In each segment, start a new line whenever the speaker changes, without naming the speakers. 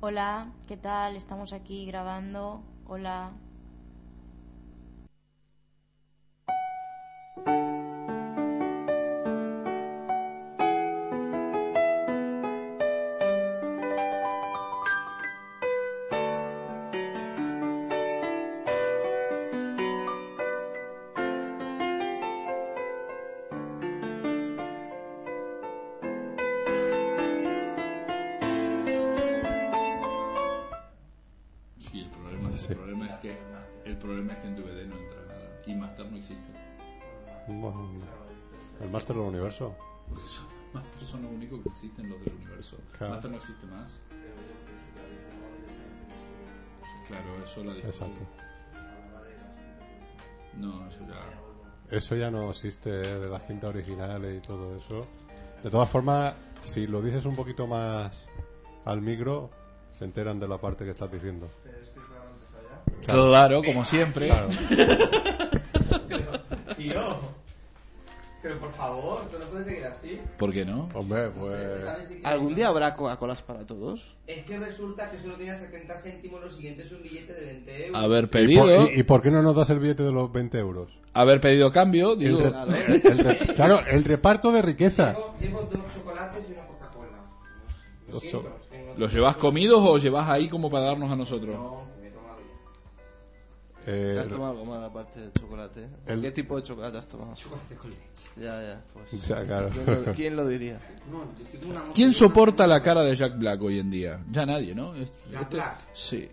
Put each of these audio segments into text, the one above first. Hola, ¿qué tal? Estamos aquí grabando. Hola.
Sí, el problema, el
Sí.
problema es que el problema es que en DVD no entra nada y Master no existe.
Bueno, el máster del universo.
Por eso, Master son los únicos que existen los del universo.
Claro.
Master no existe más. Claro, eso la
Exacto.
No, eso ya.
Eso ya no existe ¿eh? de las cintas originales y todo eso. De todas formas, si lo dices un poquito más al micro, se enteran de la parte que estás diciendo.
Claro, como siempre.
Tío, pero por favor, tú no puedes seguir así.
¿Por qué no?
Hombre,
Pues,
¿Sabes si
¿Algún día habrá Coca-Colas para todos?
Es que resulta que solo tenía 70 céntimos, lo siguiente es un billete de 20 euros.
Haber
¿Y por,
pedido,
y- y por qué no nos das el billete de los 20 euros?
haber pedido cambio, digo,
Claro.
El re- claro, el reparto de riquezas.
Llevo, llevo dos chocolates y una Coca-Cola. Lo
Dos
siento,
cho-
los tengo-
¿los llevas comidos o llevas ahí como para darnos a nosotros?
No, que me he tomado ya.
Eh,
¿Te has tomado algo más aparte de chocolate?
el-
¿Qué tipo de chocolate has tomado?
Chocolate con leche.
Ya, ya, pues.
ya, claro.
¿Quién lo, quién lo diría?
No, yo estoy con una
¿Quién
moto-
soporta la cara de Jack Black hoy en día? Ya nadie, ¿no? Es-
Jack Black.
Sí.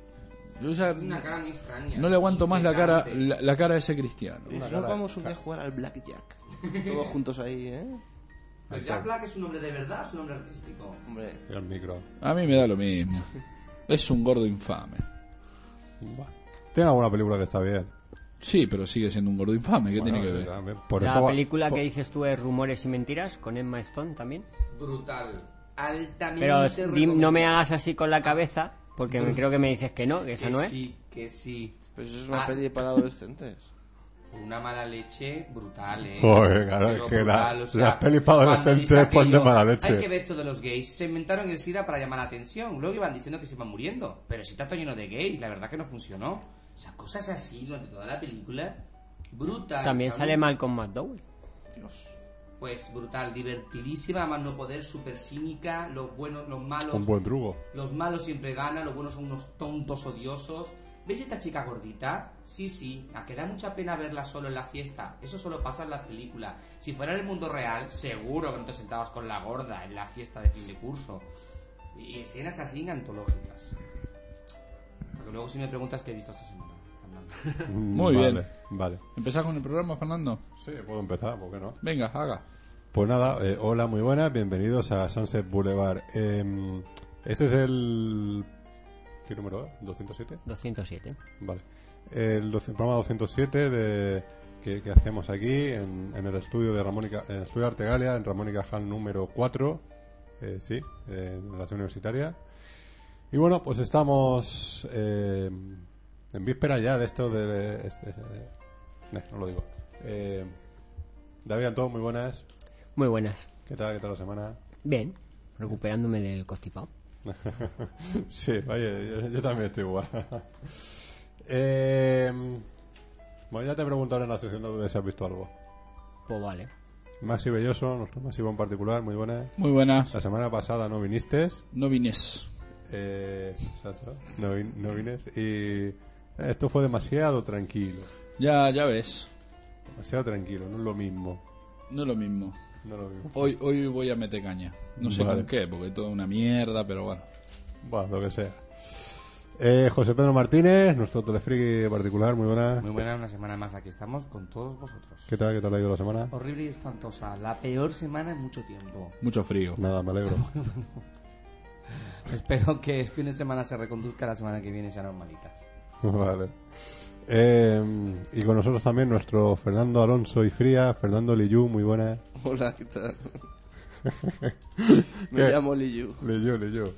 Yo ya
Una cara muy extraña.
no le aguanto más la cara,
Infectante.
la, la cara a ese cristiano.
Y si nos vamos un día a jugar al Blackjack. Todos juntos ahí, ¿eh?
Pero Jack Black es un hombre de verdad, es un hombre artístico.
Hombre,
Y al micro.
A mí me da lo mismo. Es un gordo infame.
Buah. Tiene alguna película que está bien.
Sí, pero sigue siendo un gordo infame. ¿Qué
Bueno,
tiene que ver?
también. Por
La
eso va-
película
por-
que dices tú es Rumores y Mentiras con Emma Stone también.
Brutal. Altamente
Pero di- no me
recomendable.
hagas así con la cabeza porque me- creo que me dices que no, que esa
que
no es.
Sí, que sí.
pues eso es una
Ah.
peli para adolescentes.
Con una mala leche brutal, eh.
Joder, claro,
Pero
es que la-
brutal, o sea,
las pelis para
cuando
adolescentes
dice aquello,
ponen mala leche.
Hay que ver esto de los gays. Se inventaron el SIDA para llamar la atención. Luego iban diciendo que se iban muriendo. Pero si está todo lleno de gays, la verdad que no funcionó. O sea, cosas así durante toda la película. Brutal.
También
¿sabes?
sale mal con McDowell.
Pues brutal, divertidísima, a más no poder, súper cínica. Los buenos, los malos.
Un buen truco.
Los malos siempre ganan, los buenos son unos tontos odiosos. ¿Veis esta chica gordita? Sí, sí, a que da mucha pena verla solo en la fiesta. Eso solo pasa en la película. Si fuera en el mundo real, seguro que no te sentabas con la gorda en la fiesta de fin de curso. Y escenas así antológicas. Porque luego si me preguntas qué he visto esta semana. Fernando.
Muy
Vale,
bien.
Vale.
¿Empezás con el programa, Fernando?
Sí, puedo empezar, ¿por qué no?
Venga, haga.
Pues nada, eh, hola, muy buenas, bienvenidos a Sunset Boulevard. Eh, este es el... ¿Qué número es? ¿207?
207.
Vale. El, doce- programa 207 de, que, que hacemos aquí en, en el estudio de Ramónica, en el estudio Artegalia, en Ramón y Cajal número 4, eh, sí, eh, en la ciudad universitaria. Y bueno, pues estamos eh, en víspera ya de esto de... es- es- eh, no, no lo digo. Eh, David Antón, muy buenas.
Muy buenas.
¿Qué tal? ¿Qué tal la semana?
Bien, recuperándome del constipado.
sí, oye, yo, yo también estoy igual. Eh, bueno, ya te preguntaron en la sección de dudas si has visto algo.
Pues vale.
Maxi Belloso, nuestro Masivo en particular, muy buena.
Muy buenas.
La semana pasada no viniste.
No vines.
eh, exacto, no, vin- no vines. Y eh, esto fue demasiado tranquilo.
Ya, ya ves.
Demasiado tranquilo, no es lo mismo.
No es lo mismo.
No es lo mismo.
Hoy, hoy voy a meter caña. No sé
Vale.
con qué, porque todo es una mierda, pero bueno.
Bueno, lo que sea. Eh, José Pedro Martínez, nuestro telefriki particular, muy buena.
Muy buena una semana más, aquí estamos con todos vosotros.
¿Qué tal? ¿Qué tal ha ido la semana?
Horrible y espantosa, la peor semana en mucho tiempo.
Mucho frío.
Nada, me alegro.
Espero que el fin de semana se reconduzca la semana que viene sea normalita.
Vale. Eh, y con nosotros también nuestro Fernando Alonso y Fría, Fernando Lillú, muy buena.
Hola, ¿qué tal?
¿Qué?
Me llamo Liyu.
Lillú, Lillú.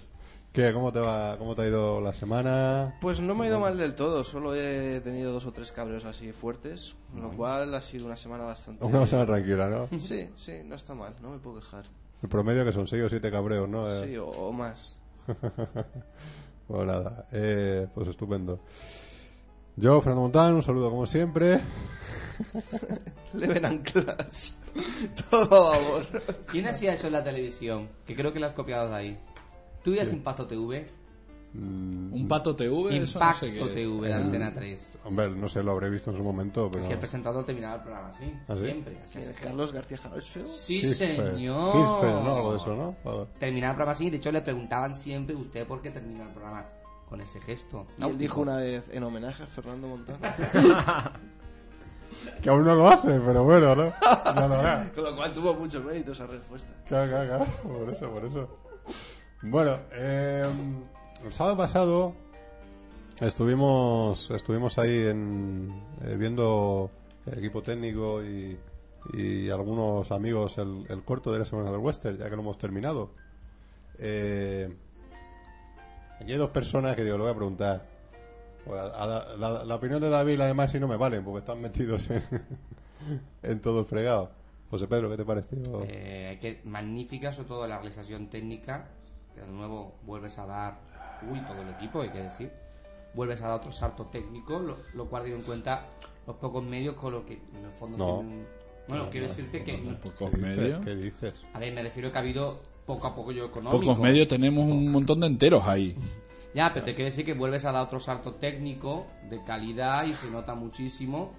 ¿Qué? ¿Cómo te, va, ¿Cómo te ha ido la semana?
Pues no me ha ido mal del todo, solo he tenido dos o tres cabreos así fuertes, con lo cual ha sido una semana bastante...
Una semana tranquila, ¿no?
Sí, sí, no está mal, no me puedo quejar.
El promedio que son 6 o 7 cabreos, ¿no? Eh,
Sí, o, o más.
Pues nada, eh, pues estupendo. Yo, Fernando Montano, un saludo como siempre.
Leven and Clash. Todo a favor.
¿Quién hacía eso en la televisión? Que creo que lo has copiado de ahí. ¿Tú ibas Impacto TV?
Mm.
Un pato
Pues
TV, eso no
Impacto
sé qué.
TV de
Eh,
Antena 3.
Hombre, no sé, lo habré visto en su momento, pero...
Es que el presentador terminaba el programa así,
¿Ah, sí?
siempre. Así es.
Carlos García Jarocho.
Sí,
Quispe,
señor.
Quispe, ¿no? Algo de eso, ¿no? A ver.
Terminaba el programa así, de hecho le preguntaban siempre, ¿usted por qué termina el programa con ese gesto?
Y él dijo una vez en homenaje a Fernando Montana.
Que aún no lo hace, pero bueno, ¿no? No lo hará.
Con lo cual tuvo mucho mérito esa respuesta.
Claro, claro, claro. Por eso, por eso. Bueno, eh, el sábado pasado estuvimos estuvimos ahí en, eh, viendo el equipo técnico y, y algunos amigos el, el corto de la semana del Western, ya que lo hemos terminado. Eh, aquí hay dos personas que digo, lo voy a preguntar. Bueno, a- a- la, la opinión de David y la de Maxi no me valen, porque están metidos en, en todo el fregado. José Pedro, ¿qué te pareció?
Eh, que magnífica, sobre todo la realización técnica. que De nuevo, vuelves a dar. Uy, todo el equipo, hay que decir. Vuelves a dar otro salto técnico, lo, lo cual dio en cuenta los pocos medios con lo que en el fondo.
No.
tienen- Bueno, quiero decirte que.
Unos Pocos
¿Qué dices?
medios.
¿Qué dices?
A ver, me refiero que ha habido poco a poco yo económico.
Pocos medios tenemos un montón de enteros ahí.
Ya, pero te quiero decir que vuelves a dar otro salto técnico de calidad y se nota muchísimo.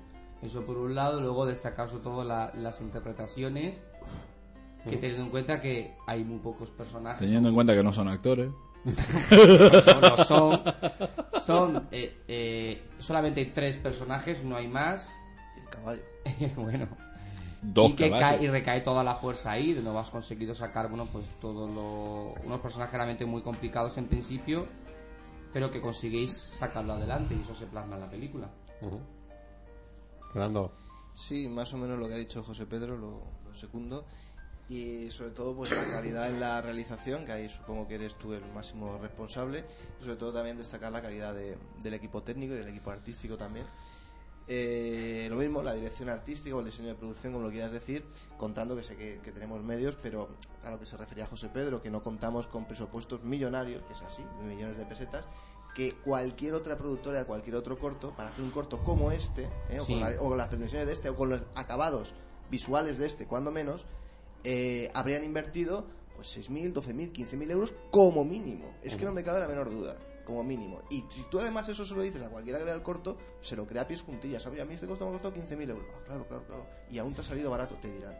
Eso por un lado, luego destacar sobre todo la- las interpretaciones. Que teniendo en cuenta que hay muy pocos personajes.
Teniendo en cuenta que no son actores.
No, no son. Son eh, eh, solamente hay tres personajes, no hay más.
Y el caballo.
bueno.
Dos
y que
caballos.
cae- y recae toda la fuerza ahí, de nuevo has conseguido sacar bueno, pues todos los unos personajes realmente muy complicados en principio, pero que conseguís sacarlo adelante y eso se plasma en la película.
Ujú. Fernando,
Sí, más o menos lo que ha dicho José Pedro, lo, lo secundo. Y sobre todo, pues la calidad en la realización, que ahí supongo que eres tú el máximo responsable. Y sobre todo también destacar la calidad de- del equipo técnico y del equipo artístico también. Eh, lo mismo, la dirección artística o el diseño de producción, como lo quieras decir, contando que sé que, que tenemos medios, pero a lo que se refería José Pedro, que no contamos con presupuestos millonarios, que es así, millones de pesetas, que cualquier otra productora, cualquier otro corto, para hacer un corto como este, ¿eh? o,
Sí.
con la- o con las pretensiones de este, o con los acabados visuales de este, cuando menos, eh, habrían invertido pues 6.000, 12.000, 15.000 euros como mínimo. Es que no me cabe la menor duda, como mínimo. Y si tú además eso se lo dices a cualquiera que vea el corto, se lo crea a pies juntillas. ¿sabes? A mí este corto me ha costado 15.000 euros. Ah, claro, claro, claro. Y aún te ha salido barato, te dirán.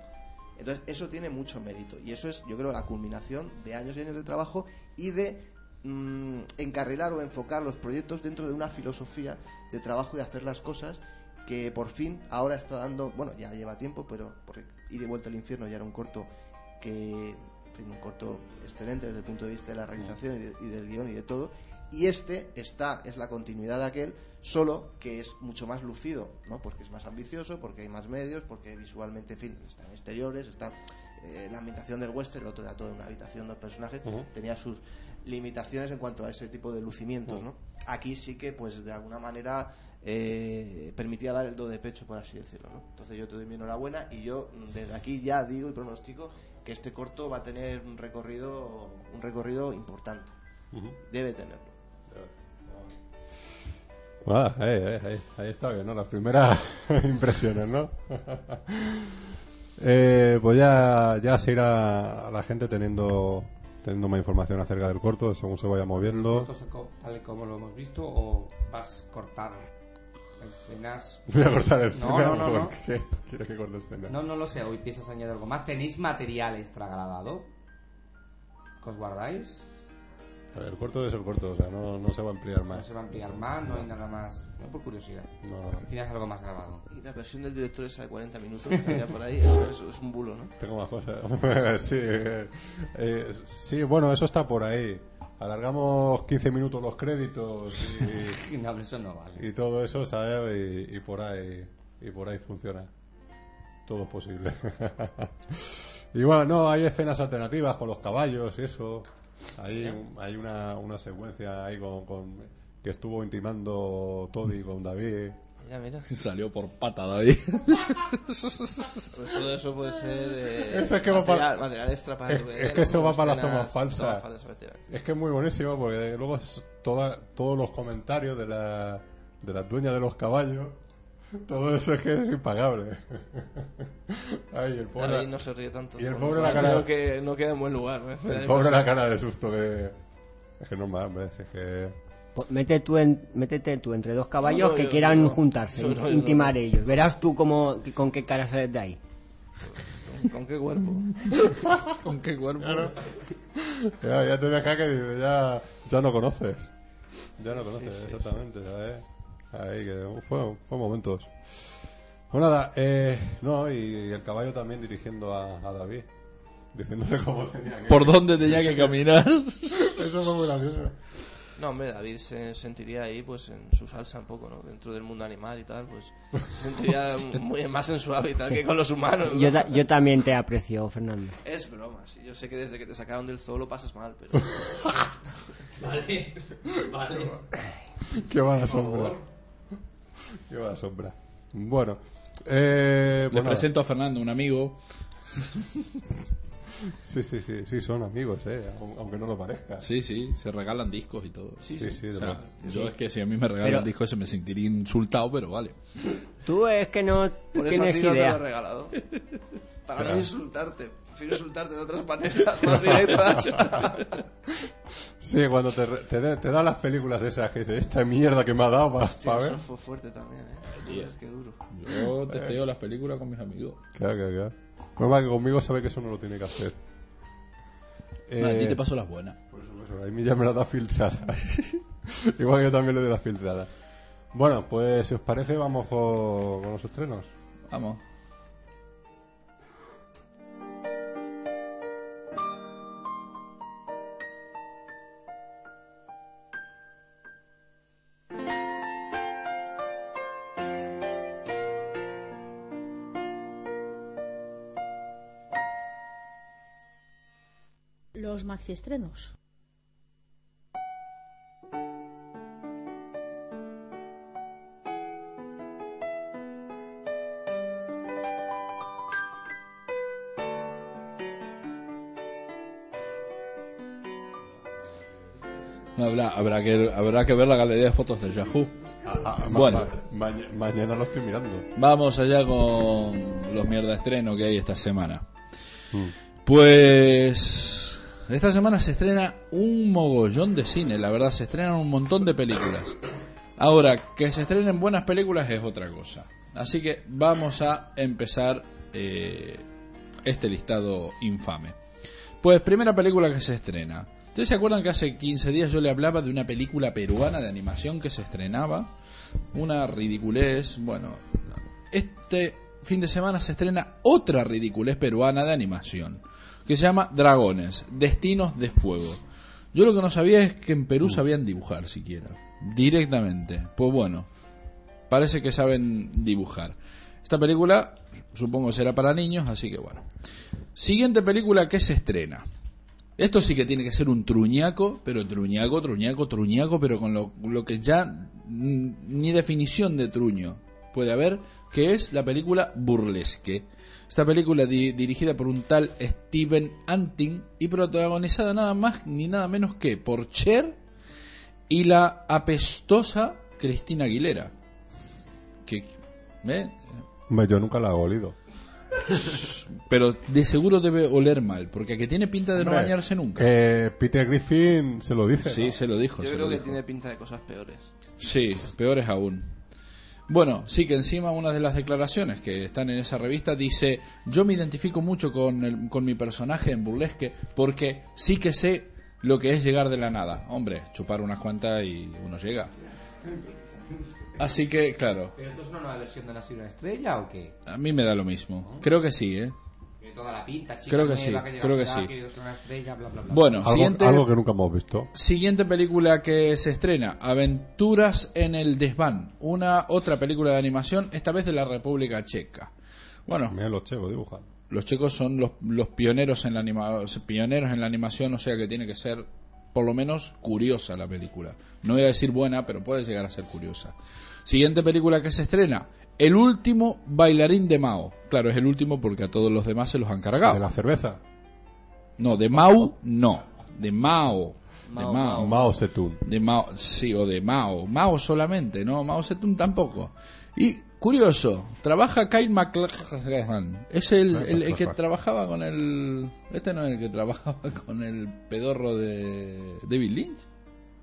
Entonces eso tiene mucho mérito. Y eso es, yo creo, la culminación de años y años de trabajo y de mm, encarrilar o enfocar los proyectos dentro de una filosofía de trabajo y hacer las cosas que por fin ahora está dando, bueno, ya lleva tiempo, pero porque y de vuelta al infierno ya era un corto que en fin, un corto excelente desde el punto de vista de la realización y, de- y del guión y de todo. Y este está, es la continuidad de aquel, solo que es mucho más lucido, ¿no? Porque es más ambicioso, porque hay más medios, porque visualmente, en fin, están exteriores, está eh, la ambientación del western, el otro era todo en una habitación, dos personajes,
Ujú.
tenía sus limitaciones en cuanto a ese tipo de lucimientos, ¿no? Aquí sí que, pues, de alguna manera eh, permitía dar el do de pecho, por así decirlo, ¿no? Entonces yo te doy mi enhorabuena y yo mm, desde aquí ya digo y pronostico que este corto va a tener un recorrido, un recorrido importante. Debe tenerlo.
Nada, ahí, ahí, Ah, eh, ahí, ahí está bien, ¿no? Las primeras impresiones, ¿no? Eh, pues ya, ya se irá a la gente teniendo, teniendo más información acerca del corto, según se vaya moviendo.
Esto se co- tal y como lo hemos visto o vas a cortar escenas?
Voy a cortar el
No, no, no, no.
porque ¿Quieres que corte escena?
No, no lo sé, hoy piensas añadir algo más. ¿Tenéis material extra grabado? ¿Que os guardáis?
A ver, el corto es el corto, o sea, no, no se va a ampliar
¿No
más.
se va a ampliar más? ¿No hay nada más? No, por curiosidad.
No,
Si tienes algo más grabado.
Y la versión del director esa de 40 minutos que había por ahí, eso, eso es un bulo, ¿no?
tengo más cosas. sí, eh, eh, sí, bueno, eso está por ahí. Alargamos 15 minutos los créditos y...
No, pero eso no vale.
y todo eso ¿sabes? Y, y por ahí y por ahí funciona todo es posible y bueno no hay escenas alternativas con los caballos y eso hay, un- hay una, una secuencia ahí con, con- que estuvo intimando Toddy con David
Mira, mira.
Salió por patada ahí.
Pues todo eso puede ser. eh,
Eso es que va
material,
para-
material extra para.
Es-
el
es que eso va para las
escenas-
tomas falsas.
tomas efectivamente.
Es que es muy buenísimo porque luego es toda- todos los comentarios de la, de la dueña de los caballos, todo eso es que es impagable. Ay, el pobre,
Ahí no se ríe tanto.
y el
Bueno,
pobre la
creo
cara-
que no queda en buen lugar. ¿eh? Me da
el pobre
la
la cara de susto que... Es que no más, hombre, si es que...
Po- Pues Mete tú en- métete tú entre dos caballos
No, no,
que
yo-
quieran
yo no.
juntarse,
Yo no, yo no.
intimar ellos. Verás tú cómo, con qué cara sales de ahí.
impresión. ¿Con qué cuerpo? ¿Con qué cuerpo?
Ya, ya te ves acá que dices, ya, ya no conoces. Ya no conoces, exactamente, ¿sabes? Ahí que fue, fue momentos. Pues nada, eh, no, y, el caballo también dirigiendo a, a David. Diciéndole cómo tenía que...
¿Por dónde tenía que caminar?
Eso fue muy gracioso.
No, hombre, David se sentiría ahí pues en su salsa un poco, ¿no? Dentro del mundo animal y tal, pues se sentiría muy más en su hábitat que con los humanos. ¿no?
Yo, ta- yo también te aprecio, Fernando.
Es broma, sí. Yo sé que desde que te sacaron del zoo lo pasas mal, pero...
Vale, vale.
Qué mala sombra. Qué mala sombra. Bueno, eh,
Le
pues nada.
presento a Fernando, un amigo.
Sí, sí, sí, sí, son amigos, eh, au- aunque no lo parezca.
Sí, sí, se regalan discos y todo.
sí, sí, de
O sea,
verdad.
yo es que si a mí me regalan
Pero-
discos se me sentiría insultado, pero vale.
Tú es que no
Por eso a
tienes
ti no te lo he
idea.
regalado. Para
Claro.
no insultarte. Prefiero insultarte de otras maneras más directas.
Sí, cuando te, re- te, da- te da las películas esas que dices, esta mierda que me ha dado para
Tío,
ver.
eso fue fuerte también, ¿eh?
Tío.
Joder, qué duro.
Yo testeo las películas con mis amigos.
Claro, claro, claro. Menos mal que conmigo sabe que eso no lo tiene que hacer.
No, Ah, a ti
Eh,
te paso las buenas.
por eso, por eso, a mí ya me la da filtrada. Igual yo también le doy las filtradas. Bueno, pues si os parece, vamos con, con los estrenos.
Vamos.
Los maxiestrenos.
Habrá, habrá, que, habrá que ver la galería de fotos de Yahoo. Bueno.
ma- ma- mañana lo estoy mirando.
Vamos allá con los mierda estreno que hay esta semana. Pues esta semana se estrena un mogollón de cine, la verdad se estrenan un montón de películas. Ahora, que se estrenen buenas películas es otra cosa. Así que vamos a empezar eh, este listado infame. Pues primera película que se estrena. ¿Ustedes se acuerdan que hace 15 días yo le hablaba de una película peruana de animación que se estrenaba? Una ridiculez. Bueno, este fin de semana se estrena otra ridiculez peruana de animación que se llama Dragones, Destinos de Fuego. Yo lo que no sabía es que en Perú sabían dibujar siquiera, directamente. Pues bueno, parece que saben dibujar. Esta película supongo será para niños, así que bueno. Siguiente película que se estrena. Esto sí que tiene que ser un truñaco, pero truñaco, truñaco, truñaco, pero con lo, lo que ya mm, ni definición de truño puede haber, que es la película Burlesque. Esta película di- dirigida por un tal Steven Antin y protagonizada nada más ni nada menos que por Cher y la apestosa Cristina Aguilera. Que, ¿eh?
Hombre, Yo nunca la he olido.
Pero de seguro debe oler mal, porque a que tiene pinta de no
Hombre,
bañarse nunca.
Eh, Peter Griffin se lo dice.
Sí,
¿no?
se lo dijo.
Yo
se
creo
lo
que
dijo.
tiene pinta de cosas peores.
Sí, peores aún. Bueno, sí que encima una de las declaraciones que están en esa revista dice, yo me identifico mucho con, el- con mi personaje en burlesque porque sí que sé lo que es llegar de la nada. Hombre, chupar unas cuantas y uno llega. Así que, claro,
¿Pero esto es una nueva versión de Nacido una estrella o qué?
a mí me da lo mismo. Creo que sí, ¿eh?
Tiene toda la pinta, chica.
Creo que
nueva,
sí,
llega
creo que
a la edad,
sí.
Quiero ser una estrella, bla, bla, bla.
Bueno,
Algo,
siguiente...
algo que nunca hemos visto.
Siguiente película que se estrena, Aventuras en el desván, una otra película de animación, esta vez de la República Checa. Bueno,
Mira los chevos dibujan.
los checos son los, los pioneros en la anima- pioneros en la animación, o sea que tiene que ser por lo menos curiosa la película. No voy a decir buena, pero puede llegar a ser curiosa. Siguiente película que se estrena, El último bailarín de Mao. Claro, es el último porque a todos los demás se los han cargado.
De la cerveza.
No, de Mao no, de Mao. de Mao.
Mao Zedong.
De Mao, sí, o de Mao. Mao solamente, no, Mao Zedong tampoco. Y curioso, trabaja Kyle MacLachlan. Es el, el- el que trabajaba con el. Este no es el que trabajaba con el pedorro de David Lynch.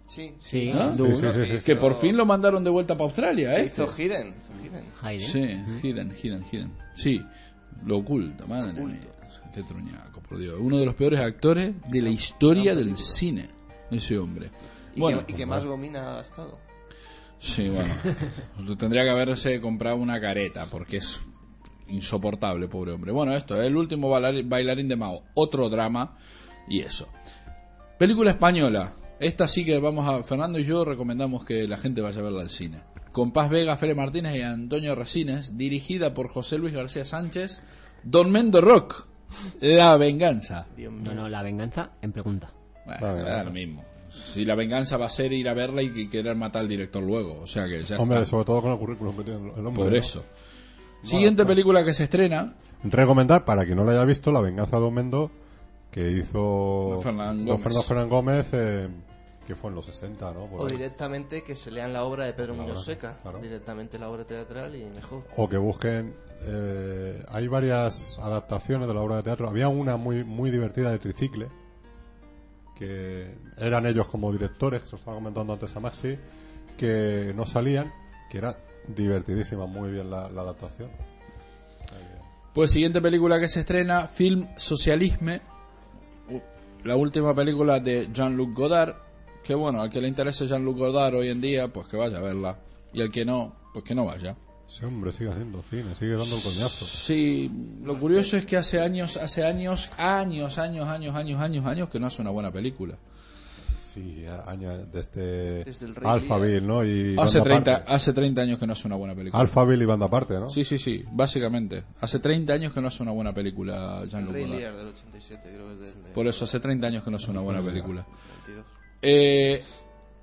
Sí,
Sí,
claro.
¿Ah?
Dune,
Sí, sí, sí, sí.
Que por fin lo mandaron de vuelta para Australia, ¿eh?
Hizo Hidden. hizo Hidden.
Hayden.
Sí, hidden, hidden, hidden. Sí, lo oculta, madre mía. Qué truñaco, por Dios. Uno de los peores actores de la historia del cine, ese hombre.
Y,
Bueno,
que, y que más gomina ha gastado.
sí, bueno. Tendría que haberse comprado una careta, porque es insoportable, pobre hombre. Bueno, esto, el último bailar- bailarín de Mao. Otro drama y eso. Película española. Esta sí que vamos a. Fernando y yo recomendamos que la gente vaya a verla al cine. Con Paz Vega, Fere Martínez y Antonio Resines, dirigida por José Luis García Sánchez, Don Mendo Rock, La Venganza.
Dios mío.
No, no, la venganza en pregunta.
Bueno,
La Venganza.
da lo mismo. Si la venganza va a ser ir a verla y que querer matar al director luego. O sea que ya
Hombre,
está.
sobre todo con el currículum que tiene el hombre.
Por
¿no?
eso. Siguiente película que se estrena,
Recomendar, para quien no la haya visto, La venganza de Mendo que hizo
Don Fernán
don
Gómez.
Fernán Fernán Gómez, eh, que fue en los 60, ¿no? Por
O
ahí.
directamente que se lean la obra de Pedro
Pues La
Muñoz
obra,
Seca.
claro.
Directamente la obra teatral y mejor.
O que busquen. eh, hay varias adaptaciones de la obra de teatro. Había una muy, muy divertida de Tricicle, que eran ellos como directores, que se os estaba comentando antes a Maxi, que no salían, que era divertidísima, muy bien la, la adaptación.
Pues siguiente película que se estrena, Film Socialisme, u- la última película de Jean-Luc Godard, que bueno, al que le interese Jean-Luc Godard hoy en día, pues que vaya a verla, y al que no, pues que no vaya.
Ese hombre sigue haciendo cine, sigue dando el coñazo.
Sí, lo curioso es que hace años, hace años, años, años, años, años, años, años que no hace una buena película.
Sí, a- año- desde,
Desde el Rey
Alphaville, ¿no? Y
Hace
banda
30,
aparte.
hace 30 años que no hace una buena película.
Alphaville y banda aparte, ¿no?
Sí, sí, sí, básicamente. Hace 30 años que no hace una buena película
El
Jean-Luc
Rey
Godard.
Lear del 87, creo que es del
pues Por eso hace 30 años que no es una buena película.
22.
Eh,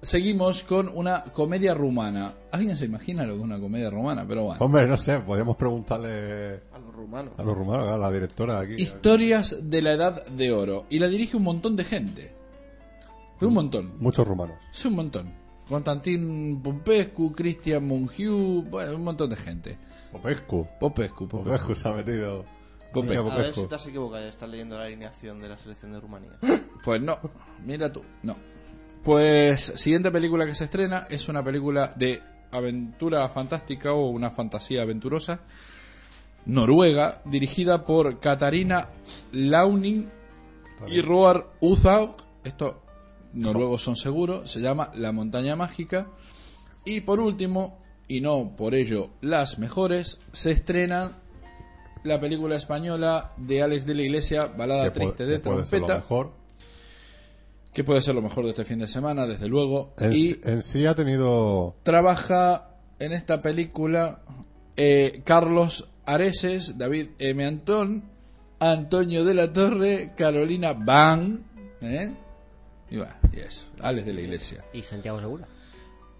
seguimos con una comedia rumana. ¿Alguien se imagina lo que es una comedia rumana? Pero bueno.
Hombre, no sé, podríamos preguntarle
A los rumanos.
a los rumanos, a la directora de aquí.
Historias de la Edad de Oro. Y la dirige un montón de gente. Pero un montón.
Muchos rumanos.
Sí, un montón. Constantin Popescu, Christian Mongiu, bueno, un montón de gente.
Popescu.
Popescu, Popescu.
Popescu se ha metido.
Popescu.
Niño
Pues, A ver si
Popescu.
te has equivocado, ya estás leyendo la alineación de la selección de Rumanía.
Pues no, mira tú, no. Pues siguiente película que se estrena es una película de aventura fantástica o una fantasía aventurosa noruega dirigida por Katarina Launing y Roar Uthaug. Estos noruegos son seguros. Se llama La montaña mágica. Y por último, y no por ello las mejores, se estrenan la película española de Alex de la Iglesia, Balada
Que
Triste
puede-
de
que puede ser lo
Trompeta
mejor.
que puede ser lo mejor de este fin de semana, desde luego.
En,
y
en sí ha tenido.
trabaja en esta película eh, Carlos Areces, David M. Antón, Antonio de la Torre, Carolina Van, ¿eh? y, bueno, y eso, Alex de la Iglesia.
Y Santiago Segura.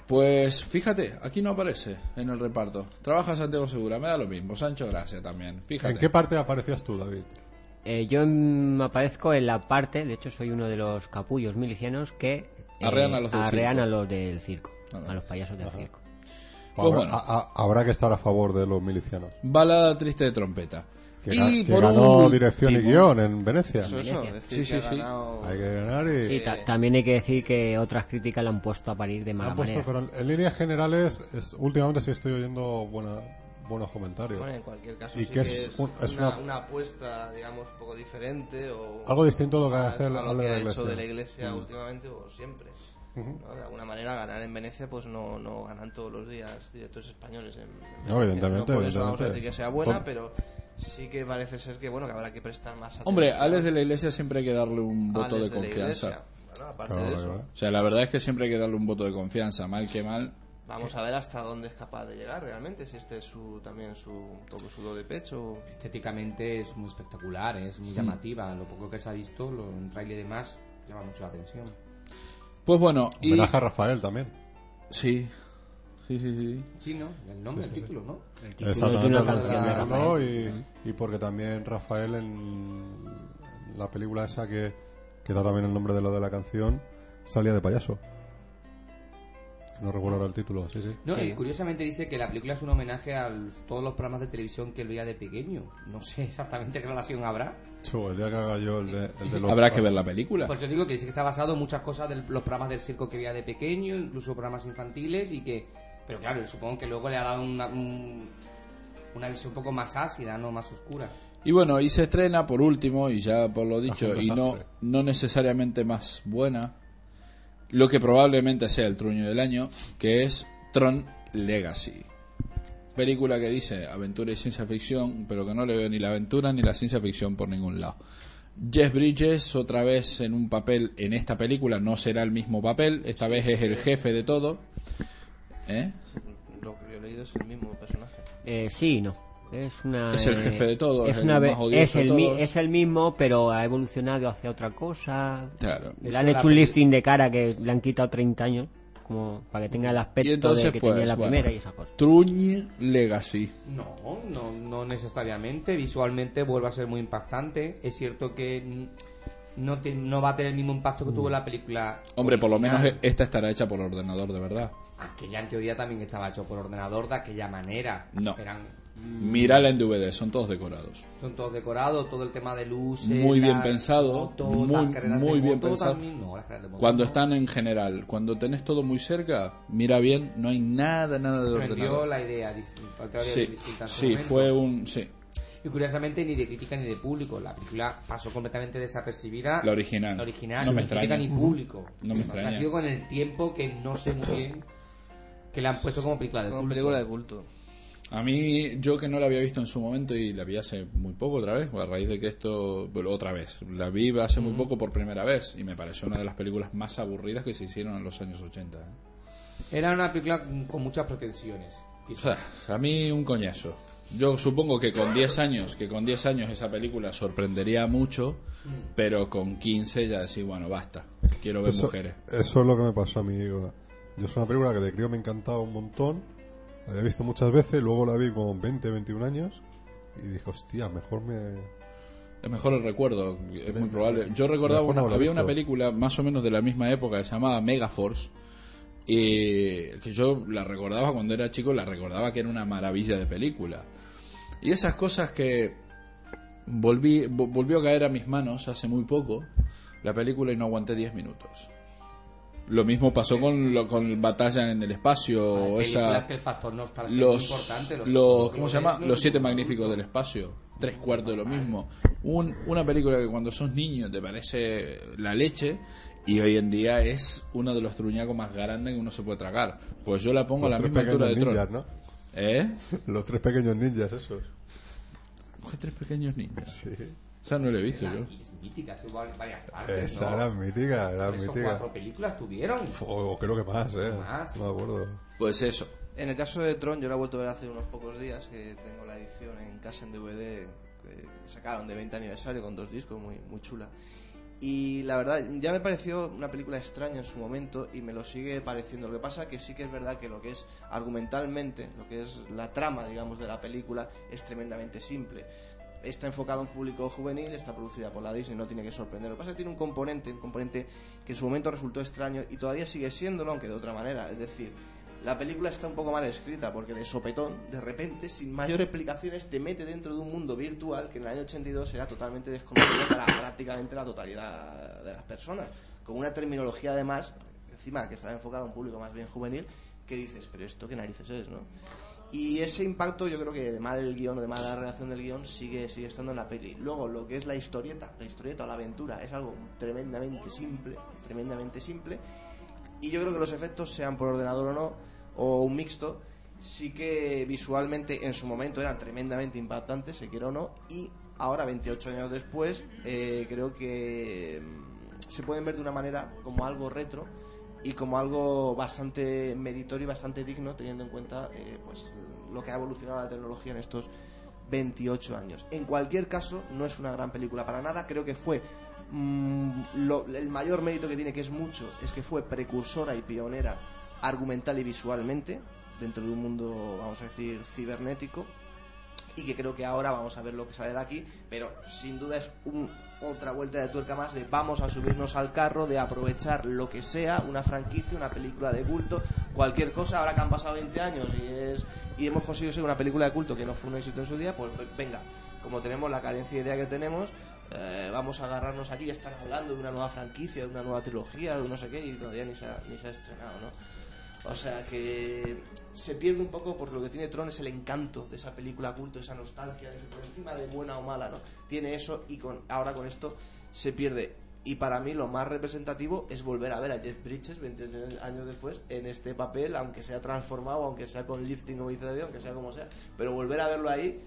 Pues fíjate, aquí no aparece en el reparto. Trabaja Santiago Segura, me da lo mismo. Sancho Gracia también, fíjate.
¿En qué parte aparecías tú, David?
Eh, yo mm, aparezco en la parte, de hecho soy uno de los capullos milicianos que eh,
Arrean a los del
arrean
circo.
a los del circo,
Ajá.
a los payasos del circo.
Pues
Habrá-
bueno.
a- a- habrá que estar a favor de los milicianos.
Balada triste de trompeta.
Que, ga-
y
que
por
ganó
último-
dirección y guión en Venecia.
Eso, eso,
Venecia.
decir
Sí,
que
sí,
ha
sí.
ganado-
Hay que ganar y.
Sí, ta- también hay que decir que otras críticas la han puesto a parir de mala
Han puesto,
manera.
pero en líneas generales, es- últimamente sí estoy oyendo buena- buenos comentarios.
Bueno, en cualquier caso,
Y
sí
que
que
es
es,
un- es
una,
una-
una apuesta, digamos, un poco diferente. O
Algo distinto a lo que
a-
hace
a
la-
lo
la
que
de la
ha
Iglesia.
hecho de la iglesia últimamente o siempre. ¿no? De alguna manera, ganar en Venecia, pues no, no ganan todos los días directores españoles. En, en Venecia.
evidentemente,
No por eso vamos
evidentemente.
a decir que sea buena,
Por-
pero sí que parece ser que, bueno, que habrá que prestar más atención.
Hombre, Alex de la Iglesia siempre hay que darle un voto
Alex
de
la
confianza.
Iglesia. Bueno,
Claro,
aparte de
claro,
eso,
claro.
O sea, la verdad es que siempre hay que darle un voto de confianza, mal que mal.
vamos a ver hasta dónde es capaz de llegar realmente, si este es su, también su, un poco su do de pecho.
Estéticamente es muy
Mm.
espectacular, ¿eh? es muy llamativa. Lo poco que se ha visto, lo, en trailer y demás, llama mucho la atención.
Pues bueno, y...
Homenaje a Rafael también.
Sí. Sí, sí, sí.
Sí, ¿no? El nombre, el título, ¿no?
El título de
Exactamente.
una canción de
¿no?
Rafael.
Y, y porque también Rafael en la película esa que, que da también el nombre de lo de la canción salía de payaso. No recuerdo ahora el título, sí, sí.
No,
Sí.
y curiosamente dice que la película es un homenaje a los- todos los programas de televisión que él veía de pequeño. No sé exactamente qué relación habrá.
Chu, el día que haga yo el de, el de los-
Habrá que ver la película.
Por eso Pues digo que dice que está basado en muchas cosas de los programas del circo que veía de pequeño, incluso programas infantiles y que... Pero claro, supongo que luego le ha dado una, un- una visión un poco más ácida, ¿no? Más oscura.
Y bueno, y se estrena por último, y ya por lo dicho,
Juntos
y no,
Arce.
no necesariamente más buena, lo que probablemente sea el truño del año, que es Tron Legacy. Película que dice aventura y ciencia ficción, pero que no le veo ni la aventura ni la ciencia ficción por ningún lado. Jeff Bridges, otra vez en un papel en esta película, no será el mismo papel, esta vez es el jefe de todo. ¿Eh?
Lo que yo he leído es el mismo personaje.
Eh, sí, no. Es, una,
Es el
eh,
jefe de todo,
Es,
es el
una ve-
más odioso
es,
de
el mi-
todos.
es el mismo, pero ha evolucionado hacia otra cosa.
Claro.
Le han hecho un lifting de cara que le han quitado 30 años, como para que tenga el aspecto
Y entonces,
de que
pues,
tenía la
bueno,
primera y esas cosas.
Truñe Legacy.
No, no, no necesariamente. Visualmente vuelve a ser muy impactante. Es cierto que mm, no, te- no va a tener el mismo impacto que tuvo la película.
Mm. Hombre, por lo menos
original.
esta estará hecha por ordenador de verdad.
Aquella en teoría también estaba hecho por ordenador de aquella manera.
No.
Eran, Mm.
Mírala en DVD, son todos decorados.
son todos decorados, todo el tema de luces.
Muy bien
las
pensado,
motos,
muy-
las carreras
muy
de
bien
moto
pensado.
también. No, las carreras de moto
Cuando
no.
están en general, cuando tenés todo muy cerca, mira bien, no hay nada, nada de
Se vendió
ordenador.
la idea distinta. la teoría
Sí,
distinta en su
sí,
momento.
fue un... Sí,
Y curiosamente ni de crítica ni de público. La película pasó completamente desapercibida.
La original.
La original,
No me
ni crítica
extraña.
ni público.
No me extraña.
Ha sido con el tiempo que no sé muy bien que la han puesto como película de
Como
culto.
película de culto.
A mí, yo que no la había visto en su momento y la vi hace muy poco otra vez, a raíz de que esto, bueno, otra vez, la vi hace muy poco por primera vez y me pareció una de las películas más aburridas que se hicieron en los años 80. ¿eh?
Era una película con muchas pretensiones.
O sea, a mí un coñazo. Yo supongo que con 10 años, que con 10 años esa película sorprendería mucho, pero con 15 ya decís, bueno, basta, quiero ver
Eso-
mujeres.
Eso es lo que me pasó a mí. digo, Yo es una película que de crío me encantaba un montón. La había visto muchas veces, luego la vi con 20, 21 años. Y dije, hostia, mejor me.
Es mejor el recuerdo, es muy probable. Yo recordaba,
Mejor
una,
no haberlo
había
visto.
una película más o menos de la misma época llamada Megaforce, y que yo la recordaba cuando era chico, la recordaba que era una maravilla de película. Y esas cosas que volví, vo- volvió a caer a mis manos hace muy poco, la película y no aguanté 10 minutos. Lo mismo pasó con, lo, con Batalla en el Espacio,
Hay
o
películas
esa
que el factor nostalgia es muy
los,
importante.
los ¿cómo se llama?
¿no?
Los siete magníficos del espacio, tres cuartos de lo mismo. Un- una película que cuando sos niño te parece la leche y hoy en día es uno de los truñacos más grandes que uno se puede tragar. Pues yo la pongo a la
los tres
misma altura de
pequeños
Tron.
ninjas, ¿no?
¿Eh?
Los tres pequeños ninjas, esos.
¿Qué tres pequeños niños?
Sí.
O sea, no lo he visto
Era-
yo.
y Es mítica, tuvo varias
Ah,
partes.
Esa
¿no?
era mítica, era
Tres o cuatro
mítica.
películas tuvieron.
O o creo que más, ¿eh?
Más.
No me acuerdo.
Pues eso.
En el caso de Tron, yo la he vuelto a ver hace unos pocos días, que tengo la edición en casa en DVD que sacaron de 20 aniversario con dos discos, muy, muy chula. Y la verdad, ya me pareció una película extraña en su momento y me lo sigue pareciendo. Lo que pasa que sí que es verdad que lo que es argumentalmente, lo que es la trama, digamos, de la película es tremendamente simple. Está enfocada a un público juvenil, está producida por la Disney, no tiene que sorprender. Lo que pasa es que tiene un componente, un componente que en su momento resultó extraño y todavía sigue siéndolo, aunque de otra manera. Es decir, la película está un poco mal escrita porque de sopetón, de repente, sin mayor explicaciones, te mete dentro de un mundo virtual que en el año 82 era totalmente desconocido para prácticamente la totalidad de las personas. Con una terminología, además, encima que estaba enfocada a un público más bien juvenil, que dices, pero esto qué narices es, ¿no? Y ese impacto, yo creo que de mal guión o de mala redacción del guión, sigue, sigue estando en la peli. Luego, lo que es la historieta, la historieta o la aventura, es algo tremendamente simple, tremendamente simple. Y yo creo que los efectos, sean por ordenador o no, o un mixto, sí que visualmente en su momento eran tremendamente impactantes, se quiera o no, y ahora, 28 años después, eh, creo que mm, se pueden ver de una manera como algo retro y como algo bastante meritorio y bastante digno, teniendo en cuenta eh, pues, lo que ha evolucionado la tecnología en estos 28 años. En cualquier caso, no es una gran película para nada, creo que fue mm, lo- el mayor mérito que tiene, que es mucho, es que fue precursora y pionera argumental y visualmente dentro de un mundo, vamos a decir, cibernético y que creo que ahora vamos a ver lo que sale de aquí, pero sin duda es un- otra vuelta de tuerca más de vamos a subirnos al carro, de aprovechar lo que sea, una franquicia, una película de culto, cualquier cosa, ahora que han pasado 20 años y, es, y hemos conseguido ser una película de culto que no fue un éxito en su día, pues venga, como tenemos la carencia de idea que tenemos, eh, vamos a agarrarnos aquí, ya están hablando de una nueva franquicia, de una nueva trilogía, de un no sé qué, y todavía ni se ha, ni se ha estrenado, ¿no? O sea que se pierde un poco por lo que tiene Tron es el encanto de esa película culto, esa nostalgia, de por encima de buena o mala, ¿no? Tiene eso y con, ahora con esto se pierde. Y para mí lo más representativo es volver a ver a Jeff Bridges 28 años después en este papel, aunque sea transformado, aunque sea con lifting como dice David, aunque sea como sea, pero volver a verlo ahí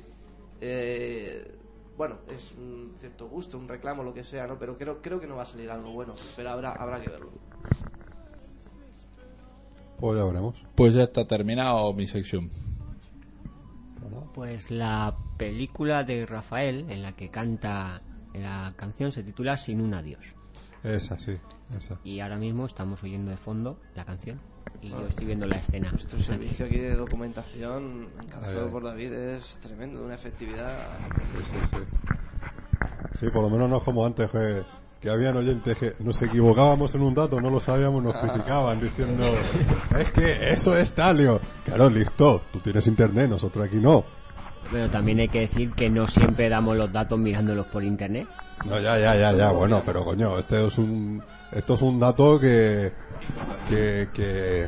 eh, bueno, es un cierto gusto, un reclamo, lo que sea, ¿no? Pero creo, creo que no va a salir algo bueno, pero habrá, habrá que verlo.
Pues ya veremos.
Pues ya está terminado mi sección.
Pues la película de Rafael en la que canta la canción se titula Sin un adiós.
Esa, sí, esa.
Y ahora mismo estamos oyendo de fondo la canción y yo estoy viendo la escena.
Pues
Nuestro servicio aquí de documentación, encabezado
Ay, ay.
por David, es tremendo, de una efectividad.
Sí, sí, sí. Sí, por lo menos no es como antes que, que habían oyentes que nos equivocábamos en un dato, no lo sabíamos, nos criticaban diciendo, es que eso es talio. Claro, listo, tú tienes internet, nosotros aquí no.
Pero también hay que decir que no siempre damos los datos mirándolos por internet.
No, ya, ya, ya, ya, bueno, pero coño, este es un, esto es un dato que, que, que,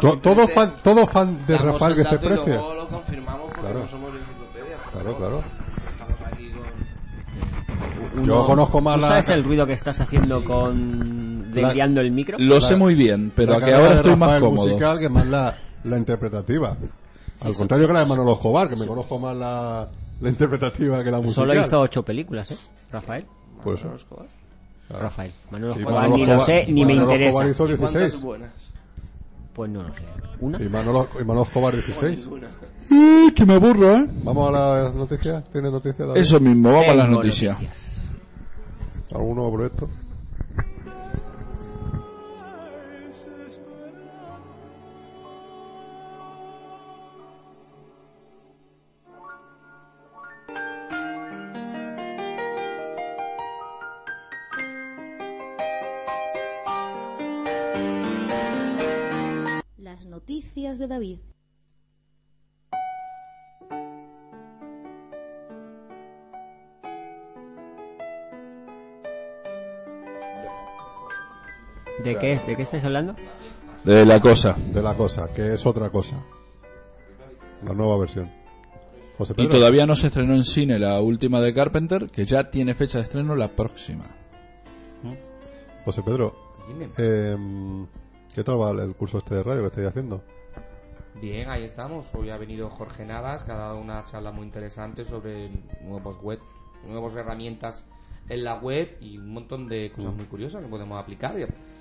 to- todo fan, todo fan de
Damos
Rafael
el
que se
dato y
precie.
Luego lo confirmamos porque
Claro.
no somos enciclopedias. por
Claro,
favor.
claro.
Estamos aquí con.
Yo conozco más
¿Tú
la-
¿Sabes el ruido que estás haciendo con desviando el micro?
Lo sé muy bien, pero
La
a que
carrera
ahora
de
estoy más
Rafael
cómodo.
musical que más la, la interpretativa. Al contrario que la de Manolo Escobar, que me conozco más la, la interpretativa que la musical.
Solo hizo ocho películas, ¿eh? Rafael.
Pues,
Manolo Escobar.
Rafael. Manolo
Y
Escobar,
Manolo
ni lo
Escobar-
sé, ni me
Manolo
interesa.
Escobar hizo
¿Y ¿Cuántas
16.
buenas?
Pues no lo sé. ¿Una?
Y Manolo, y Manolo Escobar
O
16.
ninguna.
Eh, que me aburro, ¿eh?
Vamos a las noticias. ¿Tienes noticias? David?
Eso mismo, vamos a las
Tengo
noticias.
¿Algún nuevo proyecto?
Las noticias de David.
¿De qué es? ¿De qué estáis hablando?
De la cosa.
De la cosa, que es otra cosa. La nueva versión. José
Y
Pedro.
todavía no se estrenó en cine la última de Carpenter, que ya tiene fecha de estreno la próxima.
José Pedro. em, ¿Qué tal va el curso este de radio que estáis haciendo?
Bien, ahí estamos. Hoy ha venido Jorge Navas, que ha dado una charla muy interesante sobre nuevos web, nuevas herramientas en la web y un montón de cosas muy curiosas que podemos aplicar.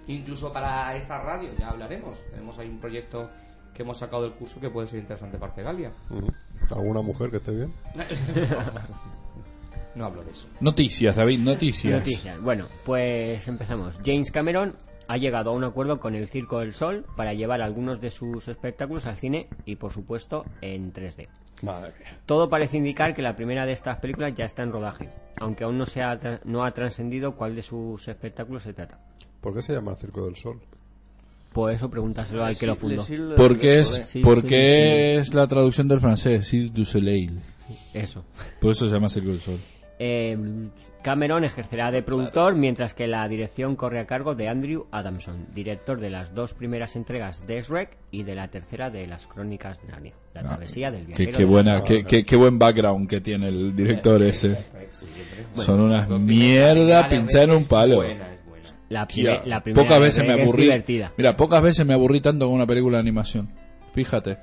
Incluso para esta radio, ya hablaremos. Tenemos ahí un proyecto que hemos sacado del curso que puede ser interesante para Artegalia.
¿Mm? ¿Alguna mujer que esté bien?
No hablo de eso.
Noticias, David, noticias.
Noticias. Bueno, pues empezamos. James Cameron ha llegado a un acuerdo con el Circo del Sol para llevar algunos de sus espectáculos al cine y, por supuesto, en 3D.
Madre mía.
Todo parece indicar que la primera de estas películas ya está en rodaje, aunque aún no, se ha, tra- no ha trascendido cuál de sus espectáculos se trata.
¿Por qué se llama el Circo del Sol?
Pues eso pregúntaselo al que lo fundó.
Lesil de
Porque
Lesil
es,
Sí,
porque es la traducción del francés, Cirque du Soleil.
Eso.
Por eso se llama Cirque du Soleil.
Eh, Cameron ejercerá de productor mientras que la dirección corre a cargo de Andrew Adamson, director de las dos primeras entregas de Shrek y de la tercera de las Crónicas de Narnia, la travesía del
Ah, Qué,
viajero.
qué
de-
buena, qué, qué- qué buen background que tiene el director ese. Son unas
Lo que-
mierda pinchada en un
Es
palo.
buena, es buena.
La,
Tía,
prime- la primera
pocas
de
veces me
Shrek es
aburrí.
divertida.
Mira, pocas veces me aburrí tanto con una película de animación. Fíjate.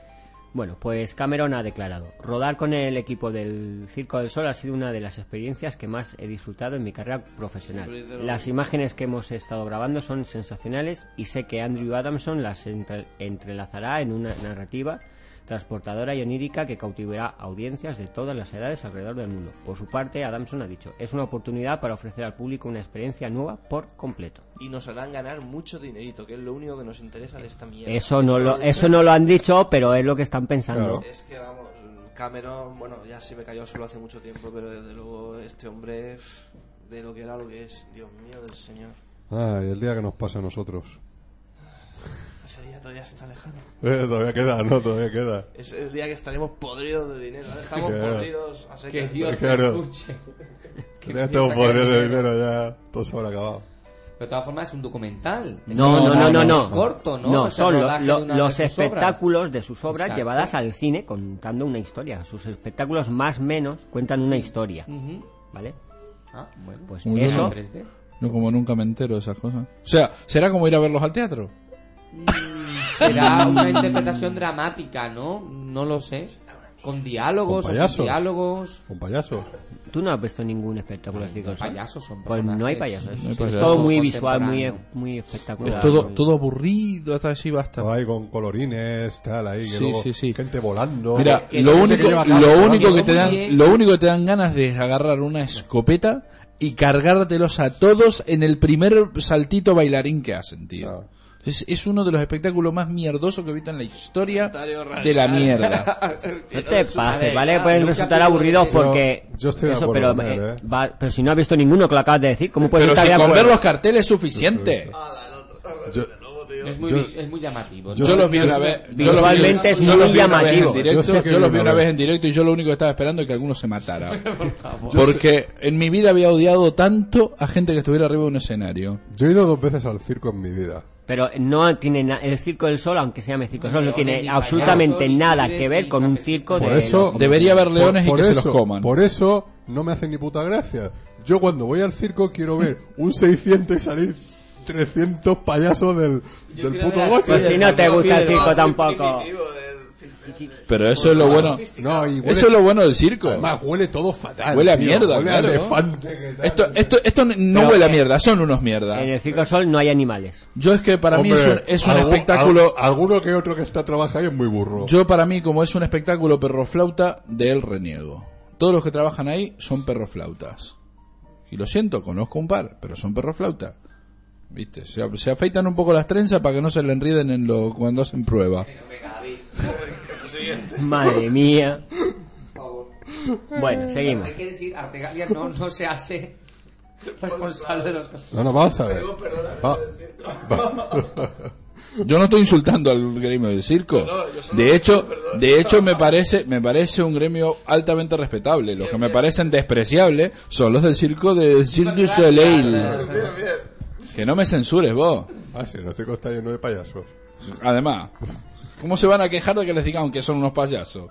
Bueno, pues Cameron ha declarado, rodar con el equipo del Circo del Sol ha sido una de las experiencias que más he disfrutado en mi carrera profesional. Las imágenes que hemos estado grabando son sensacionales y sé que Andrew Adamson las entre- entrelazará en una narrativa transportadora y onírica que cautivará audiencias de todas las edades alrededor del mundo. Por su parte, Adamson ha dicho, es una oportunidad para ofrecer al público una experiencia nueva por completo.
Y nos harán ganar mucho dinerito, que es lo único que nos interesa de esta mierda.
Eso no lo, eso no lo han dicho, pero es lo que están pensando.
Es que vamos, Cameron, bueno, ya se me cayó solo hace mucho tiempo, pero desde luego este hombre, pff, de lo que era lo que es, Dios mío del Señor.
Ay, Ah, el día que nos pase a nosotros.
Ese día todavía está lejano.
Eh, todavía queda, no, todavía queda.
Es el día que estaremos podridos de dinero. ahora Estamos
Claro.
podridos a
Que
secas.
Dios te
Claro.
escuche. Que
Ya
piensa
tengo
que
poder
no
de
sé.
dinero, ya todo se habrá acabado.
Pero de todas formas es un documental. Es
No,
un
no, no, no,
documental
no.
Corto, ¿no?
No,
Es el
son lo-
rodaje
lo-
de una de
los
sus obras.
espectáculos de sus obras
Exacto.
llevadas al cine contando una historia. Sus espectáculos más menos cuentan una historia,
Ujú.
¿vale?
Ah, bueno.
Pues
Muy
eso,
bien. No, como nunca me entero de esas cosas. O sea, ¿será como ir a verlos al teatro?
Será una interpretación dramática, ¿no? No lo sé. Con diálogos,
Con
o
payasos.
sin diálogos.
Con payasos.
tú no has visto ningún espectáculo así,
Los
Gonzalo?
payasos son
Pues no hay
personajes.
payasos.
No hay
es
payasos.
todo muy visual, muy, e-
Contemporáneo.
muy espectacular.
es todo, todo aburrido, hasta así basta.
Estaba ahí con colorines, tal, ahí. Que
Sí,
luego
sí, sí.
Gente volando.
Mira,
que
lo
gente
único,
que lleva
lo
capas,
único
¿no?
que te
Muy
dan,
bien.
lo único que te dan ganas de es agarrar una escopeta y cargártelos a todos en el primer saltito bailarín que hacen, tío.
Claro.
Es, es uno de los espectáculos más mierdosos que he visto en la historia
Comentario radical.
de la mierda.
No te pases, ¿vale?
claro,
Pueden
nunca
resultar
pido
aburridos
de-
Pero
porque...
yo estoy de
eso, pero,
acuerdo con él,
eh,
¿eh?
va- pero si no has visto ninguno que lo acabas de decir, ¿cómo
Pues
puedes
Pero
estar
si
de
con ver
acuerdo?
los carteles es suficiente.
Yo-
Es muy,
Yo-
vis- es muy llamativo.
Yo los vi una vez. yo los vi-
Visualmente es
yo los vi
muy
una vez en
llamativo.
directo,
Yo sé que
yo los vi
vi
una
una
vez
vez.
en directo y yo lo único que estaba esperando es que alguno se matara. Porque en mi vida había odiado tanto a gente que estuviera arriba de un escenario.
Yo he ido dos veces al circo en mi vida.
Pero no tiene na- el Circo del Sol, aunque se llame Circo del Sol, no
Pero ni
tiene
payaso,
absolutamente
ni
nada
tigres,
que ver
ni
con un
campesinos.
circo de
Por eso-
los-
Debería haber leones y que se los coman.
Por eso no me hace ni puta gracia. Yo cuando voy al circo quiero ver un 600 y salir 300 payasos del,
Yo
del
quiero
puto
ver a-
boche.
Pues si no te gusta el circo tampoco.
Pero eso es lo bueno.
No, y huele-
Eso Ah, es lo bueno del circo.
Además, huele todo fatal.
Huele a
tío.
mierda,
Huele
claro.
a elefante. que tal.
Esto, esto, esto no
Pero
huele a
que-
mierda, son unos mierda.
En el Circo del Sol no hay animales.
Yo es que para mí es un,
Hombre,
es un
algún-
espectáculo.
al- alguno que otro que está trabajando ahí es muy burro.
Yo para mí, como es un espectáculo perroflauta, de él reniego. Todos los que trabajan ahí son perroflautas. Y lo siento, conozco un par, pero son perroflautas. ¿Viste? Se, se afeitan un poco las trenzas para que no se le enriden en lo, cuando hacen prueba.
Madre mía. Bueno, seguimos.
Hay que decir, Artegalia no, no se hace responsable de los casos.
No, no, vamos a ver. Va-
Yo no estoy insultando al gremio del circo. De hecho, de hecho me parece, me parece un gremio altamente respetable. Los que me parecen despreciables son los del circo de Cirque du Soleil. Que no me censures vos.
Ah, sí, el circo está lleno de payasos.
Además, ¿cómo se van a quejar de que les digan que son unos payasos?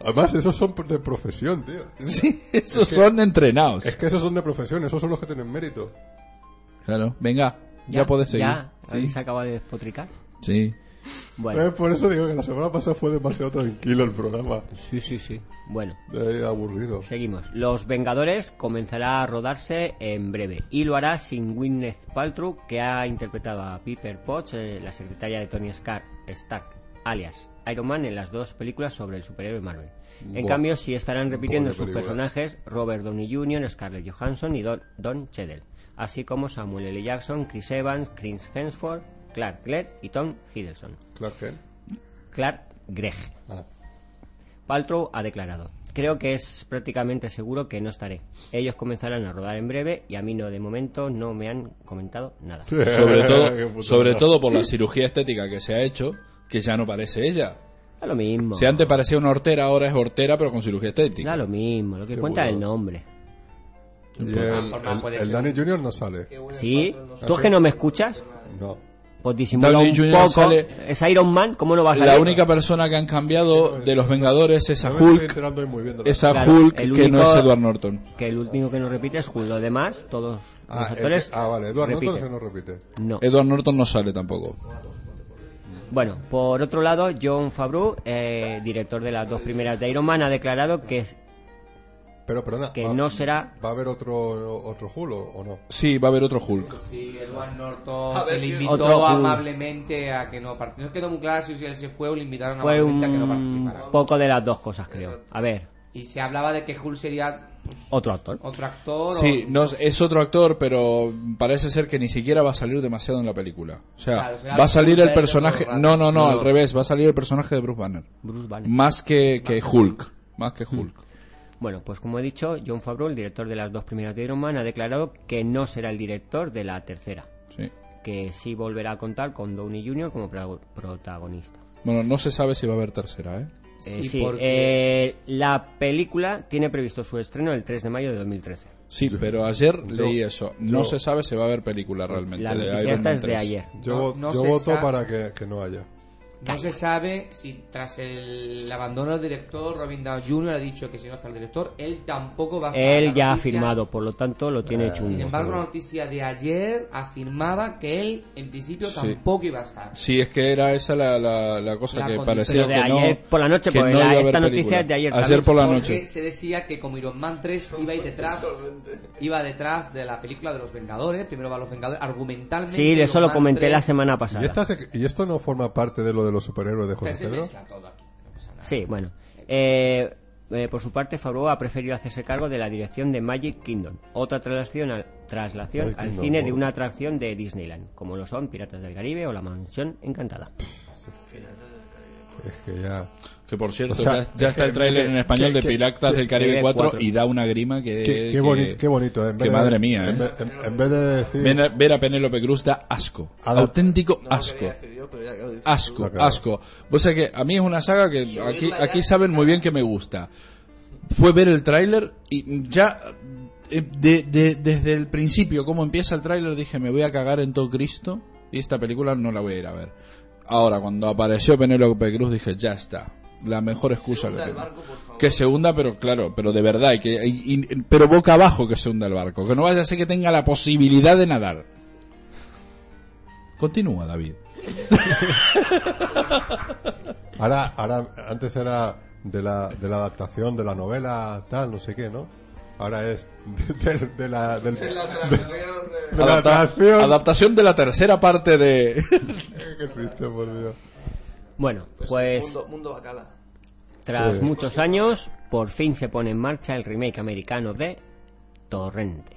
Además, esos son de profesión, tío.
Sí, esos son entrenados.
Es que esos son de profesión, esos son los que tienen mérito.
Claro, venga, ya, podés seguir.
Ya, ahí se acaba de despotricar.
Sí.
Eh,
Bueno,
por eso digo que la semana pasada fue demasiado tranquilo el programa.
sí, sí, sí. Bueno,
Eh, aburrido.
seguimos. Los Vengadores comenzará a rodarse en breve y lo hará sin Gwyneth Paltrow, que ha interpretado a Piper Potts, eh, la secretaria de Tony Stark, Stark, alias Iron Man, en las dos películas sobre el superhéroe Marvel. En
Buah.
cambio, sí estarán repitiendo
Pobre
sus
película.
personajes Robert Downey Jr., Scarlett Johansson y Don, Don Cheadle, así como Samuel L. Jackson, Chris Evans, Chris Hemsworth, Clark Gregg y Tom Hiddleston.
Clark Kent.
Clark Gregg.
Ah.
Paltrow ha declarado. Creo que es prácticamente seguro que no estaré. Ellos comenzarán a rodar en breve y a mí no de momento no me han comentado nada.
Sobre
Qué puto
todo, sobre
mierda.
todo por la cirugía estética que se ha hecho, que ya no parece ella.
Da lo mismo.
Si antes parecía una hortera, ahora es hortera, pero con cirugía estética.
Da lo mismo, lo que
Qué
cuenta es el
bueno.
nombre.
Y el,
forma
el-
Ah, pues puede
el
ser.
Danny Jr. no sale.
¿Sí? ¿Tú es que no me escuchas?
No.
Pues disimula
Downey
un
Jr.
poco.
sale-
Es Iron Man, ¿cómo no vas a
La
salir?
única persona que han cambiado de los Vengadores es a
No me estoy
Hulk,
enterando hoy muy bien de la-
es a
Claro,
Hulk
el
que no
único-
es Edward Norton.
Que el último que nos repite es Hulk. Lo demás, todos los
Ah, el que-
actores.
ah, vale, Eduardo
repiten.
Norton se nos repite.
No.
Edward Norton no sale tampoco.
Bueno, por otro lado, John Favreau, eh, director de las dos primeras de Iron Man, ha declarado que es-
Pero perdona.
Que no será-
¿Va a haber otro, otro Hulk o, o no?
Sí, va a haber otro Hulk.
Sí, Edward Norton
A
se
ver
le
si-
invitó
Otro Hulk.
amablemente a que no participara. No quedó muy claro si él se fue o le invitaron
Fue
amablemente a que no
un
participara.
poco de las dos cosas, creo. A ver,
Y se hablaba de que Hulk sería pues,
otro actor.
otro actor.
Sí,
o...
no, es otro actor, pero parece ser que ni siquiera va a salir demasiado en la película. O sea,
Claro, o sea,
va a salir el
Hulk es otro
personaje...
rato.
No, no, no,
No.
al revés, va a salir el personaje de Bruce Banner.
Bruce Banner.
Más que, que Hulk. Más que Hulk.
Bueno, pues como he dicho, John Favreau, el director de las dos primeras de Iron Man, ha declarado que no será el director de la tercera,
Sí.
que sí volverá a contar con Downey Jr. como pro- protagonista.
Bueno, no se sabe si va a haber tercera, ¿eh?
Eh,
Sí,
sí,
porque-
eh, la película tiene previsto su estreno el 3 de mayo de 2013.
Sí, pero ayer
yo-
leí eso. No
yo-
se sabe si va a haber película realmente.
la
de
noticia
Iron
esta
Man
es de
3.
ayer.
Yo,
No,
vo-
no
yo
se
voto
sabe.
para que, que no haya.
No se sabe si tras el abandono del director, Robin Downey Jr. ha dicho que si no está el director, él tampoco va a estar. Ah, La
Él ya ha
noticia- Eh,
firmado, por lo tanto lo tiene hecho
Sin
un...
embargo, la noticia de ayer afirmaba que él, en principio,
Sí.
tampoco iba a estar.
Sí, es que era esa la, la, la cosa
La
que
condición.
parecía
Pero
de
que no...
ayer por la noche,
que
porque
no
la-
iba a haber
esta noticia
película.
es de ayer
Ayer
también.
por la
Porque
noche.
se decía que como Iron Man 3 iba a ir detrás, iba detrás de la película de los Vengadores, primero va los Vengadores, argumentalmente.
Sí, de eso
Iron
lo
Man
comenté
3
la semana
¿Y,
pasada.
esta se- ¿Y esto no forma parte de lo de los superhéroes de
que
José
se
Pedro?
mezcla todo aquí, no pasa nada.
Sí, bueno. Eh, eh, por su parte, Favreau ha preferido hacerse cargo de la dirección de Magic Kingdom, otra traslación al, traslación
Magic
al
Kingdom,
cine de
bueno.
una atracción de Disneyland, como lo son Piratas del Caribe o La Mansión Encantada.
Es que ya.
Que por cierto,
O sea, eh,
ya, ya está el tráiler en español de Piratas del Caribe
que-
4,
que-
y da una grima que...
Qué, qué
que-
bonito, qué bonito, ¿eh? En
que
vez de-
madre mía, ¿eh?
En, ve- en- en vez de decir.
Ver a, ver a Penélope Cruz da asco.
A la-
Auténtico
No lo
asco.
quería decir yo, pero ya que lo dices
Asco,
Claro.
asco. O sea que a mí es una saga que aquí, aquí saben muy bien que me gusta. Fue ver el tráiler y ya eh, de- de- desde el principio, como empieza el tráiler, dije me voy a cagar en todo Cristo y esta película no la voy a ir a ver. Ahora, cuando apareció Penélope Cruz dije ya está. La mejor excusa
Segunda
que
el
tengo.
barco, por favor.
que se hunda, pero claro, pero de verdad, y que, y- y- pero boca abajo que se hunda el barco. Que no vaya a ser que tenga la posibilidad de nadar. Continúa, David.
Ahora, ahora, antes era de la, de la adaptación de la novela, tal, no sé qué, ¿no? Ahora es de, de- de la, del- de la,
Adapta-
adaptación.
Adaptación de la tercera parte de.
Qué triste, por Dios.
Bueno, pues
Mundo, mundo Bacala.
tras
Joder.
muchos años, por fin se pone en marcha el remake americano de Torrente.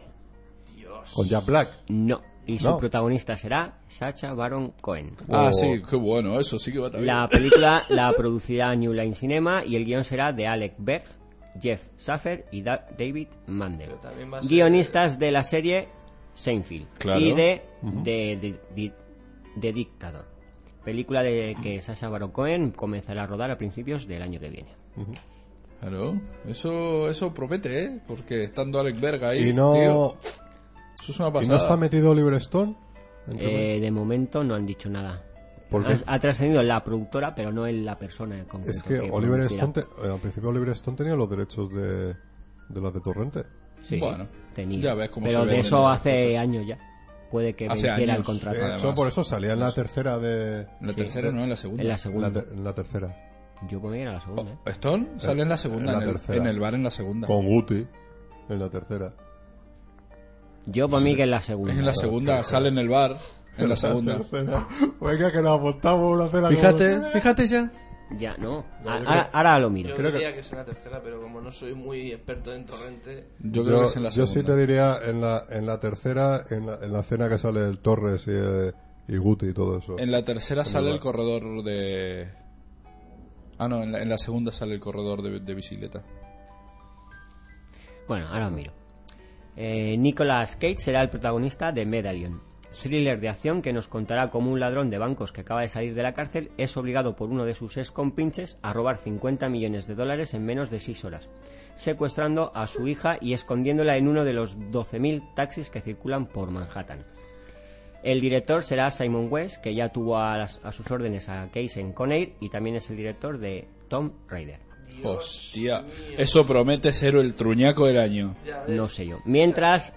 Con Jack Black.
No, y su
No.
protagonista será Sacha Baron Cohen.
Ah,
Oh.
sí, qué bueno, eso sí que va a estar bien.
La película la producirá New Line Cinema y el guión será de Alec Berg, Jeff Saffer y Da- David Mandel.
Pero también va a ser-
Guionistas de la serie Seinfeld
Claro.
y de de, de- de- de Dictador. Película de que Sasha Baron Cohen comenzará a rodar a principios del año que viene.
Claro, eso, eso promete, ¿eh? Porque estando Alex Berga ahí.
Y no,
tío, eso es una
y
pasada.
no está metido Oliver Stone.
Eh, de momento no han dicho nada.
¿Por qué?
Ha, ha trascendido la productora, pero no en la persona en concreto.
es que Oliver
producirá.
Stone, te- eh, al principio Oliver Stone tenía los derechos de, de las de Torrente.
Sí,
Bueno,
tenía.
ya ves cómo se
Pero de
venden
eso
esas
hace
cosas.
años ya. Puede que
Hace
venciera el
años,
contrato.
eh,
De hecho,
Además.
por eso salía en la tercera de...
En La tercera, no, en la Oh. segunda.
en
en
la
la
segunda.
ter- en la tercera.
Yo me a la segunda. ¿eh?
Stone sale en la segunda,
en
en,
la
el,
tercera.
en el bar en la segunda.
Con Guti. En la tercera.
Yo para mí que en la segunda.
Es en la segunda, sale en el bar, en la segunda.
tercera. Oiga, que nos apuntamos una cena. como-
Fíjate, fíjate ya.
Ya, no.
No,
A-
yo
Ahora, ahora lo miro.
Yo
Creo que-
diría que... es en la tercera, pero como no soy muy experto en torrente,
Yo creo que es en la
yo
segunda.
sí te diría en la, en la tercera, en la, en la cena que sale el Torres y, eh, y Guti y todo eso.
En la tercera sale el
bar.
corredor de. Ah, no, en la, en la segunda sale el corredor de, de bicicleta.
Bueno, ahora lo miro. Eh, Nicolas Cage será el protagonista de Medallion. Thriller de acción que nos contará cómo un ladrón de bancos que acaba de salir de la cárcel es obligado por uno de sus ex compinches a robar 50 millones de dólares en menos de 6 horas, secuestrando a su hija y escondiéndola en uno de los 12.000 taxis que circulan por Manhattan. El director será Simon West, que ya tuvo a, las- a sus órdenes a Case en Conair y también es el director de Tom Raider.
Hostia, eso promete ser el truñaco del año.
ya ves.
No sé yo. Mientras,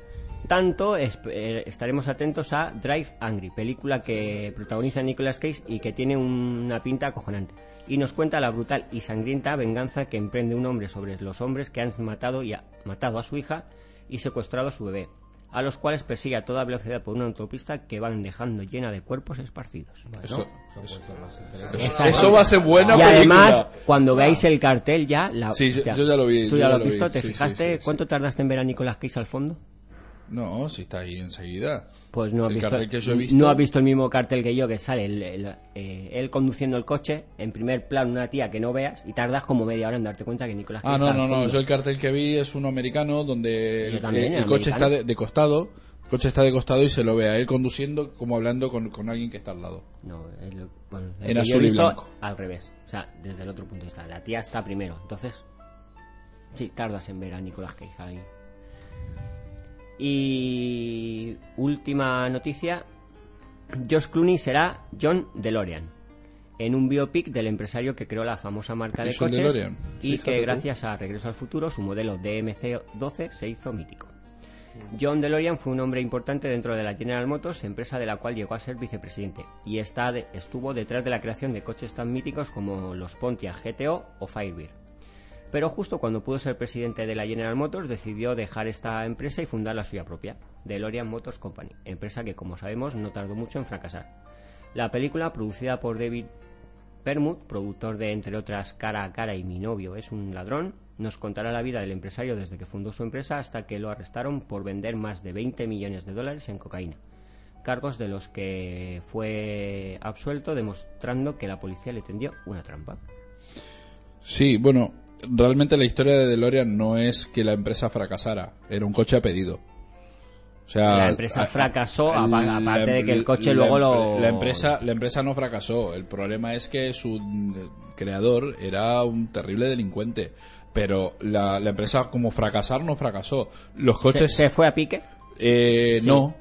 tanto, es- eh, estaremos atentos a Drive Angry, película que protagoniza Nicolas Cage y que tiene una pinta acojonante. Y nos cuenta la brutal y sangrienta venganza que emprende un hombre sobre los hombres que han matado, y ha- matado a su hija y secuestrado a su bebé, a los cuales persigue a toda velocidad por una autopista que van dejando llena de cuerpos esparcidos.
Eso,
Eso puede ser más interesante.
eso-
Exacto.
eso va a ser buena
y
película.
además, cuando veáis el cartel ya... La,
Sí, yo-
hostia,
yo ya lo vi,
¿Tú
yo
ya
ya
lo
lo
has visto?
vi,
¿Te
sí, sí,
fijaste?
sí, sí.
¿Cuánto tardaste en ver a Nicolas Cage al fondo?
No, si está ahí enseguida.
Pues no has
El
visto,
cartel que yo he visto-
no has visto el mismo cartel que yo que sale el- el- eh, él conduciendo el coche en primer plano una tía que no veas y tardas como media hora en darte cuenta que Nicolás
Ah, no, no, no. Yo el cartel que vi es uno americano donde
Yo
el, eh,
también,
el
era
coche
americano.
está de, de costado. El coche está de costado y se lo ve a él conduciendo como hablando con, con alguien que está al lado.
no el- bueno, el
En
que yo
azul
he
y
visto
blanco.
al revés, o sea desde el otro punto de vista. La tía está primero, entonces sí tardas en ver a Nicolás Cage ahí. Y última noticia, Josh Clooney será John DeLorean en un biopic del empresario que creó la famosa marca de
Es un
coches
DeLorean,
y
fíjate
que
tú.
gracias a Regreso al Futuro su modelo DMC-12 se hizo mítico. John DeLorean fue un hombre importante dentro de la General Motors, empresa de la cual llegó a ser vicepresidente, y está de- estuvo detrás de la creación de coches tan míticos como los Pontiac GTO o Firebird. Pero justo cuando pudo ser presidente de la General Motors, decidió dejar esta empresa y fundar la suya propia, DeLorean Motors Company, empresa que, como sabemos, no tardó mucho en fracasar. La película, producida por David Permut, productor de, entre otras, Cara a Cara y Mi novio es un ladrón, nos contará la vida del empresario desde que fundó su empresa hasta que lo arrestaron por vender más de 20 millones de dólares en cocaína. Cargos de los que fue absuelto demostrando que la policía le tendió una trampa.
Sí, bueno, realmente la historia de DeLorean no es que la empresa fracasara, era un coche a pedido. O sea,
La empresa fracasó, apa-
la-
aparte de que el
la-
coche luego lo-
La empresa, la empresa no fracasó, el problema es que su mm, creador era un terrible delincuente. Pero la, la empresa como fracasar no fracasó. Los
Se,
coches...
se fue a pique.
Eh,
Sí.
No.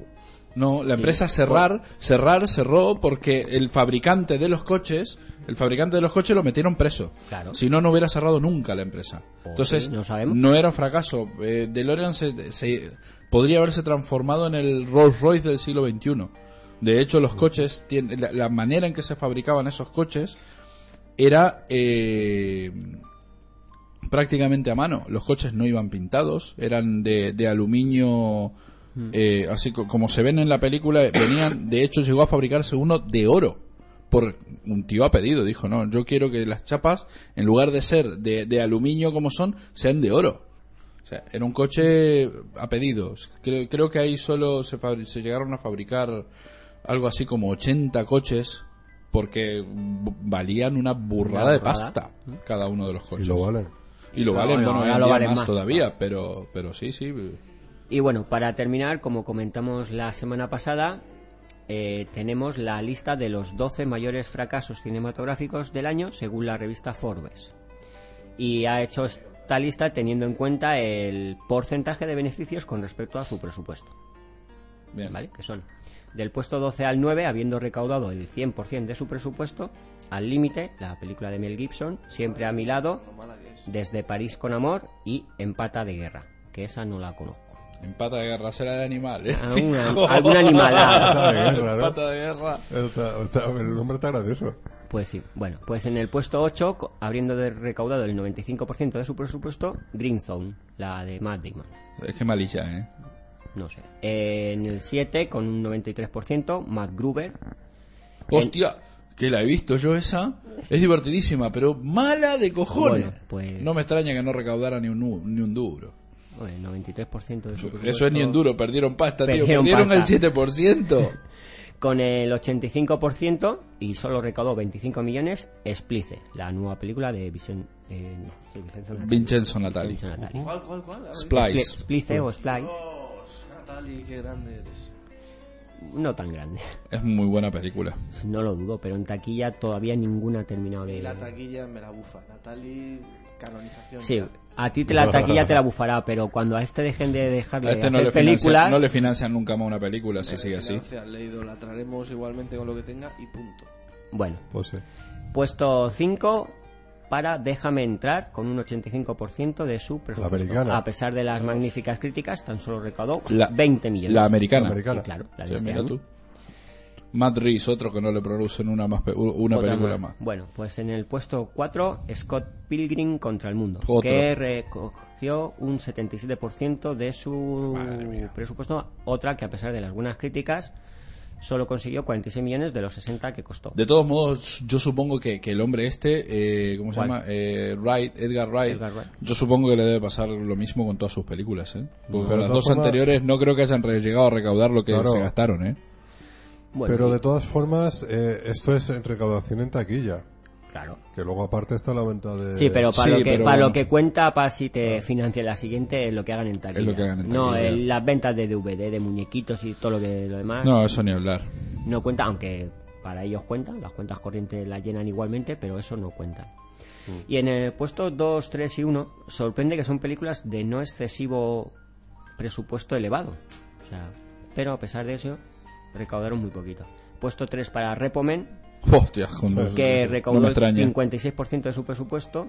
No, la empresa cerrar, cerrar, cerró porque el fabricante de los coches, el fabricante de los coches lo metieron preso.
Claro.
Si no, no hubiera cerrado nunca la empresa.
O
Entonces,
sí, no sabemos.
era un fracaso. Eh, DeLorean se, se- podría haberse transformado en el Rolls Royce del siglo XXI. De hecho, los coches, tienen- la, la manera en que se fabricaban esos coches era eh, prácticamente a mano. Los coches no iban pintados, eran de, de aluminio, eh, así co- como se ven en la película, eh, venían, de hecho llegó a fabricarse uno de oro. Por un tío ha pedido, dijo, no, yo quiero que las chapas, en lugar de ser de, de aluminio como son, sean de oro. O sea, era un coche a pedidos. Creo, creo que ahí solo se, fabri- se llegaron a fabricar algo así como 80 coches porque b- valían una burrada de
burrada.
pasta cada uno de los
Y
coches.
lo valen.
Y lo
No,
valen,
no,
bueno, hoy
ahora
en
lo
día
valen
más
más.
todavía, pero, pero sí, sí.
Y bueno, para terminar, como comentamos la semana pasada, eh, tenemos la lista de los 12 mayores fracasos cinematográficos del año según la revista Forbes. Y ha hecho esta lista teniendo en cuenta el porcentaje de beneficios con respecto a su presupuesto.
Bien.
¿vale? Que son del puesto 12 al 9, habiendo recaudado el 100% de su presupuesto, Al Límite, la película de Mel Gibson, Siempre a mi lado,
Lo mala que es.
Desde París con Amor y Empata de Guerra, que esa no la conozco.
Empata de guerra será de animales.
Alguna- alguna
Empata de
animalada.
guerra, ¿no?
Empata de guerra.
Eso está- está- el nombre está gracioso.
Pues sí, bueno, pues en el puesto 8, co- habiendo de- recaudado el 95% de su presupuesto, Green Zone, la de Matt Damon.
Es que malilla, ¿eh?
No sé. En el 7, con un 93%, Matt Gruber.
Hostia, que la he visto yo esa. Es divertidísima, pero mala de cojones.
Bueno, pues-
No me extraña que no recaudara ni un, nu- ni un duro.
Bueno, el 93% de su presupuesto.
Eso es ni en duro, perdieron pasta, tío.
Perdieron
Perdieron
pasta.
el 7%.
Con el 85% y solo recaudó 25 millones, Splice, la nueva película de Vicen- eh, no, sí, Vincenzo Natali.
Vincenzo Natali.
Vincenzo Natali.
¿Cuál, cuál, cuál? Ahora
Spli-
Splice.
Splice o Splice,
Dios, Natalie, qué grande eres.
no tan grande,
Es muy buena película.
no lo dudo, pero en taquilla todavía ninguna ha terminado de...
Y la taquilla me la bufa. Natalie, canonización.
Sí,
ya.
a ti te la taquilla te la bufará, pero cuando a este dejen de
A
dejarle
este no
hacer
le,
películas,
financian, no le financian nunca más una película si
Me
sigue así.
financia, Le idolatraremos igualmente con lo que tenga y punto.
bueno,
Pues sí.
puesto 5, para Déjame entrar con un 85% de su presupuesto.
americana.
A pesar de las magníficas críticas, tan solo recaudó
La-
20 millones.
La americana.
La americana.
Sí, claro, la
Sí,
de este
mira
año.
tú. Matt Reeves, otro que no le producen una, más pe- una
Otra
película
más.
más.
Bueno, pues en el puesto 4, Scott Pilgrim contra el mundo,
Otro.
que recogió un 77% de su presupuesto, otra que a pesar de las buenas críticas, solo consiguió 46 millones de los 60 que costó.
De todos modos, yo supongo que, que el hombre este, eh, ¿cómo se
¿Cuál?
llama? Eh, Wright, Edgar Wright,
Edgar Wright.
Yo supongo que le debe pasar lo mismo con todas sus películas, ¿eh? Porque
de
con las dos
todas formas-
anteriores no creo que hayan re- llegado a recaudar lo que
Claro.
se gastaron, ¿eh?
Bueno,
Pero de todas formas, eh, esto es en recaudación en taquilla.
claro.
Que luego aparte está la venta de...
Sí, pero para,
Eh, Sí,
lo, que,
pero
para
bueno.
lo que cuenta, para si te financia la siguiente, es lo que hagan en taquilla.
Es lo que hagan en
No,
taquilla.
el- las ventas de DVD, de muñequitos y todo lo, que, lo demás.
No, eso ni hablar.
no cuenta, aunque para ellos cuentan, las cuentas corrientes las llenan igualmente, pero eso no cuenta.
Mm.
Y en el puesto 2, 3 y 1, sorprende que son películas de no excesivo presupuesto elevado. O sea, pero a pesar de eso, recaudaron muy poquito. Puesto 3 para Repomen,
Hostias, con dos-
que
no
recaudó
me
el
extraña.
56% de su presupuesto,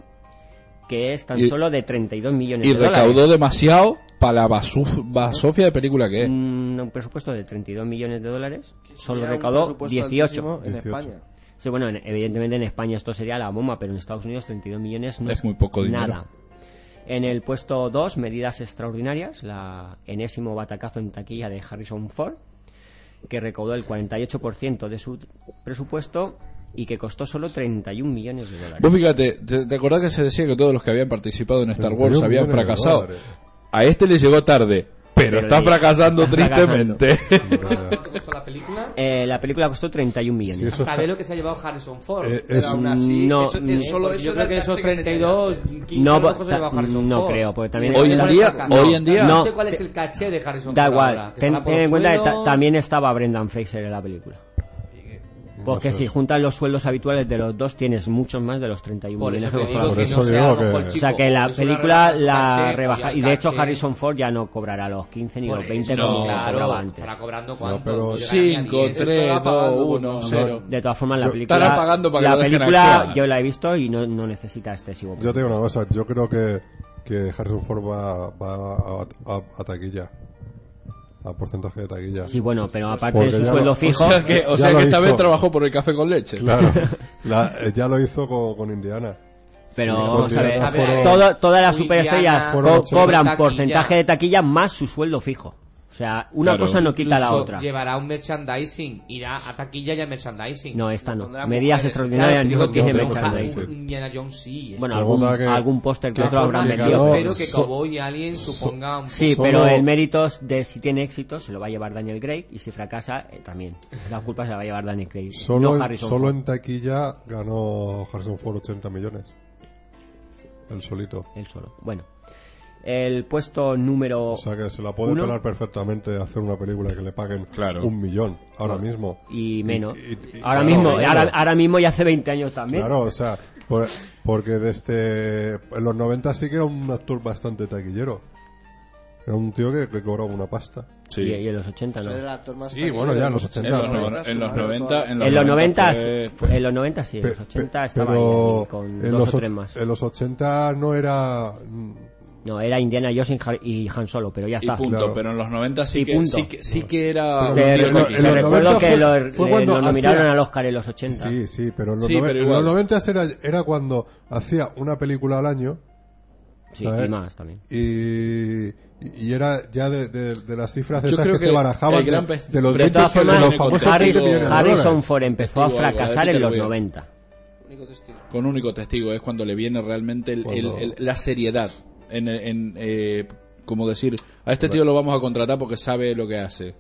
que es tan
Y-
solo de 32 millones
Y
de dólares.
recaudó demasiado para la basuf- basofia de película que es.
Mm, un, un presupuesto de 32 millones de dólares,
Que
solo
sería un
recaudó
presupuesto
18.
altísimo En
18.
España.
Sí, bueno, en- evidentemente en España esto sería la bomba, pero en Estados Unidos 32 millones no
Es
es,
muy poco dinero.
nada. En el puesto 2, medidas extraordinarias, la enésimo batacazo en taquilla de Harrison Ford, que recaudó el 48% de su presupuesto y que costó solo 31 millones de dólares.
Vos fíjate, ¿te, te acordás que se decía que todos los que habían participado en Star Wars
31
habían
millones de
fracasado?
dólares.
A este le llegó tarde, pero,
Pero
está
sí,
fracasando
está fracasando.
tristemente.
¿Cuánto costó la película?
Eh, la película costó 31 millones.
Sí, eso está-
Sabe lo que se ha llevado Harrison Ford.
Eh,
Pero
es
aún
un-
así,
no,
eso-
mm,
solo
porque
eso
yo creo
era
que esos
darse cuenta de
32, 15
No,
no, se
ta-
lleva Harrison
no
Ford.
creo, porque también-
Y
Hoy en
¿cuál es
día-
el caché?
hoy en día-
No,
No,
sé cuál es
te-
el caché de Harrison
Da
Ford
igual,
ahora, que
ten,
está por
ten en
los
cuenta que ta-
suelos.
también estaba Brendan Fraser en la película. Porque
No sé.
si juntas los sueldos habituales de los dos, tienes muchos más de los 31
Por
millones
eso
que
te
costó la
digo que
Por
no
eso
sea a
digo
lo mejor,
que-
O sea
chico,
que la
es una
película
rebaja a su
la
caché,
rebaja
al
y de hecho
caché.
Harrison Ford ya no cobrará los 15 ni
Por
los 20
eso,
como
claro,
cobraba antes.
estará cobrando cuánto.
pero-
Pues llegará ni a
5,
10.
3, 2,
pagando
1,
con-
0.
De todas formas la
Yo-
película
estará pagando para que
la
lo dejen
película
actuar.
yo la he visto y no, no necesita este excesivo.
Yo te digo una cosa, yo creo que, que Harrison Ford va, va a, a- a taquilla. A porcentaje de taquilla.
Sí, bueno, pero aparte
Porque
de su
ya-
sueldo
o
fijo,
O sea que, o
Ya
sea
lo
que esta
hizo.
vez trabajó por el café con leche.
Claro. La- eh, ya lo hizo con, con Indiana.
pero
porque
vamos a
ya
ver,
no fueron-
todo- todas las
Uy,
superestrellas
Diana,
co-
fueron ocho.
cobran
Taquilla.
porcentaje de taquilla más su sueldo fijo. O sea, una
Claro.
cosa no quita la
Incluso
otra.
Llevará un merchandising, irá a taquilla y a merchandising.
No, esta no.
Pondrán
Medidas
mujeres,
extraordinarias
digo,
no
no,
tiene
pero,
no,
o sea,
merchandising.
no,
un Indiana Jones sí. es
Bueno,
La
algún,
pregunta que-
algún póster que
que
otro habrán
Cowboy-
Claro,
vendido.
Yo
no,
espero que
so-
Cowboy y Alien suponga un...
Sí,
Solo-
pero el mérito es de si tiene éxito se lo va a llevar Daniel Craig y si fracasa eh, también. La culpa se la va a llevar Daniel Craig.
Solo,
no
en,
Harrison
solo
Ford.
en taquilla ganó Harrison Ford 80 millones. El solito.
Él solo. Bueno. El puesto número
O sea que se la puede
uno
pelar perfectamente hacer una película que le paguen
Claro.
un millón ahora mismo.
y menos.
Y- y- y-
ahora
claro,
mismo,
claro.
ahora, ahora mismo y hace 20 años también.
Claro, o sea, por- porque desde en los 90 sí que era un actor bastante taquillero. Era un tío que, que cobraba una pasta.
Sí.
Y, y en los 80
O
no.
sea, era el actor más
Sí,
taquillero
bueno, ya
de
en los 80,
en
en los
en los
sumando
90, en
En los 90,
fue-
fue- en los 90 sí, en
Pe-
los
pe-
80 estaba
pero
ahí con
en
dos
los
o
o-
tres más.
En los 80 no era... mm,
No, era Indiana Jones y Har- y Han Solo, pero ya
Y
está.
punto,
Claro.
pero en los 90 sí,
Y
que,
punto.
sí, que, sí que era...
Pero
Te,
en los-
recu-
en
te
los
recuerdo
90
que
fue-
lo,
fue
le-
cuando
lo nominaron
hacía-
al Oscar en los 80.
Sí, sí, pero en los,
Sí,
90,
pero
en los
igual.
90 era, era cuando hacía una película al año
Sí,
¿sabes?
y más también.
y, y era ya de, de- de las cifras
Yo
esas
creo
que,
que
se barajaban
el gran
de,
pez-
de los
Pero
De
20
todas
Entonces,
de los
formas,
el
famosos
Harris-
20 millones de dólares.
Harrison Ford empezó a
Testigo algo,
fracasar
ahí te
en
lo
los
veo.
90.
Único
este
testigo.
Con único testigo es cuando le viene realmente el- el- el- la seriedad. En, en, eh, como decir, a este tío lo vamos a contratar porque sabe lo que hace.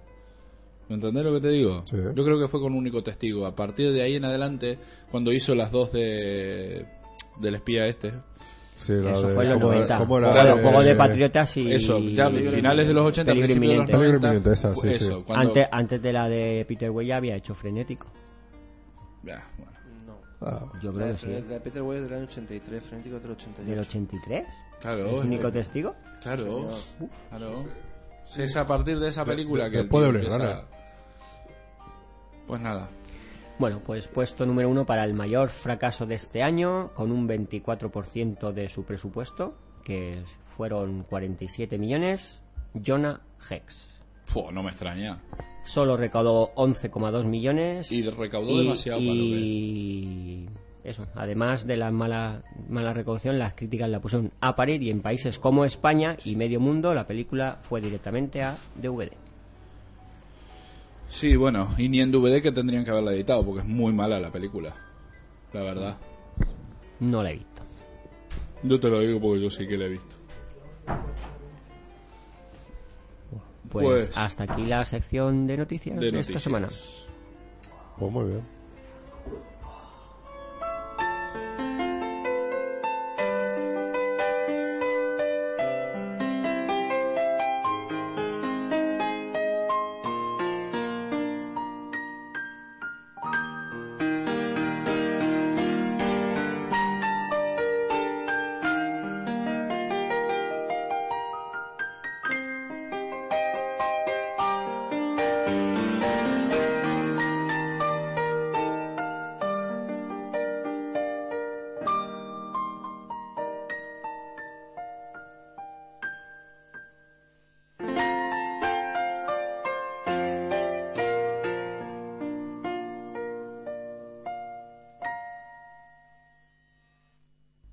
¿Me entendés lo que te digo?
Sí.
Yo creo que fue con único testigo. A partir de ahí en adelante, cuando hizo las dos de del espía este.
Sí, la
Eso
de-
fue en los
¿cómo era-
90.
cómo
Juego
era?
Claro,
de- Juego de
Eh,
Patriotas y...
eso, ya
Peligro
finales de los 80,
Peligro
principios de los
inminente.
90.
Peligro inminente, esa, sí,
fue
sí.
eso, cuando-
Antes, antes de la de Peter Way ya había hecho Frenético.
Ah, bueno.
No.
ah,
Yo
La
creo
de,
que sí.
la de Peter Weir del año 83, Frenético del 88.
¿Del 83?
Claro,
¿Es único
eh,
testigo?
Claro, claro. Sí, es a partir de esa película que el
después
tío
de Blade
empieza-
Runner.
Pues nada.
Bueno, pues puesto número uno para el mayor fracaso de este año, con un 24% de su presupuesto, que fueron 47 millones, Jonah Hex.
Puh, no me extraña.
Solo recaudó 11,2 millones.
Y recaudó demasiado para lo
y eso, además de la mala, mala recaudación, las críticas la pusieron a parir y en países como España y medio mundo la película fue directamente a DVD.
Sí, bueno, y ni en DVD que tendrían que haberla editado, porque es muy mala la película. La verdad.
No la he visto.
Yo te lo digo porque yo sí que la he visto.
Pues,
Pues-
hasta aquí la sección de noticias de,
De
esta
noticias.
semana.
Pues muy bien.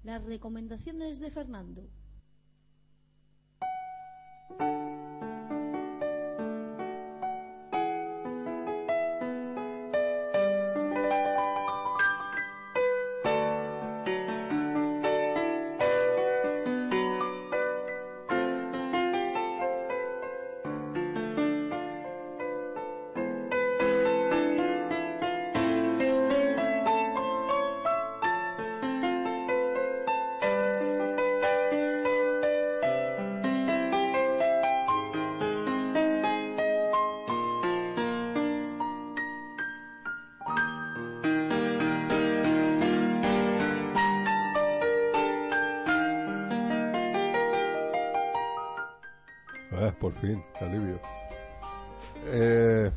Las recomendaciones de Fernando.
Ah, por fin, qué alivio. Eh,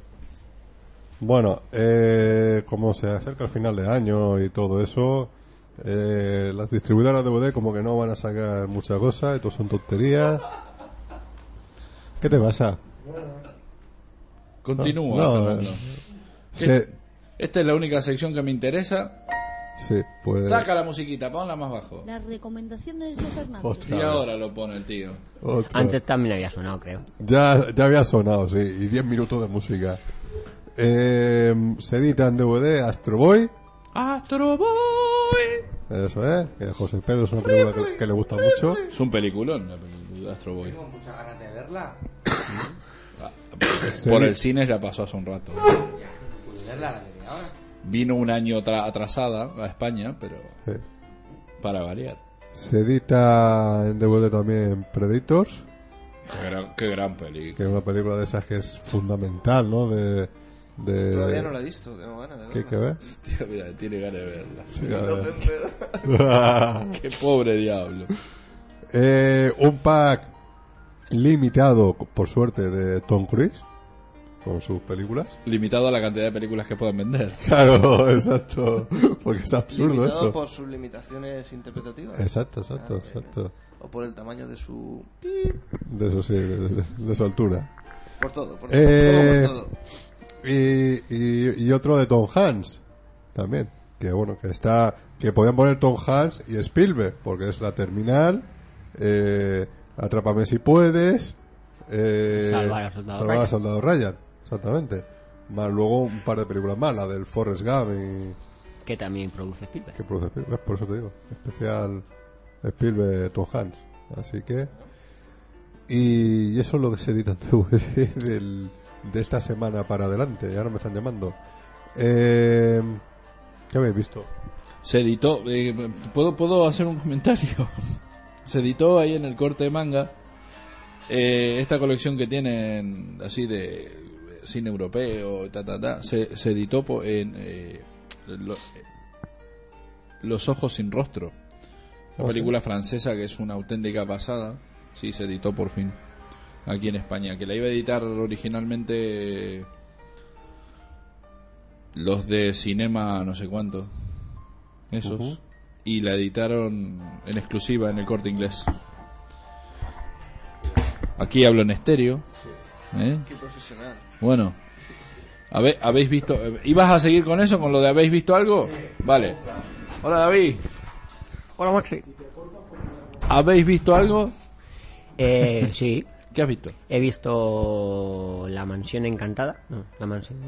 bueno, eh, como se acerca el final de año y todo eso, eh, las distribuidoras de DVD como que no van a sacar mucha cosa, esto son tonterías. ¿Qué te pasa?
Continúa.
No,
Fernando.
eh, Se-
Esta es la única sección que me interesa.
sí, pues...
Saca la musiquita, ponla más bajo.
Las recomendaciones de Fernando.
Ostras.
Y ahora lo pone el tío.
otra.
Antes también había sonado, creo.
Ya, ya había sonado, sí, y 10 minutos de música. Eh, se edita en DVD Astro Boy,
Astro Boy.
eso es, que de José Pedro es una película que, que le gusta mucho.
Es un peliculón la película de Astro Boy.
Tengo muchas ganas de verla.
Por el cine ya pasó hace un rato.
Ya, no pude verla la media hora.
Vino un año tra- atrasada a España, pero
Sí.
para variar.
Se edita en DVD también Predators,
Qué gran, qué gran película.
que es una película de esas que es fundamental, ¿no? De, de-
Todavía no la he visto, tengo ganas de
¿Qué hay
verla.
que ver?
Tío, mira, tiene ganas de verla.
Sí, a ver.
Qué pobre diablo.
Eh, un pack limitado, por suerte, de Tom Cruise, con sus películas.
Limitado a la cantidad de películas que pueden vender.
Claro, exacto, porque es absurdo
Limitado
eso.
por sus limitaciones interpretativas.
Exacto, exacto,
Ah, bien.
exacto.
O por el tamaño de su...
De eso sí, de, de- de su altura.
Por todo, por todo,
Eh,
por todo. por todo.
Y, y, y otro de Tom Hanks, también. Que bueno, que está. Que podían poner Tom Hanks y Spielberg, porque es la terminal. Eh, Atrápame si puedes. Eh,
Salvar al soldado
Salvar al
Ryan.
soldado Ryan, exactamente. Más luego un par de películas más, la del Forrest Gump y.
Que también produce Spielberg.
que produce Spielberg, por eso te digo. Especial Spielberg Tom Hanks. Así que. Y eso es lo que se edita en DVD del, de esta semana para adelante. Ya no me están llamando. Eh, ¿Qué habéis visto?
Se editó. eh, ¿puedo, ¿Puedo hacer un comentario? Se editó ahí en el corte de manga. eh, esta colección que tienen así de cine europeo, ta, ta, ta, se, se editó po- en eh, lo- eh, Los Ojos sin Rostro. La
Oh,
película francesa que es una auténtica pasada. Sí, se editó por fin. Aquí en España. Que la iba a editar originalmente. los de Cinema no sé cuánto, esos,
Ujú.
y la editaron en exclusiva en el corte inglés. Aquí hablo en estéreo. ¿eh?
Qué profesional.
Bueno, habe- habéis visto. eh, ¿Ibas a seguir con eso? ¿Con lo de habéis visto algo? Vale. Hola David,
Hola, Maxi.
¿habéis visto algo?
Eh, sí,
¿Qué has visto?
he visto La Mansión Encantada. No, La Mansión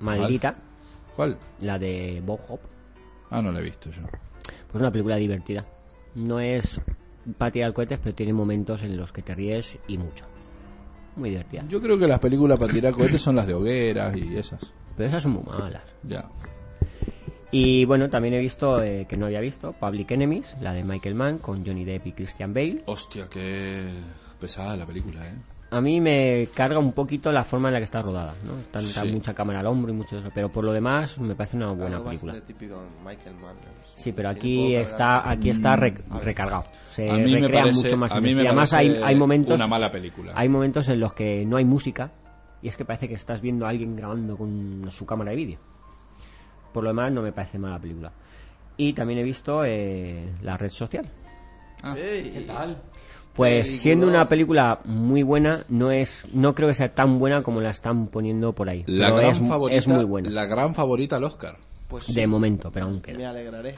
Madridita.
¿Cuál?
La de Bob Hope.
Ah, no la he visto yo.
Pues una película divertida. No es para tirar cohetes, pero tiene momentos en los que te ríes y mucho. Muy divertida.
Yo creo que las películas para tirar cohetes son las de hogueras y esas.
Pero esas son muy malas.
Ya.
Y bueno, también he visto, eh, que no había visto, Public Enemies, la de Michael Mann con Johnny Depp y Christian Bale.
Hostia, qué pesada la película, ¿eh?
A mí me carga un poquito la forma en la que está rodada, ¿no? Tanta,
Sí.
mucha cámara al hombro y mucho de eso, pero por lo demás me parece una buena
Algo bastante
película.
típico de Michael Mann. ¿no?
Sí, pero
Tiene
aquí
poco
está,
carácter.
aquí está rec- recargado. Se
Mm, a mí me
recrea
parece,
mucho más.
a
en
mí
esto.
me
y además hay,
parece
hay momentos,
una mala película.
hay momentos en los que no hay música y es que parece que estás viendo a alguien grabando con su cámara de vídeo. Por lo demás no me parece mala película. Y también he visto eh, la red social,
Ey,
¿Qué tal?
Pues
Película.
siendo una película muy buena, no es, no creo que sea tan buena como la están poniendo por ahí.
la
pero
gran
es,
favorita,
es muy buena.
la gran favorita al Oscar.
Pues sí,
De momento, pero aún
me
queda.
alegraré.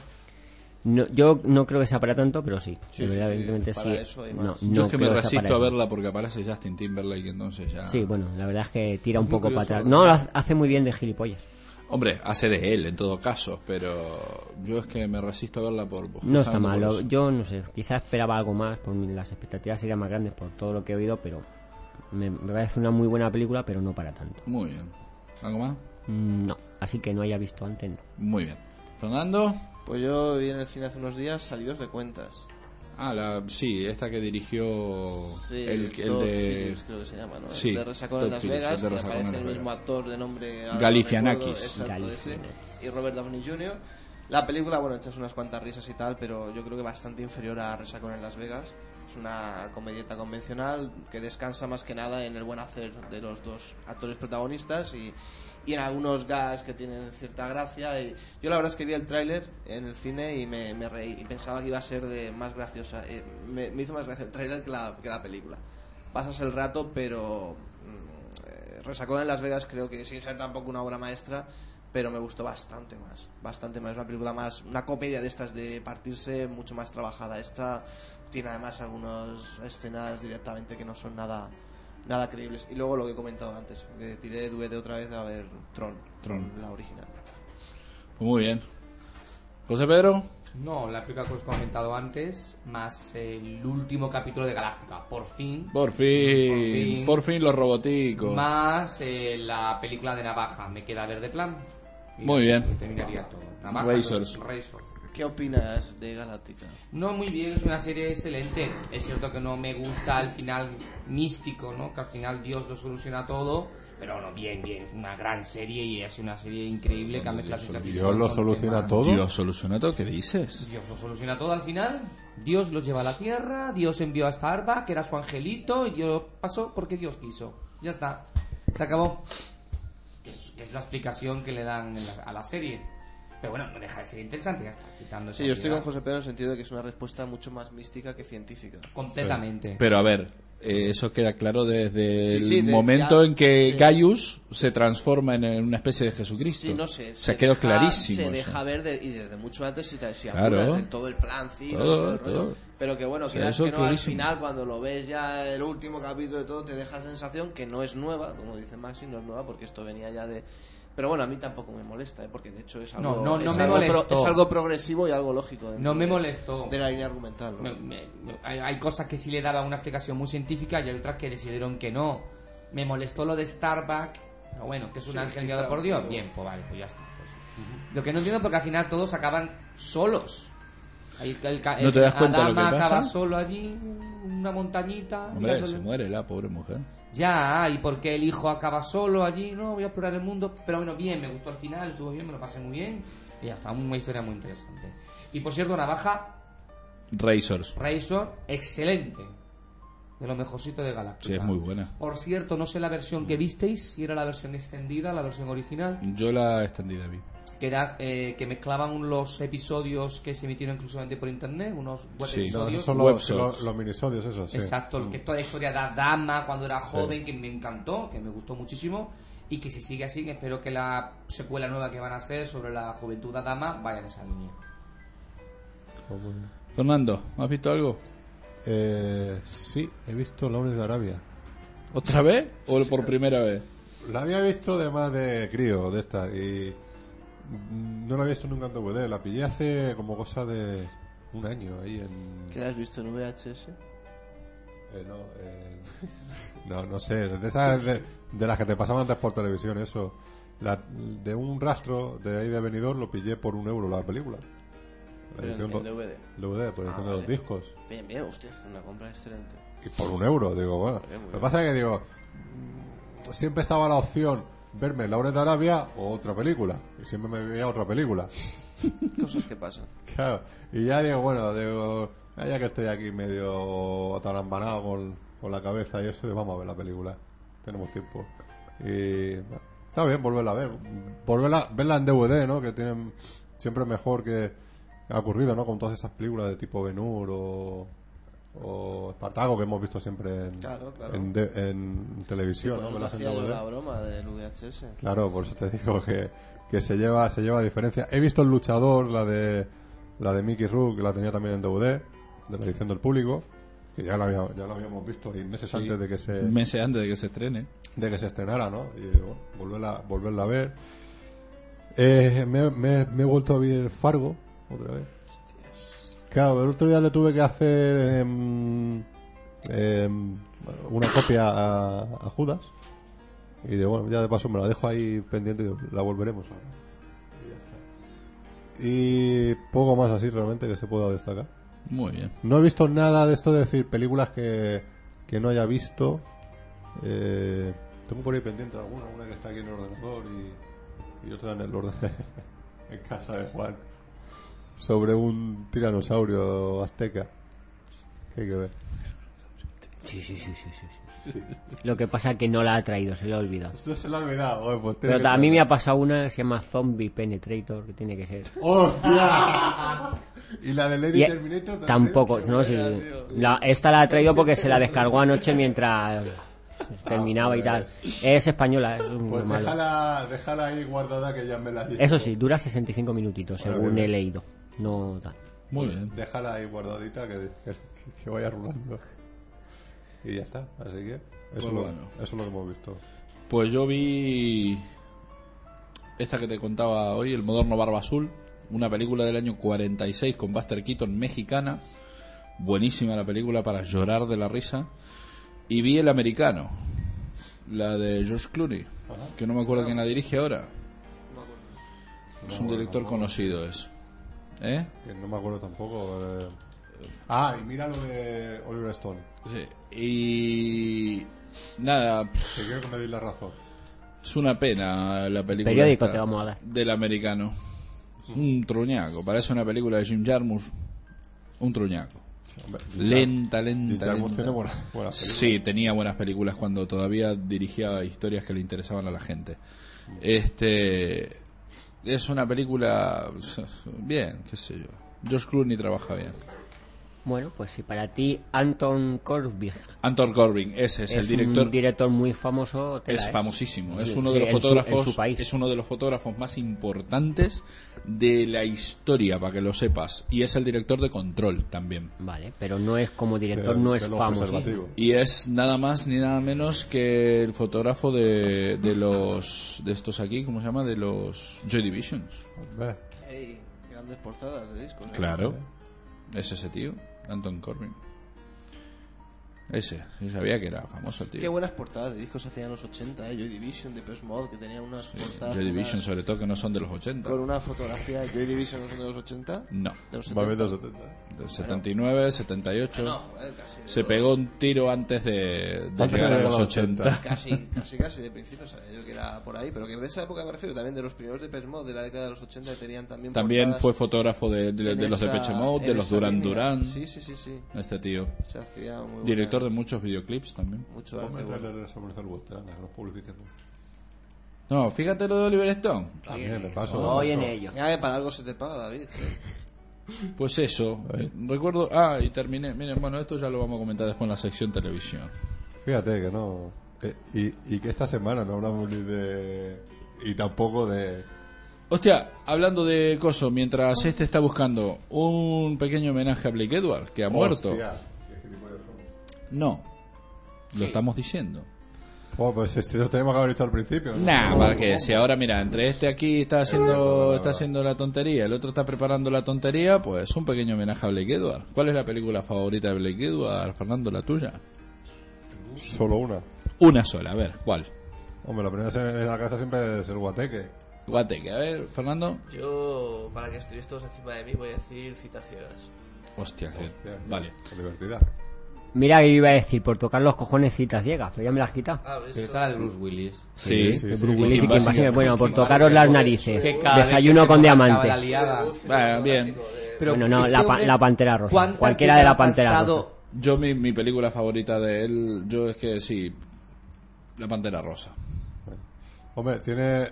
No, yo no creo que sea para tanto, pero sí.
Sí, sí, sí,
Verdaderamente
para
sí. eh,
eso hay
No,
más.
no
Yo es que me
creo sea para
resisto a
eso.
verla porque aparece Justin Timberlake, entonces ya.
Sí, bueno, la verdad es que tira un
muy
poco para
curioso,
atrás.
¿no?
No, lo hace- hace muy bien de gilipollas.
Hombre, hace de él en todo caso, pero yo es que me resisto a verla por. justamente
No está
por
mal.
eso.
lo- Yo no sé, quizás esperaba algo más, por mi- las expectativas serían más grandes por todo lo que he oído, pero me, me parece una muy buena película, pero no para tanto.
Muy bien. ¿Algo más?
Mm, No, así que no haya visto antes, no.
Muy bien. Fernando.
Pues yo vi en el cine hace unos días salidos de cuentas.
Ah, la, sí, esta que dirigió
Sí,
Oh. el, el
Todd
de
Phillips creo que se llama, ¿no?
Sí,
el de Resacón
Todd
en Las
Phillips,
Vegas,
el de
que
Resacón en
aparece
Las
el mismo
Vegas.
actor de nombre... ahora no
Galifianakis.
recuerdo, exacto, ese,
Galifianakis.
y Robert Downey Jr. La película, bueno, echas unas cuantas risas y tal, pero yo creo que bastante inferior a Resacón en Las Vegas. Es una comedieta convencional que descansa más que nada en el buen hacer de los dos actores protagonistas y, y en algunos gags que tienen cierta gracia. Y yo la verdad es que vi el tráiler en el cine y me, me reí y pensaba que iba a ser de más graciosa. eh, me, me hizo más gracia el tráiler que la, que la película. Pasas el rato, pero mm, eh, Resacón en Las Vegas creo que sin ser tampoco una obra maestra, pero me gustó bastante más, bastante más. Una película más, una comedia de estas de partirse, mucho más trabajada. Esta tiene además algunas escenas directamente que no son nada nada creíbles. Y luego lo que he comentado antes, que tiré DVD otra vez a ver Tron,
Tron.
la original.
Muy bien. José Pedro.
No, la película que os he comentado antes, más el último capítulo de Galáctica, por fin.
Por
Por
fin.
fin.
Por fin los roboticos.
Más eh, la película de Navaja, me queda verde plan. Y
Muy bien.
Terminaría todo. Navaja,
Razors.
no, Razor.
¿Qué opinas de Galáctica?
No, muy bien, es una serie excelente. Es cierto que no me gusta el final místico, ¿no? Que al final Dios lo soluciona todo. Pero no, bien, bien, es una gran serie y es una serie increíble que ha metido la ciencia ficción
Dios lo
con
soluciona
temas-
todo.
Dios solucionato, ¿qué dices?
Dios lo soluciona todo al final. Dios los lleva a la tierra, Dios envió a Starbuck, que era su angelito, y Dios pasó porque Dios quiso. Ya está. Se acabó. Que es, que es la explicación que le dan en la- a la serie. Pero bueno, no deja de ser interesante, ya está. Quitando
Sí,
esa
yo estoy con
obviedad.
José Pedro en el sentido de que es una respuesta mucho más mística que científica.
Completamente.
Pero a ver, eh, eso queda claro desde
Sí,
el
sí, de-
momento
ya,
en que
sí.
Gaius se transforma en en una especie de Jesucristo.
Sí, no sé.
O sea, quedó
deja-
clarísimo.
Se
eso.
deja ver de- y desde mucho antes si te si
Claro.
apuras en todo el plan, sí,
Todo,
todo el rollo.
todo.
Pero que bueno,
sea,
quieras
eso
que no,
clarísimo.
al final cuando lo ves ya el último capítulo de todo te deja la sensación que no es nueva, como dice Maxi, no es nueva porque esto venía ya de... Pero bueno, a mí tampoco me molesta, ¿eh? porque de hecho es algo,
No, no, no
es,
me
algo
molestó.
es algo progresivo y algo lógico. dentro
No me
de-
molestó.
De la línea argumental. ¿no?
Me- me- me- hay, hay cosas que sí le daban una explicación muy científica y hay otras que decidieron que no. Me molestó lo de Starbuck, pero bueno, que es un
Sí,
ángel enviado
claro,
por Dios.
claro.
Bien, pues vale, pues ya está. pues. Lo que no entiendo es porque al final todos acaban solos. Ahí el ca-
¿No
el
te das cuenta
Adama
lo que pasa?
acaba solo allí, en una montañita.
Hombre,
mirándole.
se muere la pobre mujer.
Ya, ah, y porque el hijo acaba solo allí, no, voy a explorar el mundo. Pero bueno, bien, me gustó el final, estuvo bien, me lo pasé muy bien. Y ya está, una historia muy interesante. Y por cierto, Navaja
Razors.
Razor, excelente. De lo mejorcito de Galáctica.
Sí, es muy buena.
Por cierto, no sé la versión que visteis, si era la versión extendida, la versión original,
Yo la extendí, David.
que era eh, que mezclaban los episodios que se emitieron exclusivamente por internet, unos web
Sí.
No,
episodios.
son
Web
los,
shots.
los- los minisodios, esos, sí.
Exacto, el que toda la historia de Dama cuando era joven, que me encantó, que me gustó muchísimo, y que si sigue así, que espero que la secuela nueva que van a hacer sobre la juventud de Dama vaya en esa línea.
Fernando, ¿has visto algo?
Eh, sí, he visto Lawrence de Arabia.
¿Otra vez o por primera vez?
La había visto de más de crío, de esta, y mm, no la había visto nunca en DVD. La pillé hace como cosa de un año ahí en...
¿Qué has visto en VHS?
eh, no, eh, no, no sé, de esas de, de las que te pasaban antes por televisión, eso. La- de un rastro de ahí de venidor lo pillé por un euro la película. La
Pero en,
edición
en
do-
DVD.
DVD, por
Ah,
edición de
vale.
dos discos.
Bien, bien, usted hace una compra excelente.
Y por un euro, digo, bueno.
bien,
Lo que
muy bien.
pasa es que digo, mm, siempre estaba la opción verme Laura de Arabia o otra película. Y siempre me veía otra película.
Cosas que pasan.
Claro. Y ya digo, bueno, digo, ah, ya que estoy aquí medio atarambanado con, con la cabeza y eso, digo, vamos a ver la película. Tenemos tiempo. Y bueno, está bien volverla a ver. Volverla, verla en DVD, ¿no? Que tienen siempre es mejor que ha ocurrido, ¿no? Con todas esas películas de tipo Benur o o Espartago que hemos visto siempre en,
Claro, claro.
en, de- en televisión,
Pues
¿no?
no
Verlas en
hacía yo
DVD.
la broma del VHS.
Claro, por eso te digo que, que se lleva se lleva diferencia. He visto el luchador, la de la de Mickey Rook, que la tenía también en DVD, de la edición del público, que ya la, había- ya la habíamos visto y meses antes de que se
Meses antes de que se estrene.
de que se estrenara, ¿no? Y bueno, volverla, volverla a ver. Eh, me, me- me he vuelto a ver Fargo otra vez. Claro, el otro día le tuve que hacer em, em, una copia a, a Judas. Y de bueno, ya de paso me la dejo ahí pendiente y la volveremos a ver. Y poco más así realmente que se pueda destacar.
Muy bien.
No he visto nada de esto de decir películas que, que no haya visto. Eh, tengo por ahí pendiente alguna, una que está aquí en el ordenador y, y otra en el orden en casa de Juan. Sobre un tiranosaurio azteca. Que hay que ver.
Sí, sí, sí, sí, sí. sí. Lo que pasa es que no la ha traído, se la ha olvidado.
Esto se lo ha olvidado. oye, pues tiene
Pero
que
ta- a mí me
traerlo.
ha pasado una que se llama Zombie Penetrator, que tiene que ser.
¡Hostia! y la de Lady
Y- e-
Terminator también?
tampoco, no sé.
buena, tío.
la- esta la ha traído porque se la descargó anoche mientras terminaba y tal. Es española, es un
Ah, Pues
malo.
déjala, déjala ahí guardada que ya me la llevo.
Eso sí, dura 65 minutitos,
Bueno,
según
bien,
he
bien.
leído. No tal.
Muy bien.
Déjala ahí guardadita que, que, que vaya rulando. Y ya está, así que eso,
Pues
lo-
bueno.
eso es lo que hemos visto.
Pues yo vi esta que te contaba hoy, El Moderno Barba Azul, una película del año 46 con Buster Keaton mexicana. Buenísima la película para llorar de la risa. Y vi El Americano, la de George Clooney, que no me acuerdo quién la dirige ahora. Es un director conocido, es. ¿Eh?
Que no me acuerdo tampoco. eh. Ah, y mira lo de Oliver Stone.
Y. Nada, pff,
Te quiero que me deis la razón.
Es una pena la película.
Periódico
esta
te vamos a dar.
Del americano. Un truñaco. Parece una película de Jim Jarmusch. Un truñaco.
Hombre,
Lenta,
Jim
lenta,
Jarmusch
lenta.
tiene buena- buena
Sí, tenía buenas películas cuando todavía dirigía historias que le interesaban a la gente. Este es una película bien, qué sé yo. George Clooney trabaja bien.
Bueno, pues si para ti Anton Corbijn
Anton Corbin, ese es,
es,
el director.
un director muy famoso, tela,
es
¿eh?
famosísimo es
Sí,
uno de los
en su-
fotógrafos
en su país.
es uno de los fotógrafos más importantes de la historia para que lo sepas y es el director de Control también
Vale, pero no es como
De-
director, no
de
es
los
famoso.
preservativos.
y es nada más ni nada menos que el fotógrafo de, de los de estos aquí cómo se llama de los Joy Divisions
Hombre,
Ey, grandes portadas de discos. ¿eh?
claro es ese tío Anton Corbin ese yo sabía que era famoso el tío
Qué buenas portadas de discos hacían en los 80, ¿eh? Joy Division, Depeche Mode, que tenían unas portadas
Joy
con
Division
unas-
sobre todo que no son de los 80
con una fotografía. Joy Division no son de los 80, de
no
los
va a
70.
haber dos ¿eh? 70.
del 79 78
Ah,
No, joder, casi. de
Se
todo.
pegó un tiro antes de, de
Antes
llegar
de
a los
los 80.
80.
Casi, casi, casi de principio sabía yo que era por ahí, pero que de esa época me refiero también de los primeros Depeche Mode de la década de los 80 que tenían también
También
portadas
fue fotógrafo de, de-
en
de los
esa-
Depeche Mode, de
en
los
esa
Duran
línea.
Duran.
Sí, sí, sí, sí.
Este tío.
Se hacía muy buena-
Director director de muchos videoclips también.
Mucho arte
Ponme el
bueno.
trailer de Samuel Buster, anda, que ¿eh? los publicites.
No, fíjate lo de Oliver Stone.
También, de paso.
Voy
de
en
paso.
ello.
Ya que para algo se te paga, David.
Pues eso. eh, Recuerdo. Ah, y terminé. Miren, bueno, esto ya lo vamos a comentar después en la sección televisión.
Fíjate que no. eh, y, y que esta semana no hablamos ni de. Y tampoco de.
Hostia, hablando de coso, mientras este está buscando un pequeño homenaje a Blake Edward, que ha muerto.
Hostia, qué gilipollas somos.
No. Lo estamos diciendo.
Oh, pues si- si lo tenemos que haber hecho al principio. ¿no?
Nah, para que si ahora mira, entre este aquí está haciendo está haciendo la tontería, el otro está preparando la tontería, pues un pequeño homenaje a Blake Edward. ¿Cuál es la película favorita de Blake Edward, Fernando, la tuya?
Solo una.
Una sola, a ver, ¿cuál?
Hombre, la primera se- en la cabeza siempre es el guateque.
Guateque, a ver, Fernando.
Yo, para que estuvies todos encima de mí, voy a decir citas ciegas.
Hostia, sí.
Hostia,
vale.
qué Divertida.
Mira, yo iba a decir, por tocar los cojones citas ciegas, pero ya me las has quitado.
Ah, ¿ves?
Pero está la de Bruce Willis.
Sí,
sí, sí.
Bruce Willis,
Willis y Kim Basinger. Bueno, por
Kim
tocaros las narices.
Que cada vez que
Desayuno
se
con
emborrachaba
diamantes.
la liada.
Bueno, bien.
Pero
Bueno, no,
este
la pa-
hombre,
la Pantera Rosa.
¿cuántas
Cualquiera de la
citas ha
Pantera
estado-
Rosa.
Yo mi, mi película favorita de él, yo es que sí, La Pantera Rosa.
Hombre, tiene. eh,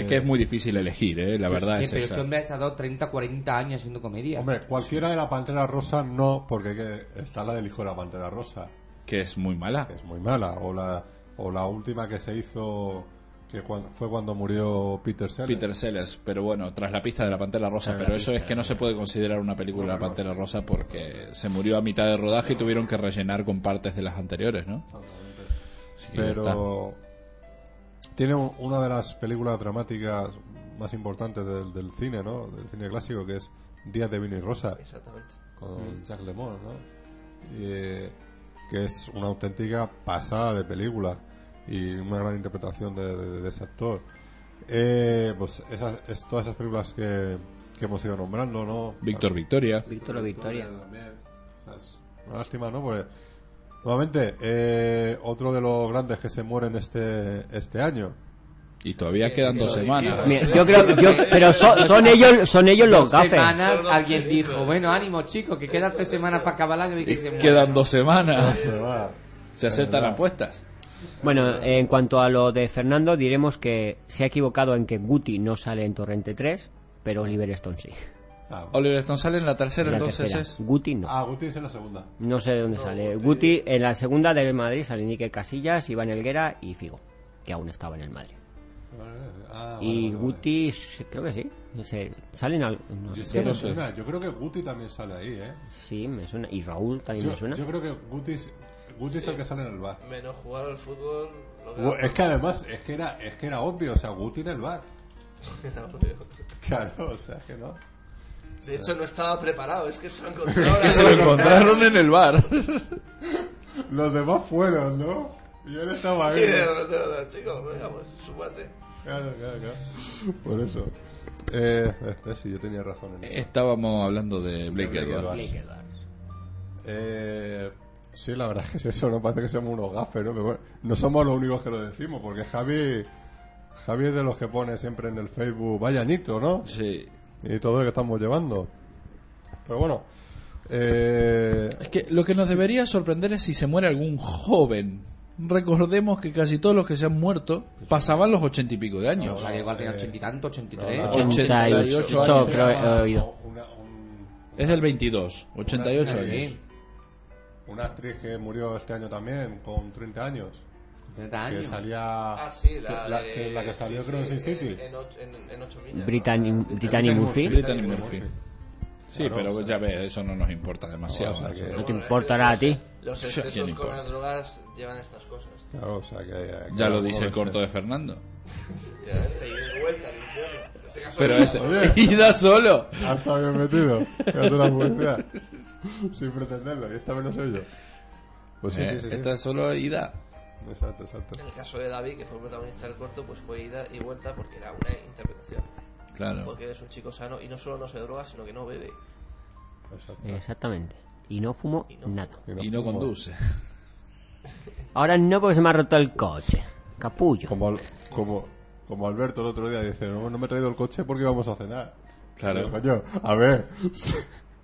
Es que es muy difícil elegir, eh, la verdad
Sí,
es
pero este
esa.
hombre ha estado 30, 40 años haciendo comedia.
Hombre, cualquiera de la Pantera Rosa no, porque hay que- está la del hijo de la Pantera Rosa,
Que es muy mala.
que es muy mala. O la, o la última que se hizo, que cuan- fue cuando murió Peter Sellers.
Peter Sellers, pero bueno, tras la pista de la Pantera Rosa, pero eso es que no se puede considerar una película de la Pantera Rosa porque se murió a mitad de rodaje y tuvieron que rellenar con partes de las anteriores, ¿no? Sí, ya está.
pero tiene un- una de las películas dramáticas más importantes del, del cine, ¿no? Del cine clásico, que es Días de Vino y Rosa,
Exactamente.
con
Mm.
Jacques Lemon, ¿no? Y, eh, que es una auténtica pasada de película y una gran interpretación de, de- de ese actor. Eh, pues esas, es- todas esas películas que, que hemos ido nombrando, ¿no?
Víctor Victoria.
Víctor o Victoria.
También. O sea, es una lástima, ¿no? Porque, nuevamente, eh, otro de los grandes que se mueren este, este año.
Y todavía quedan dos semanas.
Mira, yo creo que yo, pero son, son ellos, son ellos los
Dos
gafes.
semanas, alguien dijo, bueno, ánimo chicos, que quedan tres semanas para acabar el año y que se muera,
Quedan
¿no?
dos semanas.
Se va.
Se aceptan apuestas.
Bueno, en cuanto a lo de Fernando, diremos que se ha equivocado en que Guti no sale en Torrente 3, pero Oliver Stone sí.
Ah,
Oliver Stone sale en la tercera,
La
entonces
tercera.
es.
Guti no.
ah, Guti es en la segunda.
No sé de dónde sale. Guti en la segunda del Madrid sale Níquel Casillas, Iván Elguera y Figo, que aún estaba en el Madrid.
Ah, vale,
Y
vale, vale.
Guti, s- creo que sí. No sé, salen al, no
Yo, es
sé,
que
no
me
sé.
suena, yo creo que Guti también sale ahí, ¿eh?
Sí, me suena. Y Raúl también
Yo,
me suena.
yo creo que Guti es, Guti es el que sale en el bar.
Menos jugar al fútbol, lo
Gu- Es que además, es que era, es que era obvio, o sea, Guti en el bar. Claro, o sea, es que no.
De hecho, no estaba preparado, es que se lo encontró.
Que se lo encontraron en el bar.
Los demás fueron, ¿no? Y él estaba ahí. ¿no?
Chicos, venga, pues, súbate.
Claro, claro, claro. Por eso. Eh, eh, eh, sí, yo tenía razón en eso.
Eh.
Estábamos hablando de Blake
Blake
Edwards.
Edwards.
Blake Edwards.
Eh, sí, la verdad es que es eso, no parece que somos unos gafes, ¿no? Pero bueno, no somos los únicos que lo decimos, porque Javi, Javi es de los que pone siempre en el Facebook, vaya nito, ¿no?
Sí.
Y todo lo que estamos llevando. Pero bueno, eh,
Es que lo que nos debería sorprender es si se muere algún joven. Recordemos que casi todos los que se han muerto pasaban los ochenta y pico de
O
años.
sea, que igual tenía ochenta y tanto, ochenta y tres.
no. 88
88
años.
creo que he oído.
una, un-
Es del 22, 88
Una-
años.
Sí,
una actriz que murió este año también, con 30 años,
con 30
que
años.
salía...
Ah, sí, la,
la,
de-
que, la que salió creo en Sin City.
En, en, ocho- en, en ocho millas, ¿no?
Brittany, Brittany Murphy.
Brittany Murphy. Sí, pero ya ves, eso no nos importa demasiado.
Bueno, o
¿no?
sea
No
Pero
te
bueno,
importará a ti.
Los
Ya, ¿quién
excesos con
importa?
las drogas llevan estas cosas.
Claro, o sea que...
Ya lo
que-
dice el corto de Fernando.
Efectivamente, y de vuelta al infierno. En este caso,
Pero
ya-
este, ida solo.
Ah, está bien metido. Ya te la publicidad. Sin pretenderlo, y esta menos soy yo. Pues sí,
Eh,
sí, sí, sí.
Esta es solo ida.
Exacto, exacto.
En el caso de David, que fue el protagonista del corto, pues fue ida y vuelta porque era una interpretación.
Claro.
Porque es un chico sano y no solo no se droga, sino que no bebe.
exacto.
Exactamente. Y no fumo nada.
Y no conduce.
Ahora no porque se me ha roto el coche. Capullo.
Como, al- como, como Alberto el otro día dice, no, no me he traído el coche porque íbamos a cenar.
Claro.
Coño, a ver,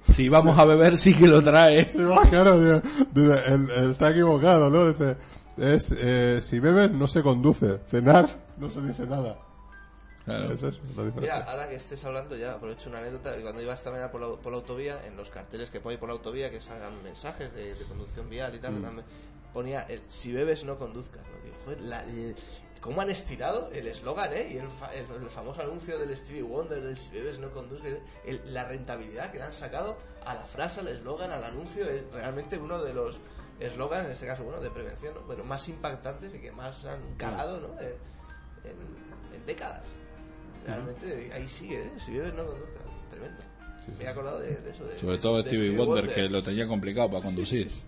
Si vamos a beber, sí que lo trae.
Sí, va, claro, tío. Dice, él, él está equivocado, ¿no? Dice, es, eh, si bebes no se conduce, cenar no se dice nada.
Claro.
Eso es la diferencia.
Mira, ahora que estés hablando ya, aprovecho una anécdota. que Cuando iba esta mañana por la, por la autovía, en los carteles que pone por la autovía, que salgan mensajes de, de conducción vial y tal, también ponía el, si bebes no conduzcas. ¿no? Digo, joder, la- eh, ¿cómo han estirado el eslogan, eh? Y el, fa- el- el famoso anuncio del Stevie Wonder, del si bebes no conduzcas, el- la rentabilidad que le han sacado a la frase, al eslogan, al anuncio, es realmente uno de los eslogans, en este caso, bueno, de prevención, ¿no? Pero más impactantes y que más han calado, ¿no? Eh, En, en- en décadas. Realmente, ahí sigue, ¿eh? Si bebes no conduzcas. Tremendo. Me he acordado de, de eso. De,
Sobre
de-
todo
de
Stevie
Este
Wonder, que lo tenía complicado para conducir.
¿sabes?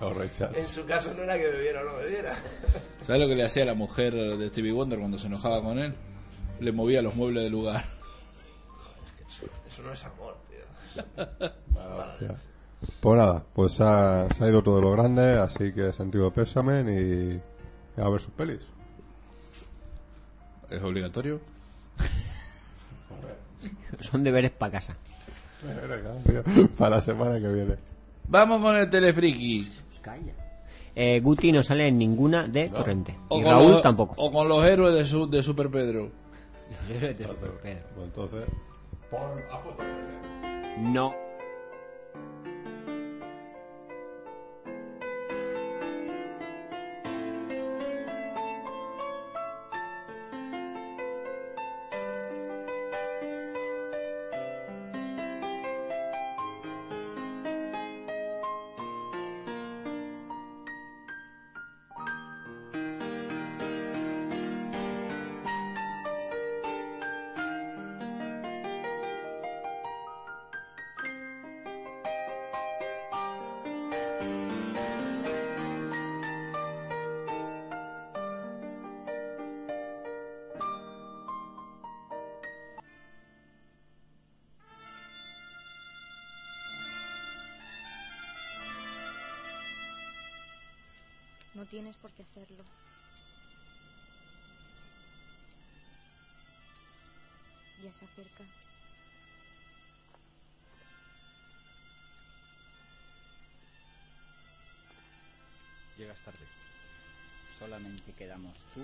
O- o Richard.
En su caso no era que bebiera o no bebiera.
¿Sabes lo que le hacía la mujer de Stevie Wonder cuando se enojaba con él? Le movía los muebles del lugar.
Eso no es amor, tío.
Hostia. Pues nada, pues ha- se ha ido todo lo grande, así que sentido pésame y a ver sus pelis.
¿Es obligatorio?
Son deberes para casa.
Para la semana que viene.
Vamos con el telefriki.
Eh, Guti no sale en ninguna de Torrente. Y
con
Raúl
los-
tampoco.
O con los héroes de, su, de Super Pedro.
Pues entonces...
No.
No tienes por qué hacerlo. Ya se acerca.
Llegas tarde. Solamente quedamos tú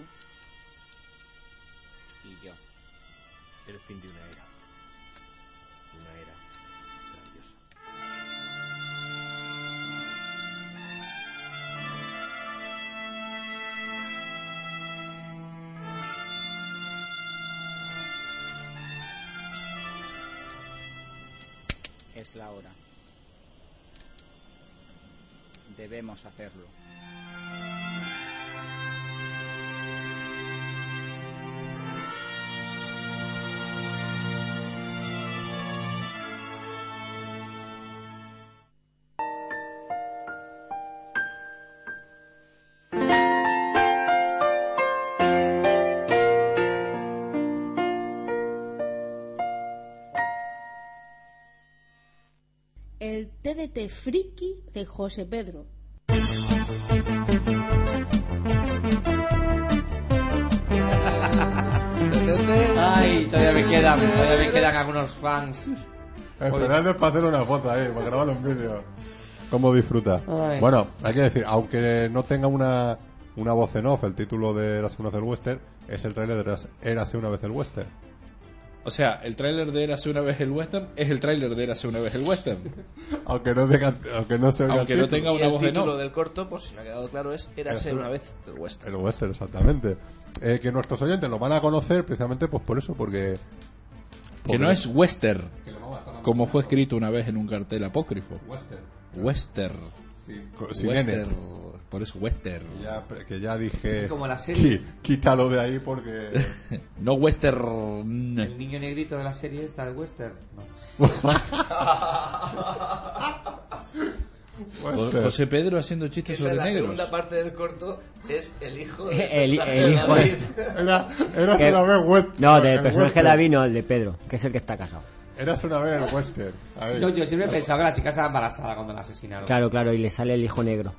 y yo. El fin de una era. Una era grandiosa. Es la hora. Debemos hacerlo.
El TDT Friki de José Pedro.
Ay, todavía me quedan, todavía me quedan algunos fans.
Esperando para hacer una foto ahí, para grabar los vídeos. ¿Cómo disfruta?
Ay.
Bueno, hay que decir, aunque no tenga una, una voz en off, el título de Érase una vez el western, es el trailer de Érase una vez el western.
O sea, el tráiler de Érase una vez el western es el tráiler de Érase una vez el western.
Aunque no, tenga, aunque no se oiga el
Aunque no
título.
tenga
Y
una
el
voz en
título
off.
del corto, por si no ha quedado claro, es Era ser una vez el western.
El western, exactamente. Eh, que nuestros oyentes lo van a conocer precisamente pues por eso, porque...
Que no es western,
que lo vamos a estar hablando
como fue
de
escrito una vez en un cartel apócrifo.
Western.
Western.
Sí, co- sin
western.
N.
Por eso western.
Que ya, que ya dije...
Como la serie.
"Qui- Quítalo de ahí porque...
No western.
El niño negrito de la serie esta de Western.
Jo-
Western.
José Pedro haciendo
Que
chistes
esa
sobre
es la
Eh, negros.
segunda parte del corto, es el hijo del
El-
personaje
el
de
hijo de-
David.
Era, eras
Que-
una vez western.
No,
el
del personaje de
western.
David, no, el de Pedro, que es el que está casado.
Eras una vez el western. Ahí.
Yo, yo siempre he pensado que la chica estaba embarazada cuando la asesinaron.
Claro, claro, y le sale el hijo negro.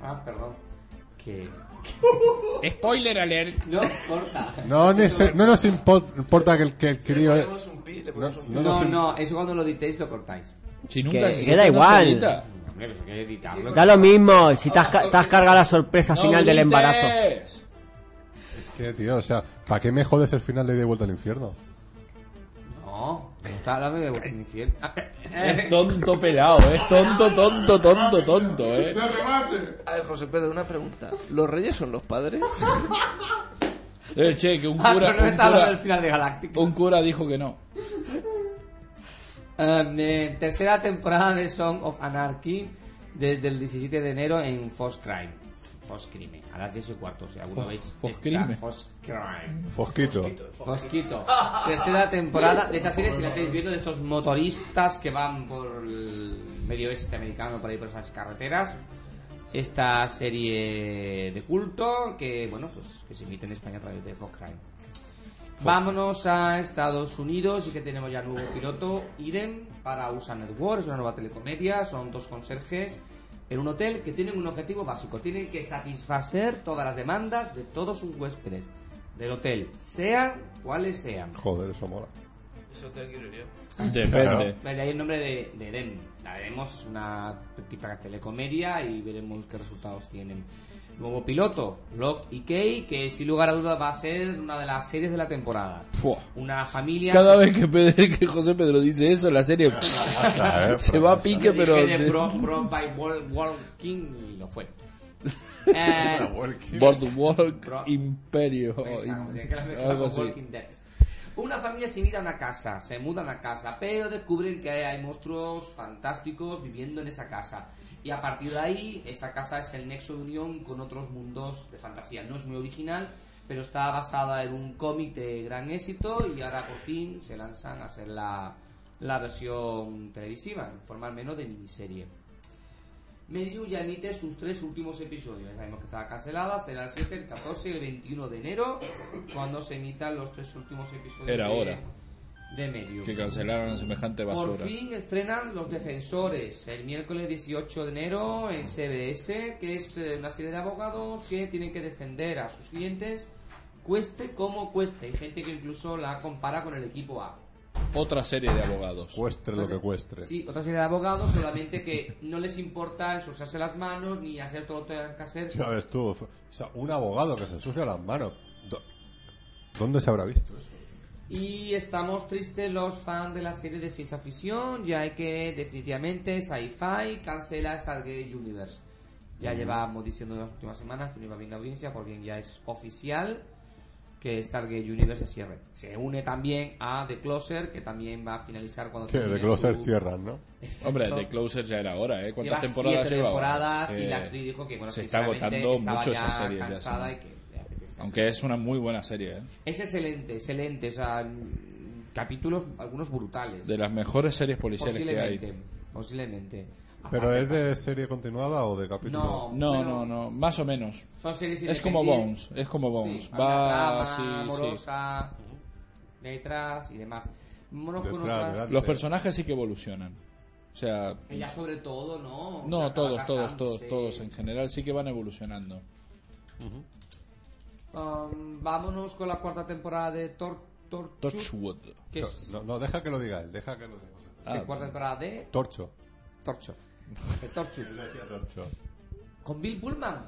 Ah, perdón. Que...
Spoiler alert.
No, corta.
No, ni se- no nos impor- importa que el, que el crío...
Le ponemos un pi, le le ponemos
No, no
un filtro.
No,
nos
no,
im-
eso cuando lo editéis lo cortáis.
Si nunca
Que-
se
que da
no se
igual.
edita.
Hombre, pues hay que editarlo.
Da lo mismo, si te has, ca- te has cargado la sorpresa
No
final del
grites.
embarazo.
Es que, tío, o sea, ¿para qué me jodes el final de Ida y Vuelta al Infierno?
No, no está hablando de vuestro infiel.
Es tonto pelado, es tonto, tonto, tonto, tonto, eh.
A ver, José Pedro, una pregunta. ¿Los reyes son los padres?
Eh, che, que un
Ah,
cura,
pero no
un
está hablando
cura,
del final de Galáctico.
un cura dijo que no.
Um, eh, tercera temporada de Song of Anarchy desde el 17 de enero en Fox Crime. Fox Crime, a las 10 y cuarto, si alguno
Fox-
veis.
Fox
esta-
Crime. Mm.
Fox Crime.
Fosquito.
Fosquito. Tercera temporada de esta serie, si la estáis viendo, de estos motoristas que van por el medio oeste americano, por ahí por esas carreteras. Esta serie de culto que, bueno, pues que se emite en España a través de Fox Crime. Vámonos a Estados Unidos y que tenemos ya nuevo piloto, Idem, para USA Network, es una nueva telecomedia, son dos conserjes en un hotel que tienen un objetivo básico, tienen que satisfacer todas las demandas de todos sus huéspedes del hotel, sean cuales sean.
Joder, eso mola.
Eso te lo quiero yo.
Depende.
Vale, de ahí el nombre de, de Edem. La veremos, es una típica telecomedia y veremos qué resultados tienen. Nuevo piloto, Locke y Kay, que sin lugar a dudas va a ser una de las series de la temporada.
Fua.
Una familia...
Cada vez que, Pedro- que José Pedro dice eso, la serie se va a pique,
Yo dije
pero...
de Bro, Bro by Wal- Walking y lo fue. Eh, Bro-
Boardwalk Imperio.
Exacto,
im-
que la mezcla
algo
con
así.
Walking Dead. Una familia se muda a una casa, se muda a una casa, pero descubren que hay monstruos fantásticos viviendo en esa casa. Y a partir de ahí, esa casa es el nexo de unión con otros mundos de fantasía. No es muy original, pero está basada en un cómic de gran éxito y ahora por fin se lanzan a hacer la, la versión televisiva, en forma al menos de miniserie. Mediu ya emite sus tres últimos episodios. Ya sabemos que estaba cancelada, será el 7, el 14 y el 21 de enero cuando se emitan los tres últimos episodios
Era
de,
hora.
de Medium.
Que cancelaron semejante
Por
basura.
fin estrenan Los Defensores el miércoles 18 de enero en CBS, que es eh, una serie de abogados que tienen que defender a sus clientes, cueste como cueste. Hay gente que incluso la compara con el equipo A.
Otra serie de abogados.
Pues,
Cuestre lo que cuestre.
Sí, otra serie de abogados, solamente que no les importa ensuciarse las manos ni hacer todo lo que tengan que hacer.
Ya ves tú, o sea, un abogado que se ensucia las manos. Do- ¿Dónde se habrá visto eso?
Y estamos tristes los fans de la serie de ciencia ficción, ya que definitivamente Sci-Fi cancela Stargate Universe. Ya llevamos diciendo en las últimas semanas que no iba bien la audiencia, por bien ya es oficial que Stargate Universe se cierre. Se une también a The Closer, que también va a finalizar cuando
Que de
termine
Closer
su-
cierran, ¿no?
Exacto.
Hombre, The Closer ya era hora, ¿eh? ¿Cuántas
Lleva
temporadas
siete
lleva?
temporadas
Es
y
que
la actriz dijo que bueno,
se está agotando
sinceramente,
mucho
estaba
esa
ya
serie. ya
cansada
sí.
y que le apetecía.
Aunque es una muy buena serie, ¿eh?
es excelente, excelente, o sea, mm, capítulos algunos brutales.
De las mejores series policiales que
posiblemente,
hay.
posiblemente.
¿Pero
Aparte,
es de serie continuada o de capítulo?
Ah, No.
No,
Pero-
no, no, más o menos.
son series
Es como
independientes.
Bones, es como Bones.
Sí,
Va
una trama
así, sí.
amorosa, letras y demás. Vámonos con
Detrás,
otras-
delante.
Los personajes sí que evolucionan. O sea,
Ella sobre todo, ¿no? O sea,
no,
acaba
todos, todos, todos,
casándose.
todos en general sí que van evolucionando.
Um, vámonos con la cuarta temporada de Tor Torchwood,
Touchwood.
que es
No, no, deja que lo diga él, deja que lo diga.
Ah,
la cuarta temporada de
Torcho.
Torcho. De Torchwood.
Torcho.
Con Bill Pullman,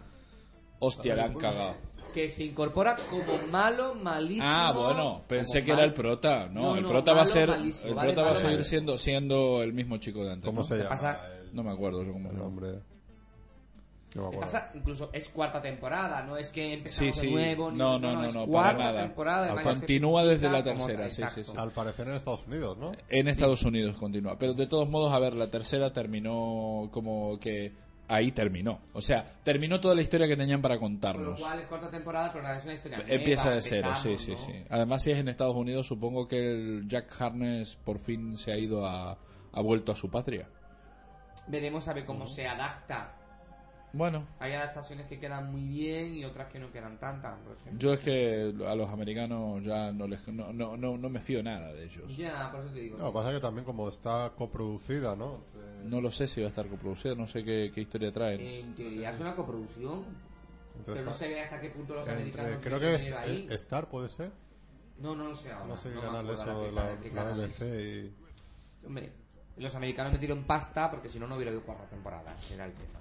Hostia, la han cagado.
que se incorpora como malo, malísimo.
Ah, bueno, pensé
como
que era el
malo.
prota. No,
No,
el
no,
prota va a
malo,
ser,
malísimo,
el
vale,
prota va a
vale,
seguir
vale.
siendo siendo el mismo chico de antes.
¿Cómo
¿no?
se llama?
pasa?
El,
No me acuerdo yo cómo
el
se llama.
nombre. No me
¿Qué
acuerdo.
pasa? Incluso es cuarta temporada, no es que empezamos
Sí,
de
sí.
nuevo. ni-
No, no, no,
es
no, para
cuarta
nada.
temporada.
Al-
además,
continúa
se
desde la
especifica como-
tercera, sí, sí,
exacto.
Al parecer en Estados Unidos, ¿no?
En Estados Unidos continúa. Pero de todos modos, a ver, la tercera terminó como que ahí terminó. O sea, terminó toda la historia que tenían para
Con lo
contarnos.
cual es cuarta temporada, pero la es una historia nueva,
Empieza de cero, sí,
empezamos,
sí,
¿no?
sí. Además, si es en Estados Unidos, supongo que el Jack Harness por fin se ha ido a... ha vuelto a su patria.
Veremos a ver cómo se adapta.
Bueno,
Hay adaptaciones que quedan muy bien y otras que no quedan tantas, por ejemplo.
yo es que a los americanos ya no les... no, no, no, no me fío nada de ellos.
Ya, por eso te digo.
No, pasa que también como está coproducida, ¿no? Entre,
No lo sé si va a estar coproducida, no sé qué, qué historia traen.
En teoría es una coproducción,
entre
pero no
esta-
se ve hasta qué punto los
entre-
americanos
creo
quieren
que es
ir ahí.
es- Star, ¿puede ser?
No, no lo sé ahora.
No sé qué
me
canal
acuerdo
eso,
ahora qué
la,
canal- qué
la
canal
BBC y...
es. Hombre, los americanos metieron pasta porque si no, no hubiera habido cuarta temporada. Era el tema.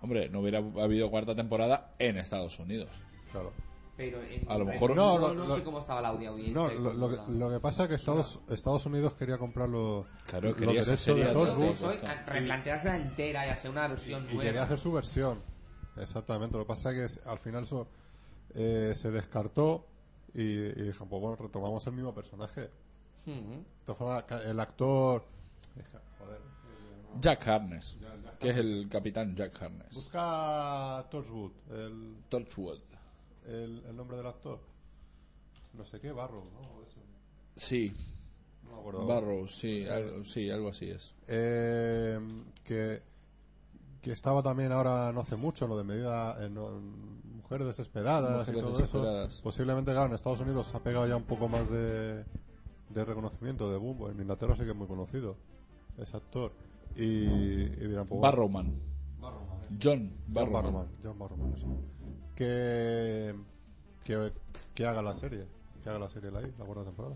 Hombre, no hubiera habido cuarta temporada en Estados Unidos.
Claro.
Pero en-
A lo
en-
mejor-
no,
No,
no,
lo-
no
lo-
sé cómo estaba la audi- audiencia.
No,
y
lo,
cómo
lo que,
la-
lo que pasa es que Estados, Estados Unidos quería comprar los,
Claro,
los
quería esa
derechos
serie
de
de
Yo creo que
Roswell
Roswell.
eso es a- replanteársela entera y hacer una versión
y
nueva.
quería hacer su versión. Exactamente, lo que pasa es que es- al final eso eh, se descartó y, y dijeron, pues bueno, retomamos el mismo personaje.
Ujú.
De todas formas, ca- el actor... Joder.
Jack Harness, que es el capitán Jack Harness.
Busca Torchwood, el,
Torchwood.
el, el nombre del actor. No sé qué, Barrow, ¿no? Eso,
Sí,
no me acuerdo.
Barrows, sí, algo, sí, algo así es.
Eh, que, que estaba también ahora no hace mucho lo de medida eh, no, mujeres desesperadas
Mujeres
y todo
Desesperadas.
eso posiblemente claro en Estados Unidos ha pegado ya un poco más de, de reconocimiento de boom en Inglaterra sí que es muy conocido ese actor y, y dirán pues, bueno,
Barrowman.
Barrowman, eh.
John
John
Barrowman.
Barrowman, John Barrowman, eso. que, que que haga la serie que haga la serie la, la cuarta temporada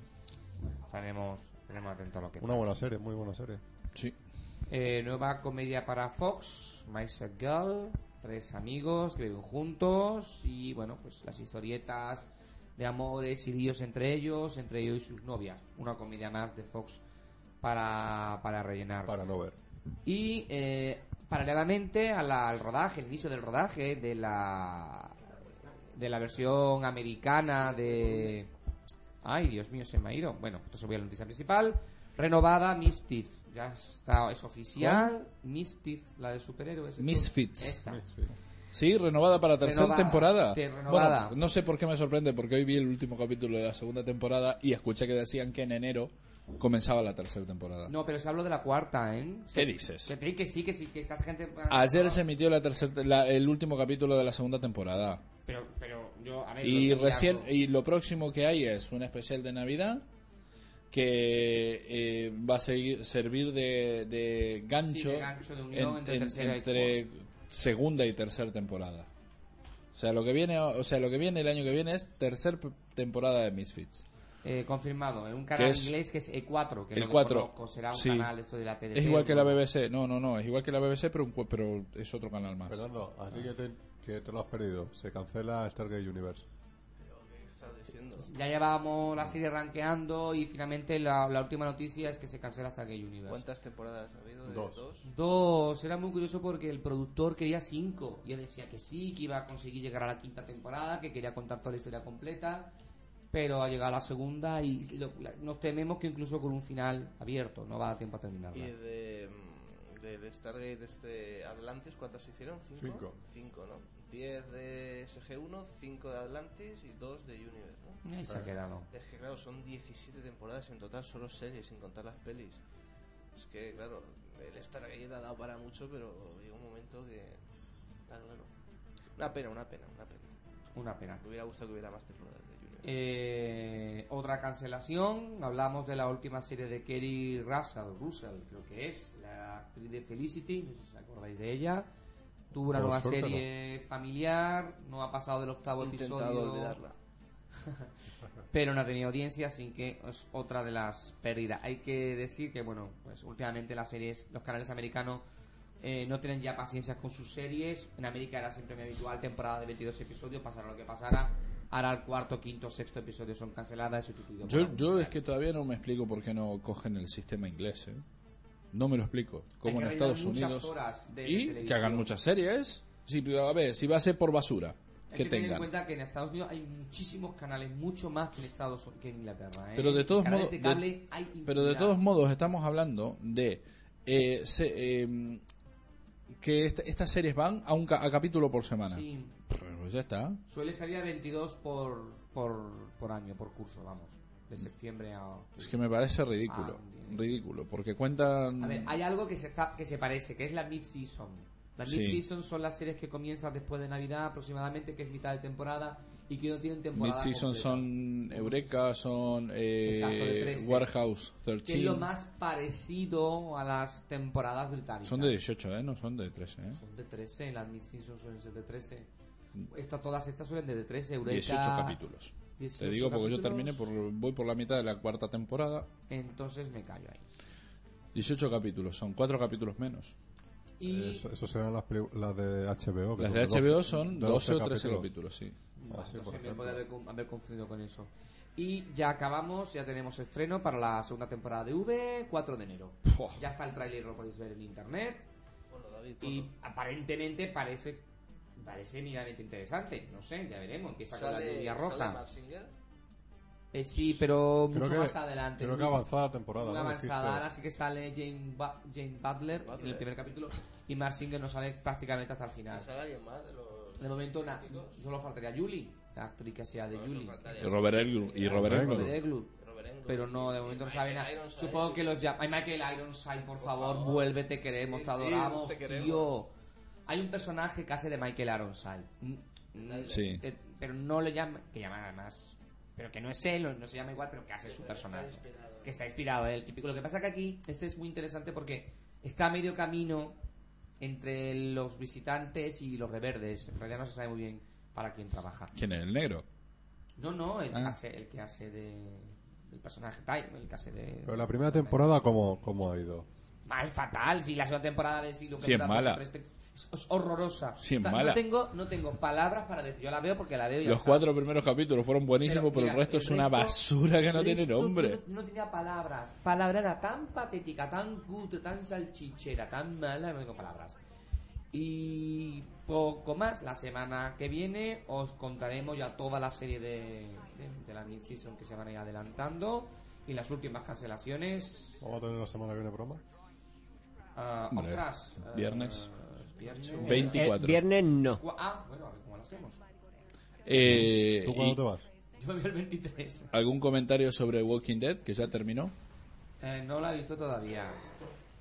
Estaremos, estaremos atentos a lo que
una
pase.
buena serie muy buena serie
Sí.
Eh, nueva comedia para Fox, My Sad Girl, tres amigos que viven juntos y bueno, pues las historietas de amores y líos entre ellos, entre ellos y sus novias. Una comedia más de Fox para, para rellenar.
para no ver
Y eh, paralelamente a la- al rodaje, el inicio del rodaje de la de la versión americana de ay Dios mío se me ha ido bueno esto se voy a la noticia principal renovada Miss Teeth ya está es oficial Miss Teeth la de superhéroes
Misfits.
Esta.
Sí, renovada para tercera
Renovada,
temporada.
sí, renovada.
Bueno, no sé por qué me sorprende, porque hoy vi el último capítulo de la segunda temporada y escuché que decían que en enero comenzaba la tercera temporada.
no pero se habló de la cuarta ¿eh?
¿Qué dices?
que, que sí que sí que esta gente Ah,
Ayer se emitió la tercer- la- el último capítulo de la segunda temporada.
pero pero yo a ver
Y
lo que
recién
hago-
y lo próximo que hay es un especial de Navidad que eh, va a seguir, servir de, de gancho,
Sí, de gancho de unión entre tercera y
entre segunda y tercera temporada. O sea, lo que viene, o sea, lo que viene el año que viene es tercera temporada de Misfits.
Eh, confirmado, en un canal
Que es-
inglés que es E4, que
el
lo
4,
desconozco, será un
sí.
canal esto de la TDT.
Es igual que la
¿no?
BBC, no, no, no, es igual que la BBC, pero, un cu- pero es otro canal más.
Fernando, a ti que te, que te lo has perdido, se cancela Stargate Universe.
¿Qué estás diciendo?
Ya llevábamos la serie rankeando y finalmente la, la última noticia es que se cancela hasta Gay Universe.
¿Cuántas temporadas ha habido? ¿De
Dos.
Dos, era muy curioso porque el productor quería cinco. Y él decía que sí, que iba a conseguir llegar a la quinta temporada, que quería contar toda la historia completa. Pero ha llegado la segunda y lo- la- nos tememos que incluso con un final abierto no va a dar tiempo a
¿Y
terminarla.
de, mm, de, de Stargate este Atlantis cuántas se hicieron? ¿Cinco?
Cinco.
Cinco, ¿no? Diez de SG1, cinco de Atlantis y dos de Universe, ¿no?
Ahí se ha quedado.
Es que claro, son 17 temporadas en total, solo series, sin contar las pelis. Es que claro, el Stargate ha dado para mucho, pero llega un momento que... Ah, claro. Una pena, una pena, una pena.
Una pena.
Me hubiera gustado que hubiera más temporadas de Universe.
Eh, otra cancelación, hablamos de la última serie de Kerry Russell, Russell creo que es, la actriz de Felicity, no sé si os acordáis de ella. Tuvo una
Por
nueva
suerte,
familiar, familiar, no ha pasado del octavo
He intentado
episodio,
olvidarla.
pero no ha tenido audiencia, así que es otra de las pérdidas. Hay que decir que, bueno, pues últimamente las series, los canales americanos eh, no tienen ya paciencia con sus series. En América era siempre muy habitual, temporada de 22 episodios, pasara lo que pasara. Ahora el cuarto, quinto, sexto episodio son canceladas y sustituidos.
Yo,
por
yo
algo.
es que todavía no me explico por qué no cogen el sistema inglés. ¿eh? No me lo explico. Como
que
en
rellenar
Estados
muchas
Unidos.
horas de
y que
televisión.
hagan muchas series. Sí, pero a ver, si va a ser por basura,
Hay
que,
que tener en
tengan.
cuenta que en Estados Unidos hay muchísimos canales, mucho más que en Estados que en Inglaterra. ¿eh?
Pero de todos
Canales
modos,
de
de-
cable hay
Pero de
infinidad.
todos modos, estamos hablando de eh, se- eh, que est- estas series van a un ca- a capítulo por semana.
Sí,
Pues ya está.
suele salir a 22 por, por, por año, por curso, vamos. De septiembre a.
Es que me parece ridículo.
Ah, entiendo.
ridículo. Porque cuentan.
A ver, hay algo que se, está, que se parece, que es la mid-season. La
Sí.
mid-season son las series que comienzan después de Navidad aproximadamente, que es mitad de temporada y que no tienen temporada.
Mid-season
completa.
son Eureka, son eh,
Exacto, de 13.
Warehouse 13.
Que es lo más parecido a las temporadas británicas.
Son de 18, ¿eh? No son de 13, ¿eh?
Son de 13, las mid-season suelen ser de 13. Estas, todas estas suelen de 13, Eureka.
18 capítulos. Te
18
digo porque yo
capítulos.
terminé, por, voy por la mitad de la cuarta temporada.
Entonces me callo ahí.
18 capítulos, son 4 capítulos menos.
Y
Eso, eso serán las, peli- las de HBO. que
Las
son
de HBO
12,
son
12
12 o 13 capítulos, sí.
Bueno,
Así,
no
por
sé, me
ejemplo.
puede haber, con- haber confundido con eso. Y ya acabamos, ya tenemos estreno para la segunda temporada de V, 4 de enero. Ya está el tráiler, lo podéis ver en internet.
Ponlo, David, ponlo.
Y aparentemente parece parece mínimamente interesante. No sé, ya veremos. Empieza con la
¿Sale-
lluvia
sale
roja.
Mazinger?
Eh, sí, pero mucho
Creo que,
más adelante.
creo que
Muy-
avanzada la temporada.
Muy
¿no?
avanzada,
Dijiste.
ahora sí que sale Jane, Ba- Jane Butler, en
Butler.
el primer capítulo y Marsinger no sale prácticamente hasta el final.
¿Sale alguien más de los.?
De momento na- solo faltaría Julie, la actriz que sea de
No,
Julie.
no faltaría.
Y Robert Englund. Y Robert
Robert
Englund.
Robert Englund.
Robert Englund.
Pero no, de momento no sabe
Michael
nada.
Ironside.
Supongo que los llaman. Ay, Michael Ironside, por, favor,
favor.
vuelve, te queremos,
Sí,
te
sí,
adoramos,
te queremos.
tío. Hay un personaje que hace de Michael Ironside. Mm, mm,
Sí.
eh, pero no lo llaman, que llaman además. Pero que no es él, o no se llama igual, pero que hace su personaje.
inspirado.
Que está inspirado, el típico. Lo que pasa que aquí, este es muy interesante porque está a medio camino entre los visitantes y los reverdes. En realidad no se sabe muy bien para quién trabaja.
¿Quién es el negro?
No, no, el, que,
Ah.
hace, el que hace de. El personaje Time, el que hace de.
Pero la primera temporada, ¿cómo, cómo ha ido?
Mal, fatal. Si la segunda temporada de Si lo que
Sí, es
dura dos
mala.
o tres te- es es horrorosa.
Sí, es
O sea,
mala.
No tengo, no tengo palabras para decir. Yo la veo porque la veo y ya
Los
está.
cuatro primeros capítulos fueron buenísimos, pero,
mira,
el resto es una
resto-
basura que no
el
tiene
resto,
nombre.
Yo no, yo no tenía palabras. Palabra era tan patética, tan cutre, tan salchichera, tan mala, no tengo palabras. Y poco más, la semana que viene os contaremos ya toda la serie de, de- de la mid-season que se van a ir adelantando y las últimas cancelaciones.
¿Vamos a tener la semana que viene broma?
Ah,
Hombre,
ostras, ah,
viernes.
viernes.
24.
Eh, viernes no.
Cu- Ah, bueno, a ver cómo lo hacemos.
Eh,
¿Tú
y
cuándo te vas?
Yo me veo el 23.
¿Algún comentario sobre Walking Dead, que ya terminó?
Eh, no la he visto todavía.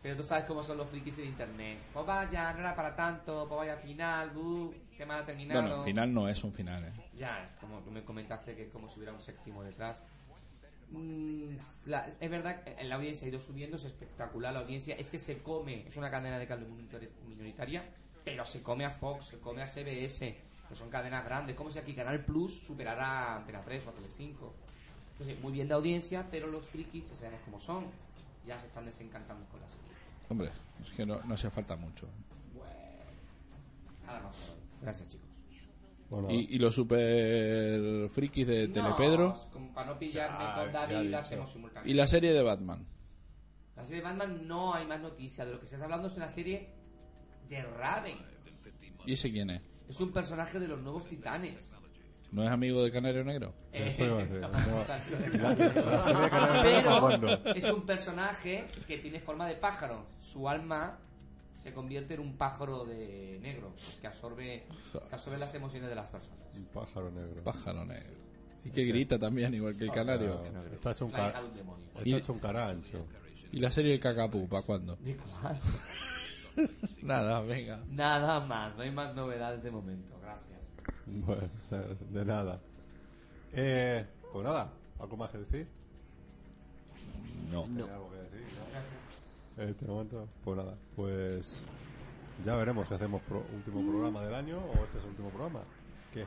Pero tú sabes cómo son los frikis en internet. Pues vaya, no era para tanto, pues vaya final, buh, qué mal ha terminado.
Bueno, final no es un final, ¿eh?
Ya, es como tú me comentaste que es como si hubiera un séptimo detrás. Mm, la- es verdad que la audiencia ha ido subiendo, es espectacular la audiencia. Es que se come, es una cadena de cable monitor- minoritaria, pero se come a Fox, se come a CBS, que son cadenas grandes. Como si aquí Canal Plus superara a Antena 3 o a Telecinco. Entonces, muy bien de audiencia, pero los frikis, ya sabemos cómo son, ya se están desencantando con la serie.
Hombre, es que no, no hacía falta mucho.
Nada más. por hoy. Gracias, chicos.
Bueno,
¿Y, y los super frikis de
No,
Telepedro?
como para no pillarme
Ya,
con David,
ya
la
dicho.
hacemos
¿Y
simultáneamente.
la serie de Batman?
La serie de Batman no hay más noticias. De lo que se está hablando es una serie de Raven.
¿Y ese quién es?
Es un personaje de los nuevos titanes. Eh,
¿No es amigo de Canario Negro?
Eso iba a decir,
no,
no.
o sea,
la serie de Canal Negro, ¿para cuándo?
Pero es un personaje que tiene forma de pájaro. Su alma se convierte en un pájaro de negro que absorbe, que absorbe las emociones de las personas.
Un pájaro negro.
Pájaro Negro. Y que grita también, igual que el Canario.
Ah, Está hecho un,
Es la hija
ca-
de un demonio.
está hecho un carancho.
¿Y la serie de Cacapú? ¿Para cuándo? Nada, venga.
Nada más, no hay más novedades de este momento. Gracias.
Bueno, de nada. Eh, pues nada, ¿algo más que decir?
No.
¿Tenía algo que decir? ¿no? En este momento, pues nada, pues ya veremos si hacemos pro- último programa del año o este es el último programa. ¿Qué?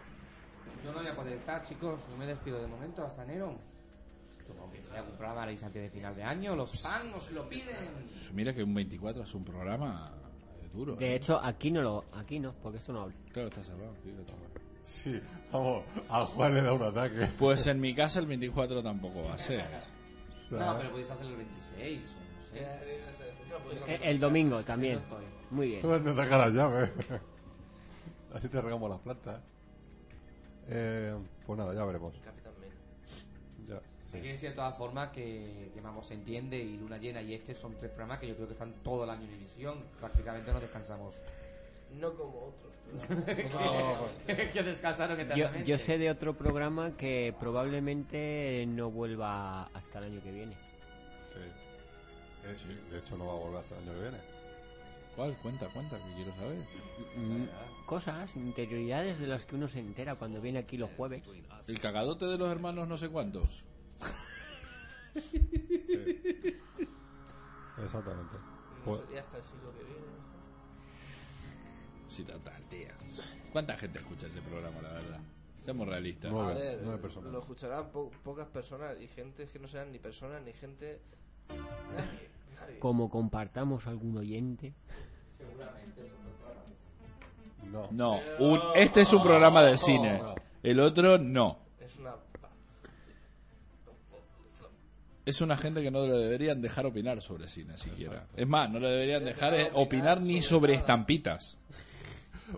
Yo no voy a poder estar, chicos. Yo me despido de momento hasta enero. Supongo que sea un programa haréis antes de final de año. Los fans nos lo piden.
Mira que un 24 es un programa eh, duro.
De
¿eh?
hecho, aquí no lo, aquí no, porque esto no habla.
Claro, está cerrado. fíjate.
Sí, vamos, a Juan le da un ataque.
Pues en mi casa el 24 tampoco va a ser.
No, pero podéis hacer el 26 o no sé.
El, Eh, el domingo
Yo
también.
estoy.
Muy bien.
¿Dónde saca la llave? Así te regamos las plantas. Eh, pues nada, ya veremos.
Capitán Men.
Ya,
Hay
sí.
que decir de todas formas que, que Mambo se entiende y Luna Llena y este son tres programas que yo creo que están todo el año en emisión. Prácticamente no descansamos.
No como otros.
que descansaron
Yo,
eternamente.
yo sé de otro programa que probablemente no vuelva hasta el año que viene.
Sí. De hecho, de hecho no va a volver hasta el año que viene.
¿Cuál? Cuenta, cuenta, que quiero saber.
Mm, Cosas, interioridades de las que uno se entera cuando viene aquí los jueves.
El cagadote de los hermanos no sé cuántos.
Exactamente.
No
Pues,
sería hasta el siglo que viene.
Sí, total, tía. ¿Cuánta gente escucha ese programa, la verdad? Seamos realistas.
Nueve,
A ver,
nueve personas.
¿eh? Lo escucharán po- pocas personas y gente que no sean ni personas ni gente. Nadie, nadie.
Como compartamos algún oyente.
No.
No, un- este es un programa de cine. El otro no.
Es una.
Es una gente que no le deberían dejar opinar sobre cine siquiera. Es más, no le deberían dejar eh, opinar ni sobre estampitas.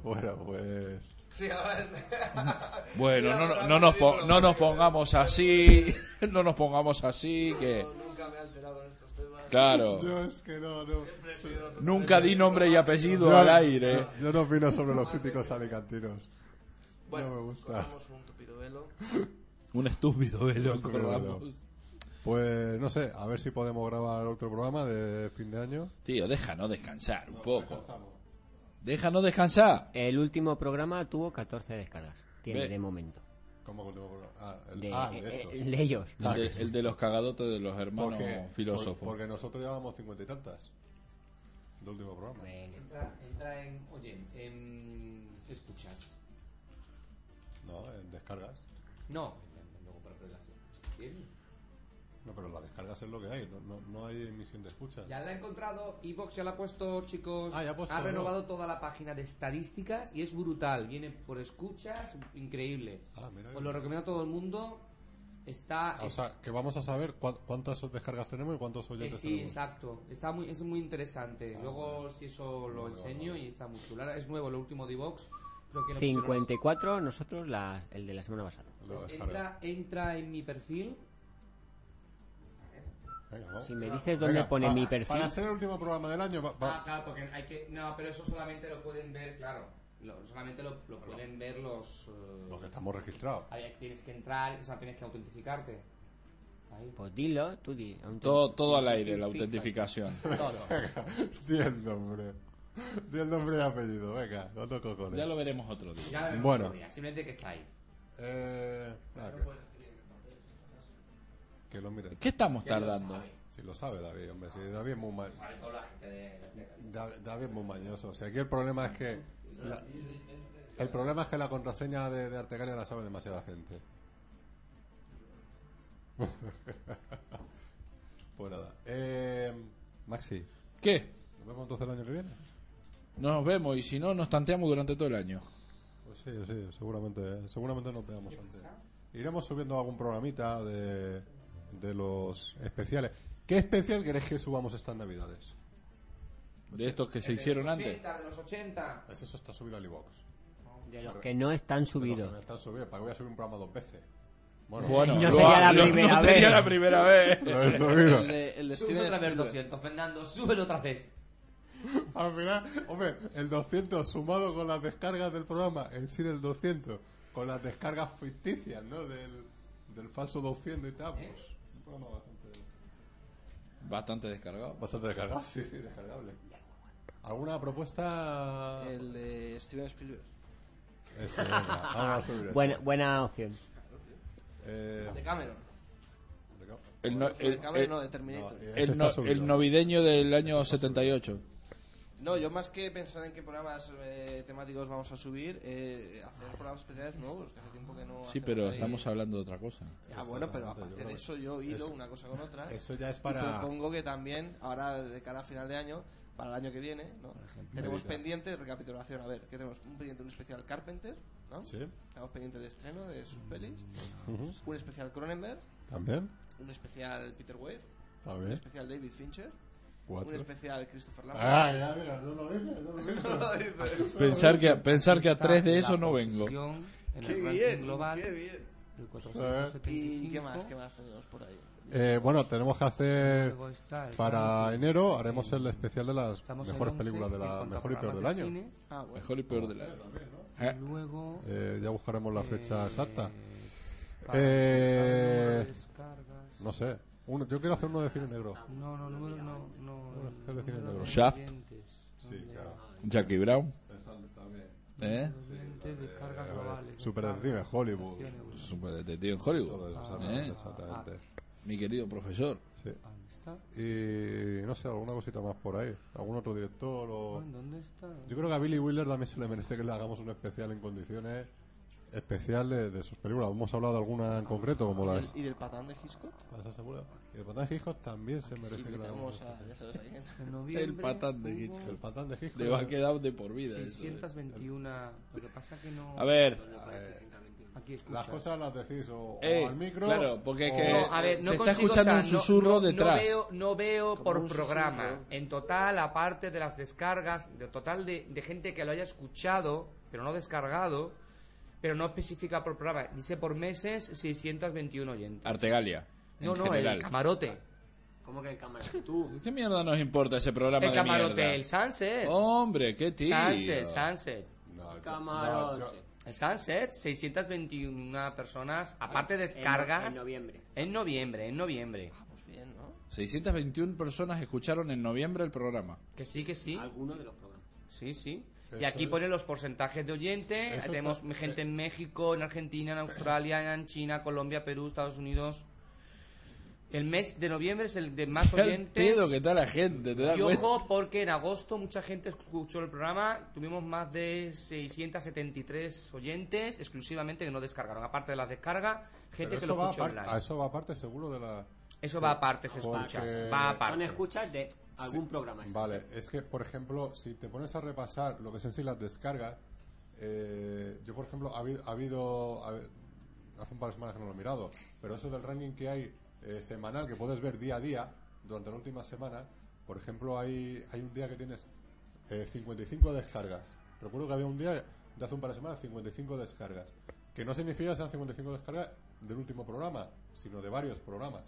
Bueno, pues.
Sí, ahora es-
Bueno, no, no,
Mira,
no nos, po-
ridículo,
no nos
porque-
pongamos así, no nos pongamos así, que...
Nunca me he alterado con estos temas.
Claro.
Yo es que no, no.
Nunca di nombre y apellido
Yo-
al aire.
Yo, yo no opino sobre los críticos alicantinos.
Bueno,
me gusta.
cortamos un tupido velo.
Un estúpido velo,
Estúpido velo.
corramos.
Pues no sé, a ver si podemos grabar otro programa de fin de año.
Tío, déjanos descansar un poco. Déjanos descansar.
El último programa tuvo 14 descargas. Tiene
Ve.
de momento.
¿Cómo último programa? Ah, el,
De,
ah,
eh,
el de estos. Ah,
eh, de ellos.
El de, el de los cagadotes de los hermanos
Porque- por-
filósofos.
Porque nosotros llevamos cincuenta y tantas. Del último programa.
Venga.
Entra, entra en. Oye, em, ¿qué escuchas?
No, en descargas.
No, luego para pero las escuchas bien.
No, pero las descargas es lo que hay. No, no, no hay emisión de escucha.
Ya la he encontrado, Evox ya la ha puesto, chicos.
Ah, ya ha puesto, ¿no?
renovado toda la página de estadísticas y es brutal. Viene por escuchas, increíble.
Ah, mira.
Os lo recomiendo a todo el mundo. Está.
Ah, O sea, que vamos a saber cua- cuántas descargas tenemos y cuántos
eh,
oyentes
sí,
tenemos.
exacto. Está muy, es muy interesante. Luego, si eso lo
este Ah, Vale,
enseño,
vale.
y está muy chulo. Ahora Es nuevo, lo último de Evox. Creo que lo pusieron-
54, nosotros la- el de la semana pasada.
Lo
Pues
descargas.
entra, entra en mi perfil.
Venga, vamos.
Si me dices dónde
Venga,
pone
pa-
mi perfil,
Para ser el último programa del año, va- va-
Ah, claro, porque hay que. No, pero eso solamente lo pueden ver, claro. Lo- solamente lo, lo pueden ver los. eh,
los que estamos registrados.
Ahí tienes que entrar, o sea, tienes que autentificarte. Ahí.
pues dilo, tú di. aún te-
Todo, todo al aire, la autentificación.
Di el nombre. Di el nombre y apellido. Venga, no toco con
Ya lo veremos otro día.
Ya lo veremos
Bueno.
otro día, Simplemente que está ahí.
Eh, nada, que, que lo mire.
¿Qué estamos tardando?
Si lo sabe David, hombre. Si David es muy, ma-
Vale, toda la gente de- de-
Da- David es muy mañoso. Si aquí el problema es que. la- el problema es que la contraseña de, de Artegalia la sabe demasiada gente. pues nada. Eh, Maxi,
¿Qué?
¿nos vemos entonces el año que viene?
Nos vemos y si no, nos tanteamos durante todo el año.
Pues sí, sí, seguramente, seguramente nos veamos antes. Iremos subiendo algún programita de, de los especiales. ¿Qué especial querés que subamos estas navidades?
De estos que
Este,
se hicieron
los
antes.
80, de los 80.
Eso está subido al iVox.
De los que no están
No,
subidos.
Están subidos, ¿para qué voy a subir un programa dos veces?
Bueno,
No
lo
sería
ha-
la
lo-
primera
no
vez. Eh,
sería la primera vez.
Lo he subido.
El de, el de
Súbelo
Steven
otra vez,
Spielberg.
200, Fernando, súbelo otra vez.
Al final, hombre, el 200 sumado con las descargas del programa, en sí el 200, con las descargas ficticias, ¿no? Del, del falso 200 y tal, pues. Un programa bastante.
Bastante descargado.
Bastante descargable. Ah, Sí, sí, descargable. ¿Alguna propuesta?
El de Steven Spielberg.
Eso, venga, vamos a subir eso.
Buena, buena opción.
De
Eh,
Cameron.
El, no-
De
el,
Cameron,
el-
no, de Terminator.
no, eh.
el
Ese
no-
está subido.
el novideño del año 78.
No, yo más que pensar en qué programas eh, temáticos vamos a subir, eh, hacer programas especiales nuevos, que hace tiempo que no.
Sí,
hacemos
pero
ahí.
estamos hablando de otra cosa.
Ah, bueno, pero
Exactamente, yo
aparte
creo
de
que
eso yo hilo
eso-
una cosa con otra.
eso ya es
Y
para.
Propongo que también, ahora de cara a final de año, para el año que viene, ¿no? tenemos
Medita.
pendiente, recapitulación, a ver, que tenemos un pendiente, un especial Carpenter, ¿no?
Sí, Mm,
Estamos pendientes de estreno de sus pelis. Un especial Cronenberg,
también.
un especial Peter Weir, un
También.
especial David Fincher,
Cuatro.
un especial Christopher Lambert.
Ah, ya, mira, no lo viste, no lo Ah, viste.
Pensar que, pensar que a tres de
La
eso no vengo.
posición En
¡Qué
el ranking
bien!
global,
¡Qué bien!
el 475.
¿Y qué más? ¿Qué más tenemos por ahí?
Eh, bueno, tenemos que hacer.
Luego está el
Para
ranking.
enero haremos el especial de las
Estamos en
mejores
11
películas de
en
la
cuanto a
mejor y peor del
programas de
año.
Ah, bueno.
Mejor y peor del año.
cine. Luego.
Eh, ya buscaremos la fecha
eh,
exacta.
para
Eh,
número de descargas.
No sé. Uno, yo quiero hacer uno de cine negro.
No, no, número no, no.
Bueno,
el
está de cine
número
negro.
de
Shaft.
oyentes,
Sí,
¿dónde
claro.
va?
Jackie Brown. ¿Eh?
Oyentes, descargas
Eh,
globales,
Super
descargas,
Detective Hollywood.
acciones, euros.
Es un detective en
Todo eso,
Hollywood.
exactamente,
¿eh?
exactamente.
Mi querido profesor.
Sí.
Ahí está.
Y no sé, alguna cosita más por ahí. ¿Algún otro director?
Ah,
o
¿Dónde está?
Yo creo que a Billy Wheeler también se le merece que le hagamos un especial en condiciones especial de, de sus películas. Hemos hablado de alguna en concreto, como
¿Y,
las...
del, y del patán de Hitchcock?
¿Las aseguro? Y el patán de Hitchcock también se
Sí,
merece que la
tenemos a, ya sabes a quién.
En
El
noviembre
patán de
El
hubo
Hitchcock.
patán de Hitchcock.
Le va a quedar de por vida. eso, eh.
621. Lo que pasa que no.
A ver.
Aquí escucha.
Las cosas las decís o, o
Eh,
al micro.
claro, porque es
o-
que-
No, a ver,
se
no
está
consigo,
escuchando
o sea,
un susurro detrás.
No veo, no veo
Como
por
un
programa.
susurro.
En total, aparte de las descargas, de total de, de gente que lo haya escuchado, pero no descargado, pero no especifica por programa. Dice por meses 621 oyentes.
Artegalia. Ah, en
No, no,
general.
el camarote.
¿Cómo que el cámara? Tú.
¿Qué mierda nos importa ese programa
El
de
camarote,
mierda?
el sunset.
Oh, Hombre, qué tío.
sunset, sunset.
No, yo-
Camarón.
no, yo-
El sunset, 621 personas, aparte
En,
descargas.
en noviembre.
En noviembre, en noviembre.
Pues bien, ¿no?
621 personas escucharon en noviembre el programa.
Que sí, que sí.
Alguno de los programas.
Sí, sí. Y
Eso
aquí
es.
ponen los porcentajes de oyentes.
Eso
Tenemos
está-
gente en México, en Argentina, en Australia, en China, Colombia, Perú, Estados Unidos. El mes de noviembre es el de más
Qué al
oyentes.
pedo que está la gente, ¿te das
Y
pues.
cuenta?
ojo, porque en agosto mucha gente escuchó el programa. Tuvimos más de 673 oyentes exclusivamente que no descargaron. Aparte de las descargas,
pero
gente que
eso,
lo
va
escuchó
aparte-
online.
a eso va aparte seguro de la...
Eso va aparte, se
Porque-
escucha. Va
Son
aparte.
escuchas de algún programa.
Vale, es que, por ejemplo, si te pones a repasar lo que es en sí las descargas, eh, yo, por ejemplo, ha habido, ha habido- ha- hace un par de semanas que no lo he mirado, pero eso del ranking que hay eh, semanal, que puedes ver día a día, durante la última semana, por ejemplo, hay, hay un día que tienes eh, 55 descargas. Recuerdo que había un día de hace un par de semanas 55 descargas. Que no significa que sean 55 descargas del último programa, sino de varios programas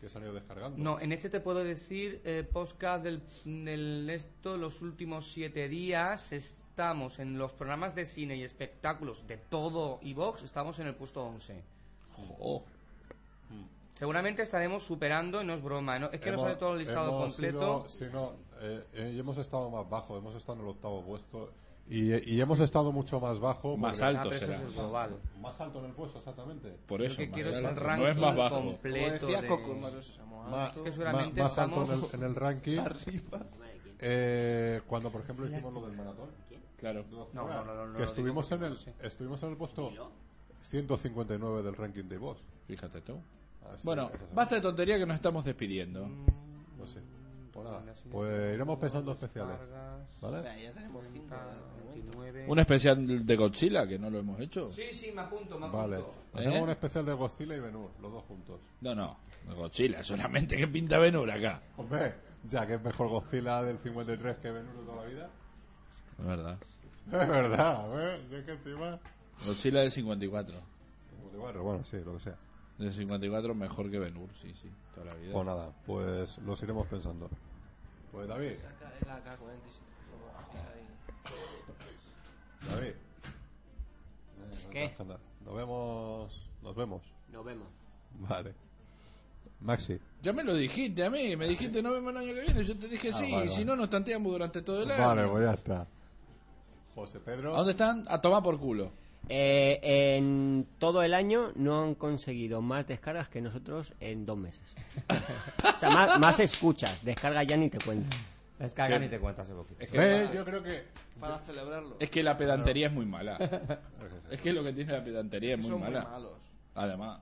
que se han ido descargando.
No, en este te puedo decir, eh, podcast del, del esto, los últimos siete días estamos en los programas de cine y espectáculos de todo Vox, estamos en el puesto 11.
Ojo.
Seguramente estaremos superando, y no es broma, ¿no? es que no
Hemos-
sale todo el listado
hemos
completo. Ah,
sido- sí, no, eh, eh, y hemos estado más bajo, hemos estado en el octavo puesto y, eh, y hemos estado mucho más bajo.
Más
porque-
alto Pues,
Ah, pero eso
será.
es el global.
Más alto en el puesto, exactamente.
Por
Lo
eso,
que
más
quiero es el
adelante.
ranking
no es más bajo.
completo. de-
Pues Más,
Ah, que seguramente
más- más alto en el,
estamos
en el ranking.
Arriba.
eh, cuando, por ejemplo, hicimos lo del maratón.
Claro.
no,
No, no, no, no, no,
que
no,
estuvimos,
digo,
en el,
no sé.
estuvimos en el puesto 159 del ranking de voz.
Fíjate tú.
Así
Bueno,
que esa es-
basta de tontería que nos estamos despidiendo.
Mm.
No sé. Pues nada, pues iremos pensando especiales. ¿Vale?
Mira, ya tenemos cinco.
Un especial de Godzilla que no lo hemos hecho.
Sí, sí, me apunto, me apunto.
Vale.
¿Eh?
Hacemos un especial de Godzilla y Benur, los dos juntos.
No, no. Godzilla solamente. ¿Qué pinta Benur acá?
Hombre, ya que es mejor Godzilla del 53 que Benur de toda la vida.
Es verdad.
Es verdad, ¿eh? Si Es que encima.
Godzilla del 54.
Bueno, bueno, sí, lo que sea.
Del 54 mejor que Benur, sí, sí. Toda la vida.
Pues nada, pues los iremos pensando. Pues David,
La AK-47.
David.
¿Qué?
Eh, Nos vemos. Nos vemos.
Nos vemos.
Vale. Maxi.
Ya me lo dijiste a mí. Me dijiste no vemos el año que viene. Yo te dije
Ah,
sí.
vale,
y si
vale.
no, nos tanteamos durante todo el año.
Vale, pues ya está. José Pedro.
¿A dónde están? A tomar por culo.
Eh, en todo el año no han conseguido más descargas que nosotros en dos meses. o sea, más, más escuchas. Descarga ya ni te cuento.
Descarga ni te cuentas hace poquito.
Es que,
Ve, Eh, yo creo que.
Para celebrarlo.
es que la pedantería es muy mala. es que lo que tiene la pedantería es muy
Son muy
mala.
malos.
Además.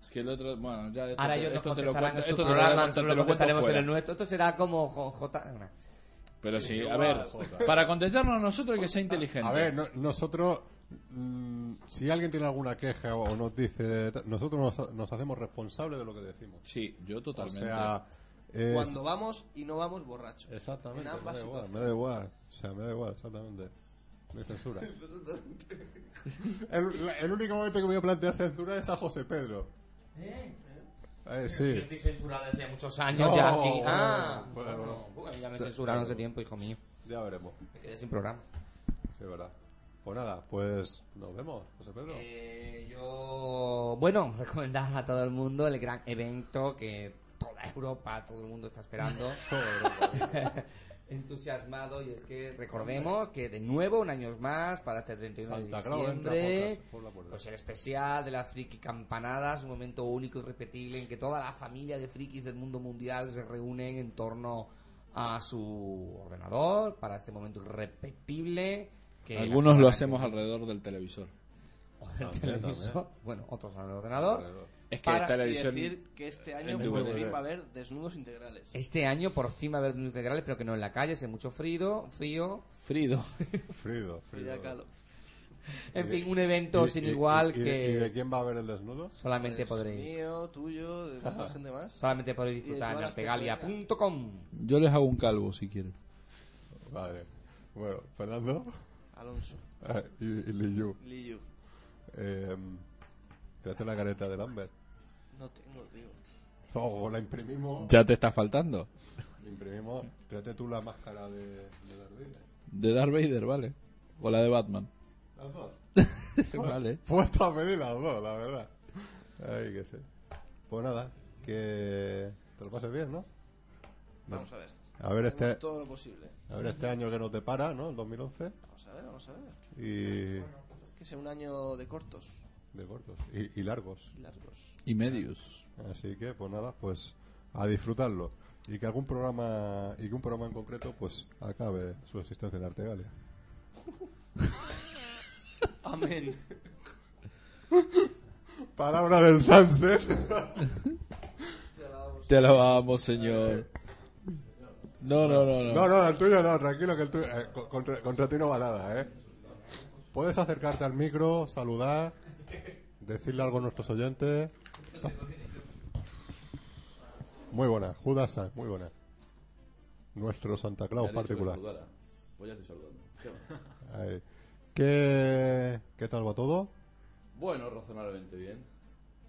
Es que el otro, bueno, ya esto,
Ahora
te,
ellos nos
esto te lo
contestarán
cuento,
en su
esto te lo,
programa,
cuento-
nosotros
te
lo
lo cuento
contestaremos en
fuera.
el nuestro. Esto será como jo- J... no.
Pero sí, a
Igual,
ver,
joder.
para contestarnos nosotros hay que sea inteligente.
A ver, no- nosotros, mm, si alguien tiene alguna queja o nos dice, nosotros nos, nos hacemos responsables de lo que decimos.
Sí, yo totalmente.
O sea, es-
Cuando vamos y no vamos borrachos.
exactamente,
En
me
ambas
da igual,
situaciones.
me da igual, o sea, me da igual, exactamente. No hay censura. el, la- el único momento que me voy a plantear censura es a José Pedro. Eh,
Yo
sí.
estoy censurado desde hace muchos años
No,
ya aquí.
bueno,
Ah,
bueno.
bueno, bueno, ya me censuraron hace tiempo, hijo mío.
Ya veremos,
Me quedé sin programa.
sí, es verdad. Pues nada, pues nos vemos, José Pedro.
Eh, yo, bueno, recomendar a todo el mundo el gran evento que toda Europa, todo el mundo está esperando. entusiasmado y es que recordemos que de nuevo un año más para este 31
Santa
de
eh,
Claus entra por
diciembre
casa, por la puerta.
pues el especial de las friki campanadas un momento único y repetible en que toda la familia de frikis del mundo mundial se reúnen en torno a su ordenador para este momento irrepetible que
Algunos lo
seguramente-
hacemos alrededor del televisor.
o del
También,
televisor,
también.
bueno, otros en el ordenador.
Es que
para-
está la
Y
edición.
decir que este año
en
por
DVD.
fin va a haber desnudos integrales.
Este año por fin va a haber unos integrales, pero que no en la calle, hace mucho frío, frío.
Frido.
Frido,
Frida
Frido.
Kahlo.
En fin, un evento
¿Y-
sin
y-
igual
y- y de-
que
¿Y de quién va a ver el desnudo?
solamente
Pues
podréis
Mío, tuyo, de mucha gente más.
solamente podréis
Y de todas
disfrutar en
las
artegalia.com.
Yo les hago un calvo si quieren.
Vale. Bueno, Fernando
Alonso,
ah, y, y Liyu.
Liu.
Eh, Tráete la careta de Lambert.
No tengo, tío.
Oh, la imprimimos.
Ya te está faltando.
Imprimimos. Tráete tú la máscara de, de Darth Vader.
De Darth Vader, vale. O la de Batman.
Las dos.
vale.
Puesto a pedir las dos, la verdad. Ay, qué sé. Pues nada, que te lo pases bien, ¿no?
Vamos a ver.
A ver
Hacemos
este,
todo lo posible.
a ver este año que nos depara, ¿no? El 2011.
Vamos a ver, vamos a ver.
Y...
Que sea un año de cortos
De cortos. Y, y largos.
y largos.
Y medios.
Así que, pues nada, pues a disfrutarlo. Y que algún programa, y que un programa en concreto, pues acabe su existencia en Artegalia.
Amén.
Palabra del Sunset.
Te alabamos, señor. No, no, no, no.
Eh. No, no, el tuyo no, tranquilo que el tuyo. eh, co- contra, contra ti no va nada, ¿eh? Puedes acercarte al micro, saludar, decirle algo a nuestros oyentes. Muy buena, Judas, Sanz, muy buena. Nuestro Santa Claus particular.
Pues ya estoy saludando. ¿Qué va?
Ahí. ¿Qué, ¿Qué tal va todo?
Bueno, razonablemente bien.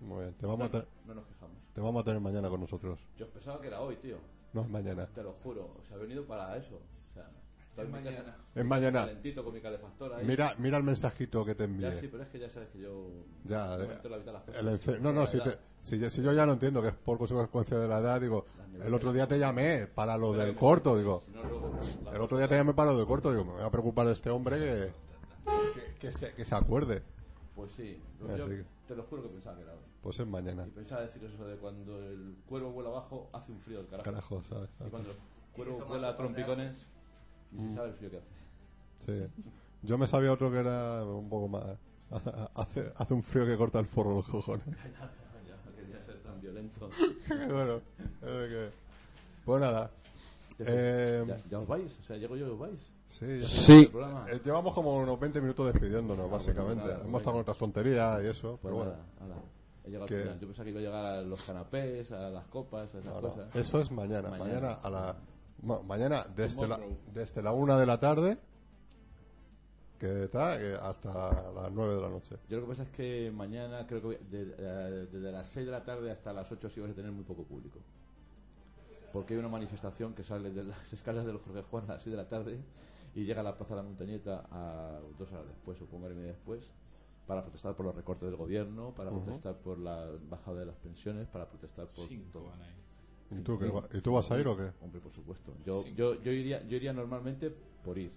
Muy bien, te vamos, a
No,
te-
no nos quejamos.
te vamos a tener mañana con nosotros.
Yo pensaba que era hoy, tío.
No es mañana,
Te lo juro. O sea, he venido para eso. O sea, estoy en mi casa
es mañana.
calentito con mi calefactor ahí.
Mira, mira el mensajito que te
Ya sí,
envié.
pero es que ya sabes que yo...
Ya,
no me
eh,
entero la mitad de las cosas.
el ence- no, no,
La
si,
verdad.
te- si ya- si yo ya no entiendo que es por consecuencia de la edad, digo, el otro día te llamé para lo del corto, digo,
Si no, luego... la-
el otro día te llamé para lo del corto, digo, me voy a preocupar de este hombre que, que, que se, que se acuerde.
Pues sí.
Ya,
Pero yo
Eh, sí.
te lo juro que pensaba que era hoy.
Pues es mañana,
Y pensaba decir eso de cuando el cuervo vuela abajo, hace un frío del carajo.
carajo, ¿sabes?
Y cuando el cuervo vuela a trompicones, ni
Mm.
se sabe el frío que hace.
Sí. Yo me sabía otro que era un poco más... Hace, hace un frío que corta el forro los cojones.
Ya, no quería ser tan violento.
bueno, es que- pues nada. Eh,
Ya, ya os vais, o sea, llego yo y os vais.
sí, ya-
Sí.
El programa.
Eh, llevamos como unos 20 minutos despidiéndonos, básicamente.
nada,
Hemos estado con otras tonterías y eso,
Pues
pero bueno.
nada, ala. He llegado
Que-
al final. Yo pensaba que iba a llegar a los canapés, a las copas, a esas
No, no,
cosas.
Eso es mañana. Mañana,
Mañana.
a la. ma- mañana desde la,
Tomorrow.
desde la una de la tarde que está, que hasta las 9 de la noche.
Yo lo que pasa es que mañana, creo que voy- de- eh, desde las 6 de la tarde hasta las 8 sí vais a tener muy poco público. Porque hay una manifestación que sale de las escalas del Jorge Juan a las 6 de la tarde y llega a la Plaza de la Montañeta a dos horas después, o una hora y media después, para protestar por los recortes del gobierno, para protestar por la bajada de las pensiones, para protestar por todo.
¿Y tú, qué va- ¿Y tú vas a ir o qué?
Hombre, por supuesto. Yo, yo, yo, iría, yo iría normalmente por ir,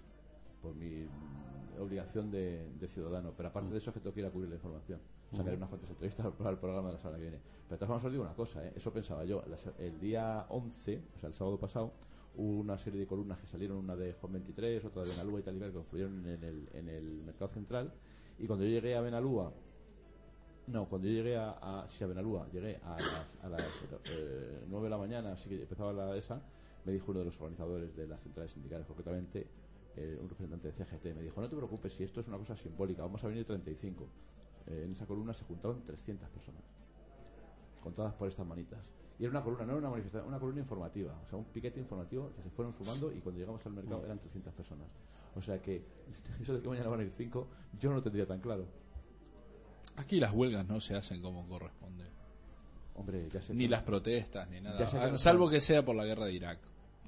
por mi mm, obligación de, de ciudadano. Pero aparte de eso es que tengo que ir a cubrir la información. O sea, que haré unas cuantas entrevistas para el programa de la semana que viene. Pero de todas formas os digo una cosa, ¿eh? eso pensaba yo. La se- el día 11, o sea, el sábado pasado, hubo una serie de columnas que salieron, una de Juan 23, otra de Benalúa y tal y cual, que confluyeron en el, en el mercado central. Y cuando yo llegué a Benalúa, no, cuando yo llegué a, a, sí, a Benalúa, llegué a las, a las, eh, 9 de la mañana, así que empezaba la esa, me dijo uno de los organizadores de las centrales sindicales, concretamente eh, un representante de CGT, me dijo, no te preocupes, si esto es una cosa simbólica, vamos a venir 35. Eh, en esa columna se juntaron 300 personas, contadas por estas manitas. Y era una columna, no era una manifestación, una columna informativa, o sea, un piquete informativo que se fueron sumando y cuando llegamos al
Mm.
mercado eran 300 personas. O sea que eso de que mañana van a ir 5, yo no lo tendría tan claro.
Aquí las huelgas no se hacen como corresponde.
Hombre, ya sé
Ni
que-
las protestas, ni nada.
Ya sé que
Ah,
no
Salvo
son-
que sea por la guerra de Irak.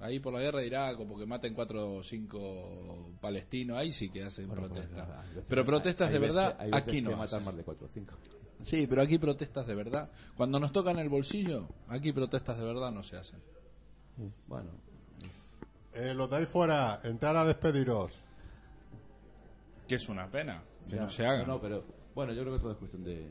Ahí por la guerra de Irak o porque maten cuatro o cinco palestinos, ahí sí que hacen
Bueno, pues,
protestas.
hay veces-
pero
hay-
protestas
hay
de
veces-
verdad,
hay veces
aquí
que
no.
matan
hacen.
más de 4 o 5.
Sí, pero aquí protestas de verdad. Cuando nos tocan el bolsillo, aquí protestas de verdad no se hacen.
Bueno,
Eh, los de ahí fuera, entrar a despediros.
Que es una pena que
ya.
no se hagan.
No, pero bueno, yo creo que todo es cuestión de.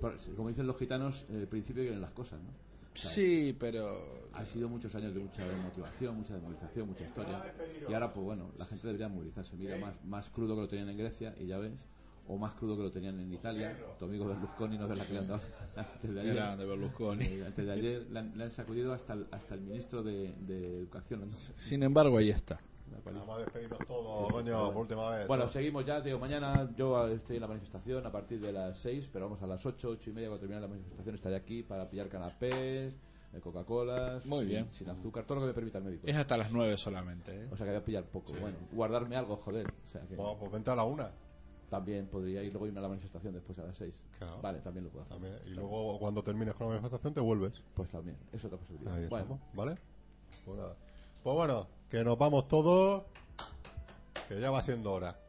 por- Como dicen los gitanos, eh, el principio quieren las cosas, ¿no?
sí, pero
Ha sido muchos años de mucha motivación, mucha demonización, mucha historia. Y ahora, pues bueno, la gente debería movilizarse. Mira, más, más crudo que lo tenían en Grecia, y ya ves. o más crudo que lo tenían en Italia. Tu amigo Berlusconi no ve la que le han dado antes de ayer.
Grande Berlusconi.
Eh, antes de ayer le han, le han sacudido hasta el, hasta el ministro de, de Educación. ¿no?
Sin embargo, ahí está.
Vamos a despedirnos todos,
Sí,
coño,
pero
por última vez.
Bueno,
Todo.
seguimos ya, digo, mañana yo estoy en la manifestación a partir de las 6, pero vamos a las 8, 8 y media cuando termine la manifestación estaré aquí para pillar canapés, eh, Coca-Colas,
Muy
sin,
bien.
sin azúcar, todo lo que me permita el médico.
Es hasta las 9 solamente. ¿eh?
O sea que voy a pillar poco, bueno, guardarme algo, joder. O sea que
Bueno, pues vente a la una.
también podría ir luego irme a la manifestación después a las 6.
Claro.
Vale, también lo puedo hacer.
También. Y luego, cuando termines con la manifestación, te vuelves.
Pues también, es otra posibilidad.
Ahí
bueno,
estamos, ¿vale? Pues nada. Pues bueno, que nos vamos todos. Que ya va siendo hora.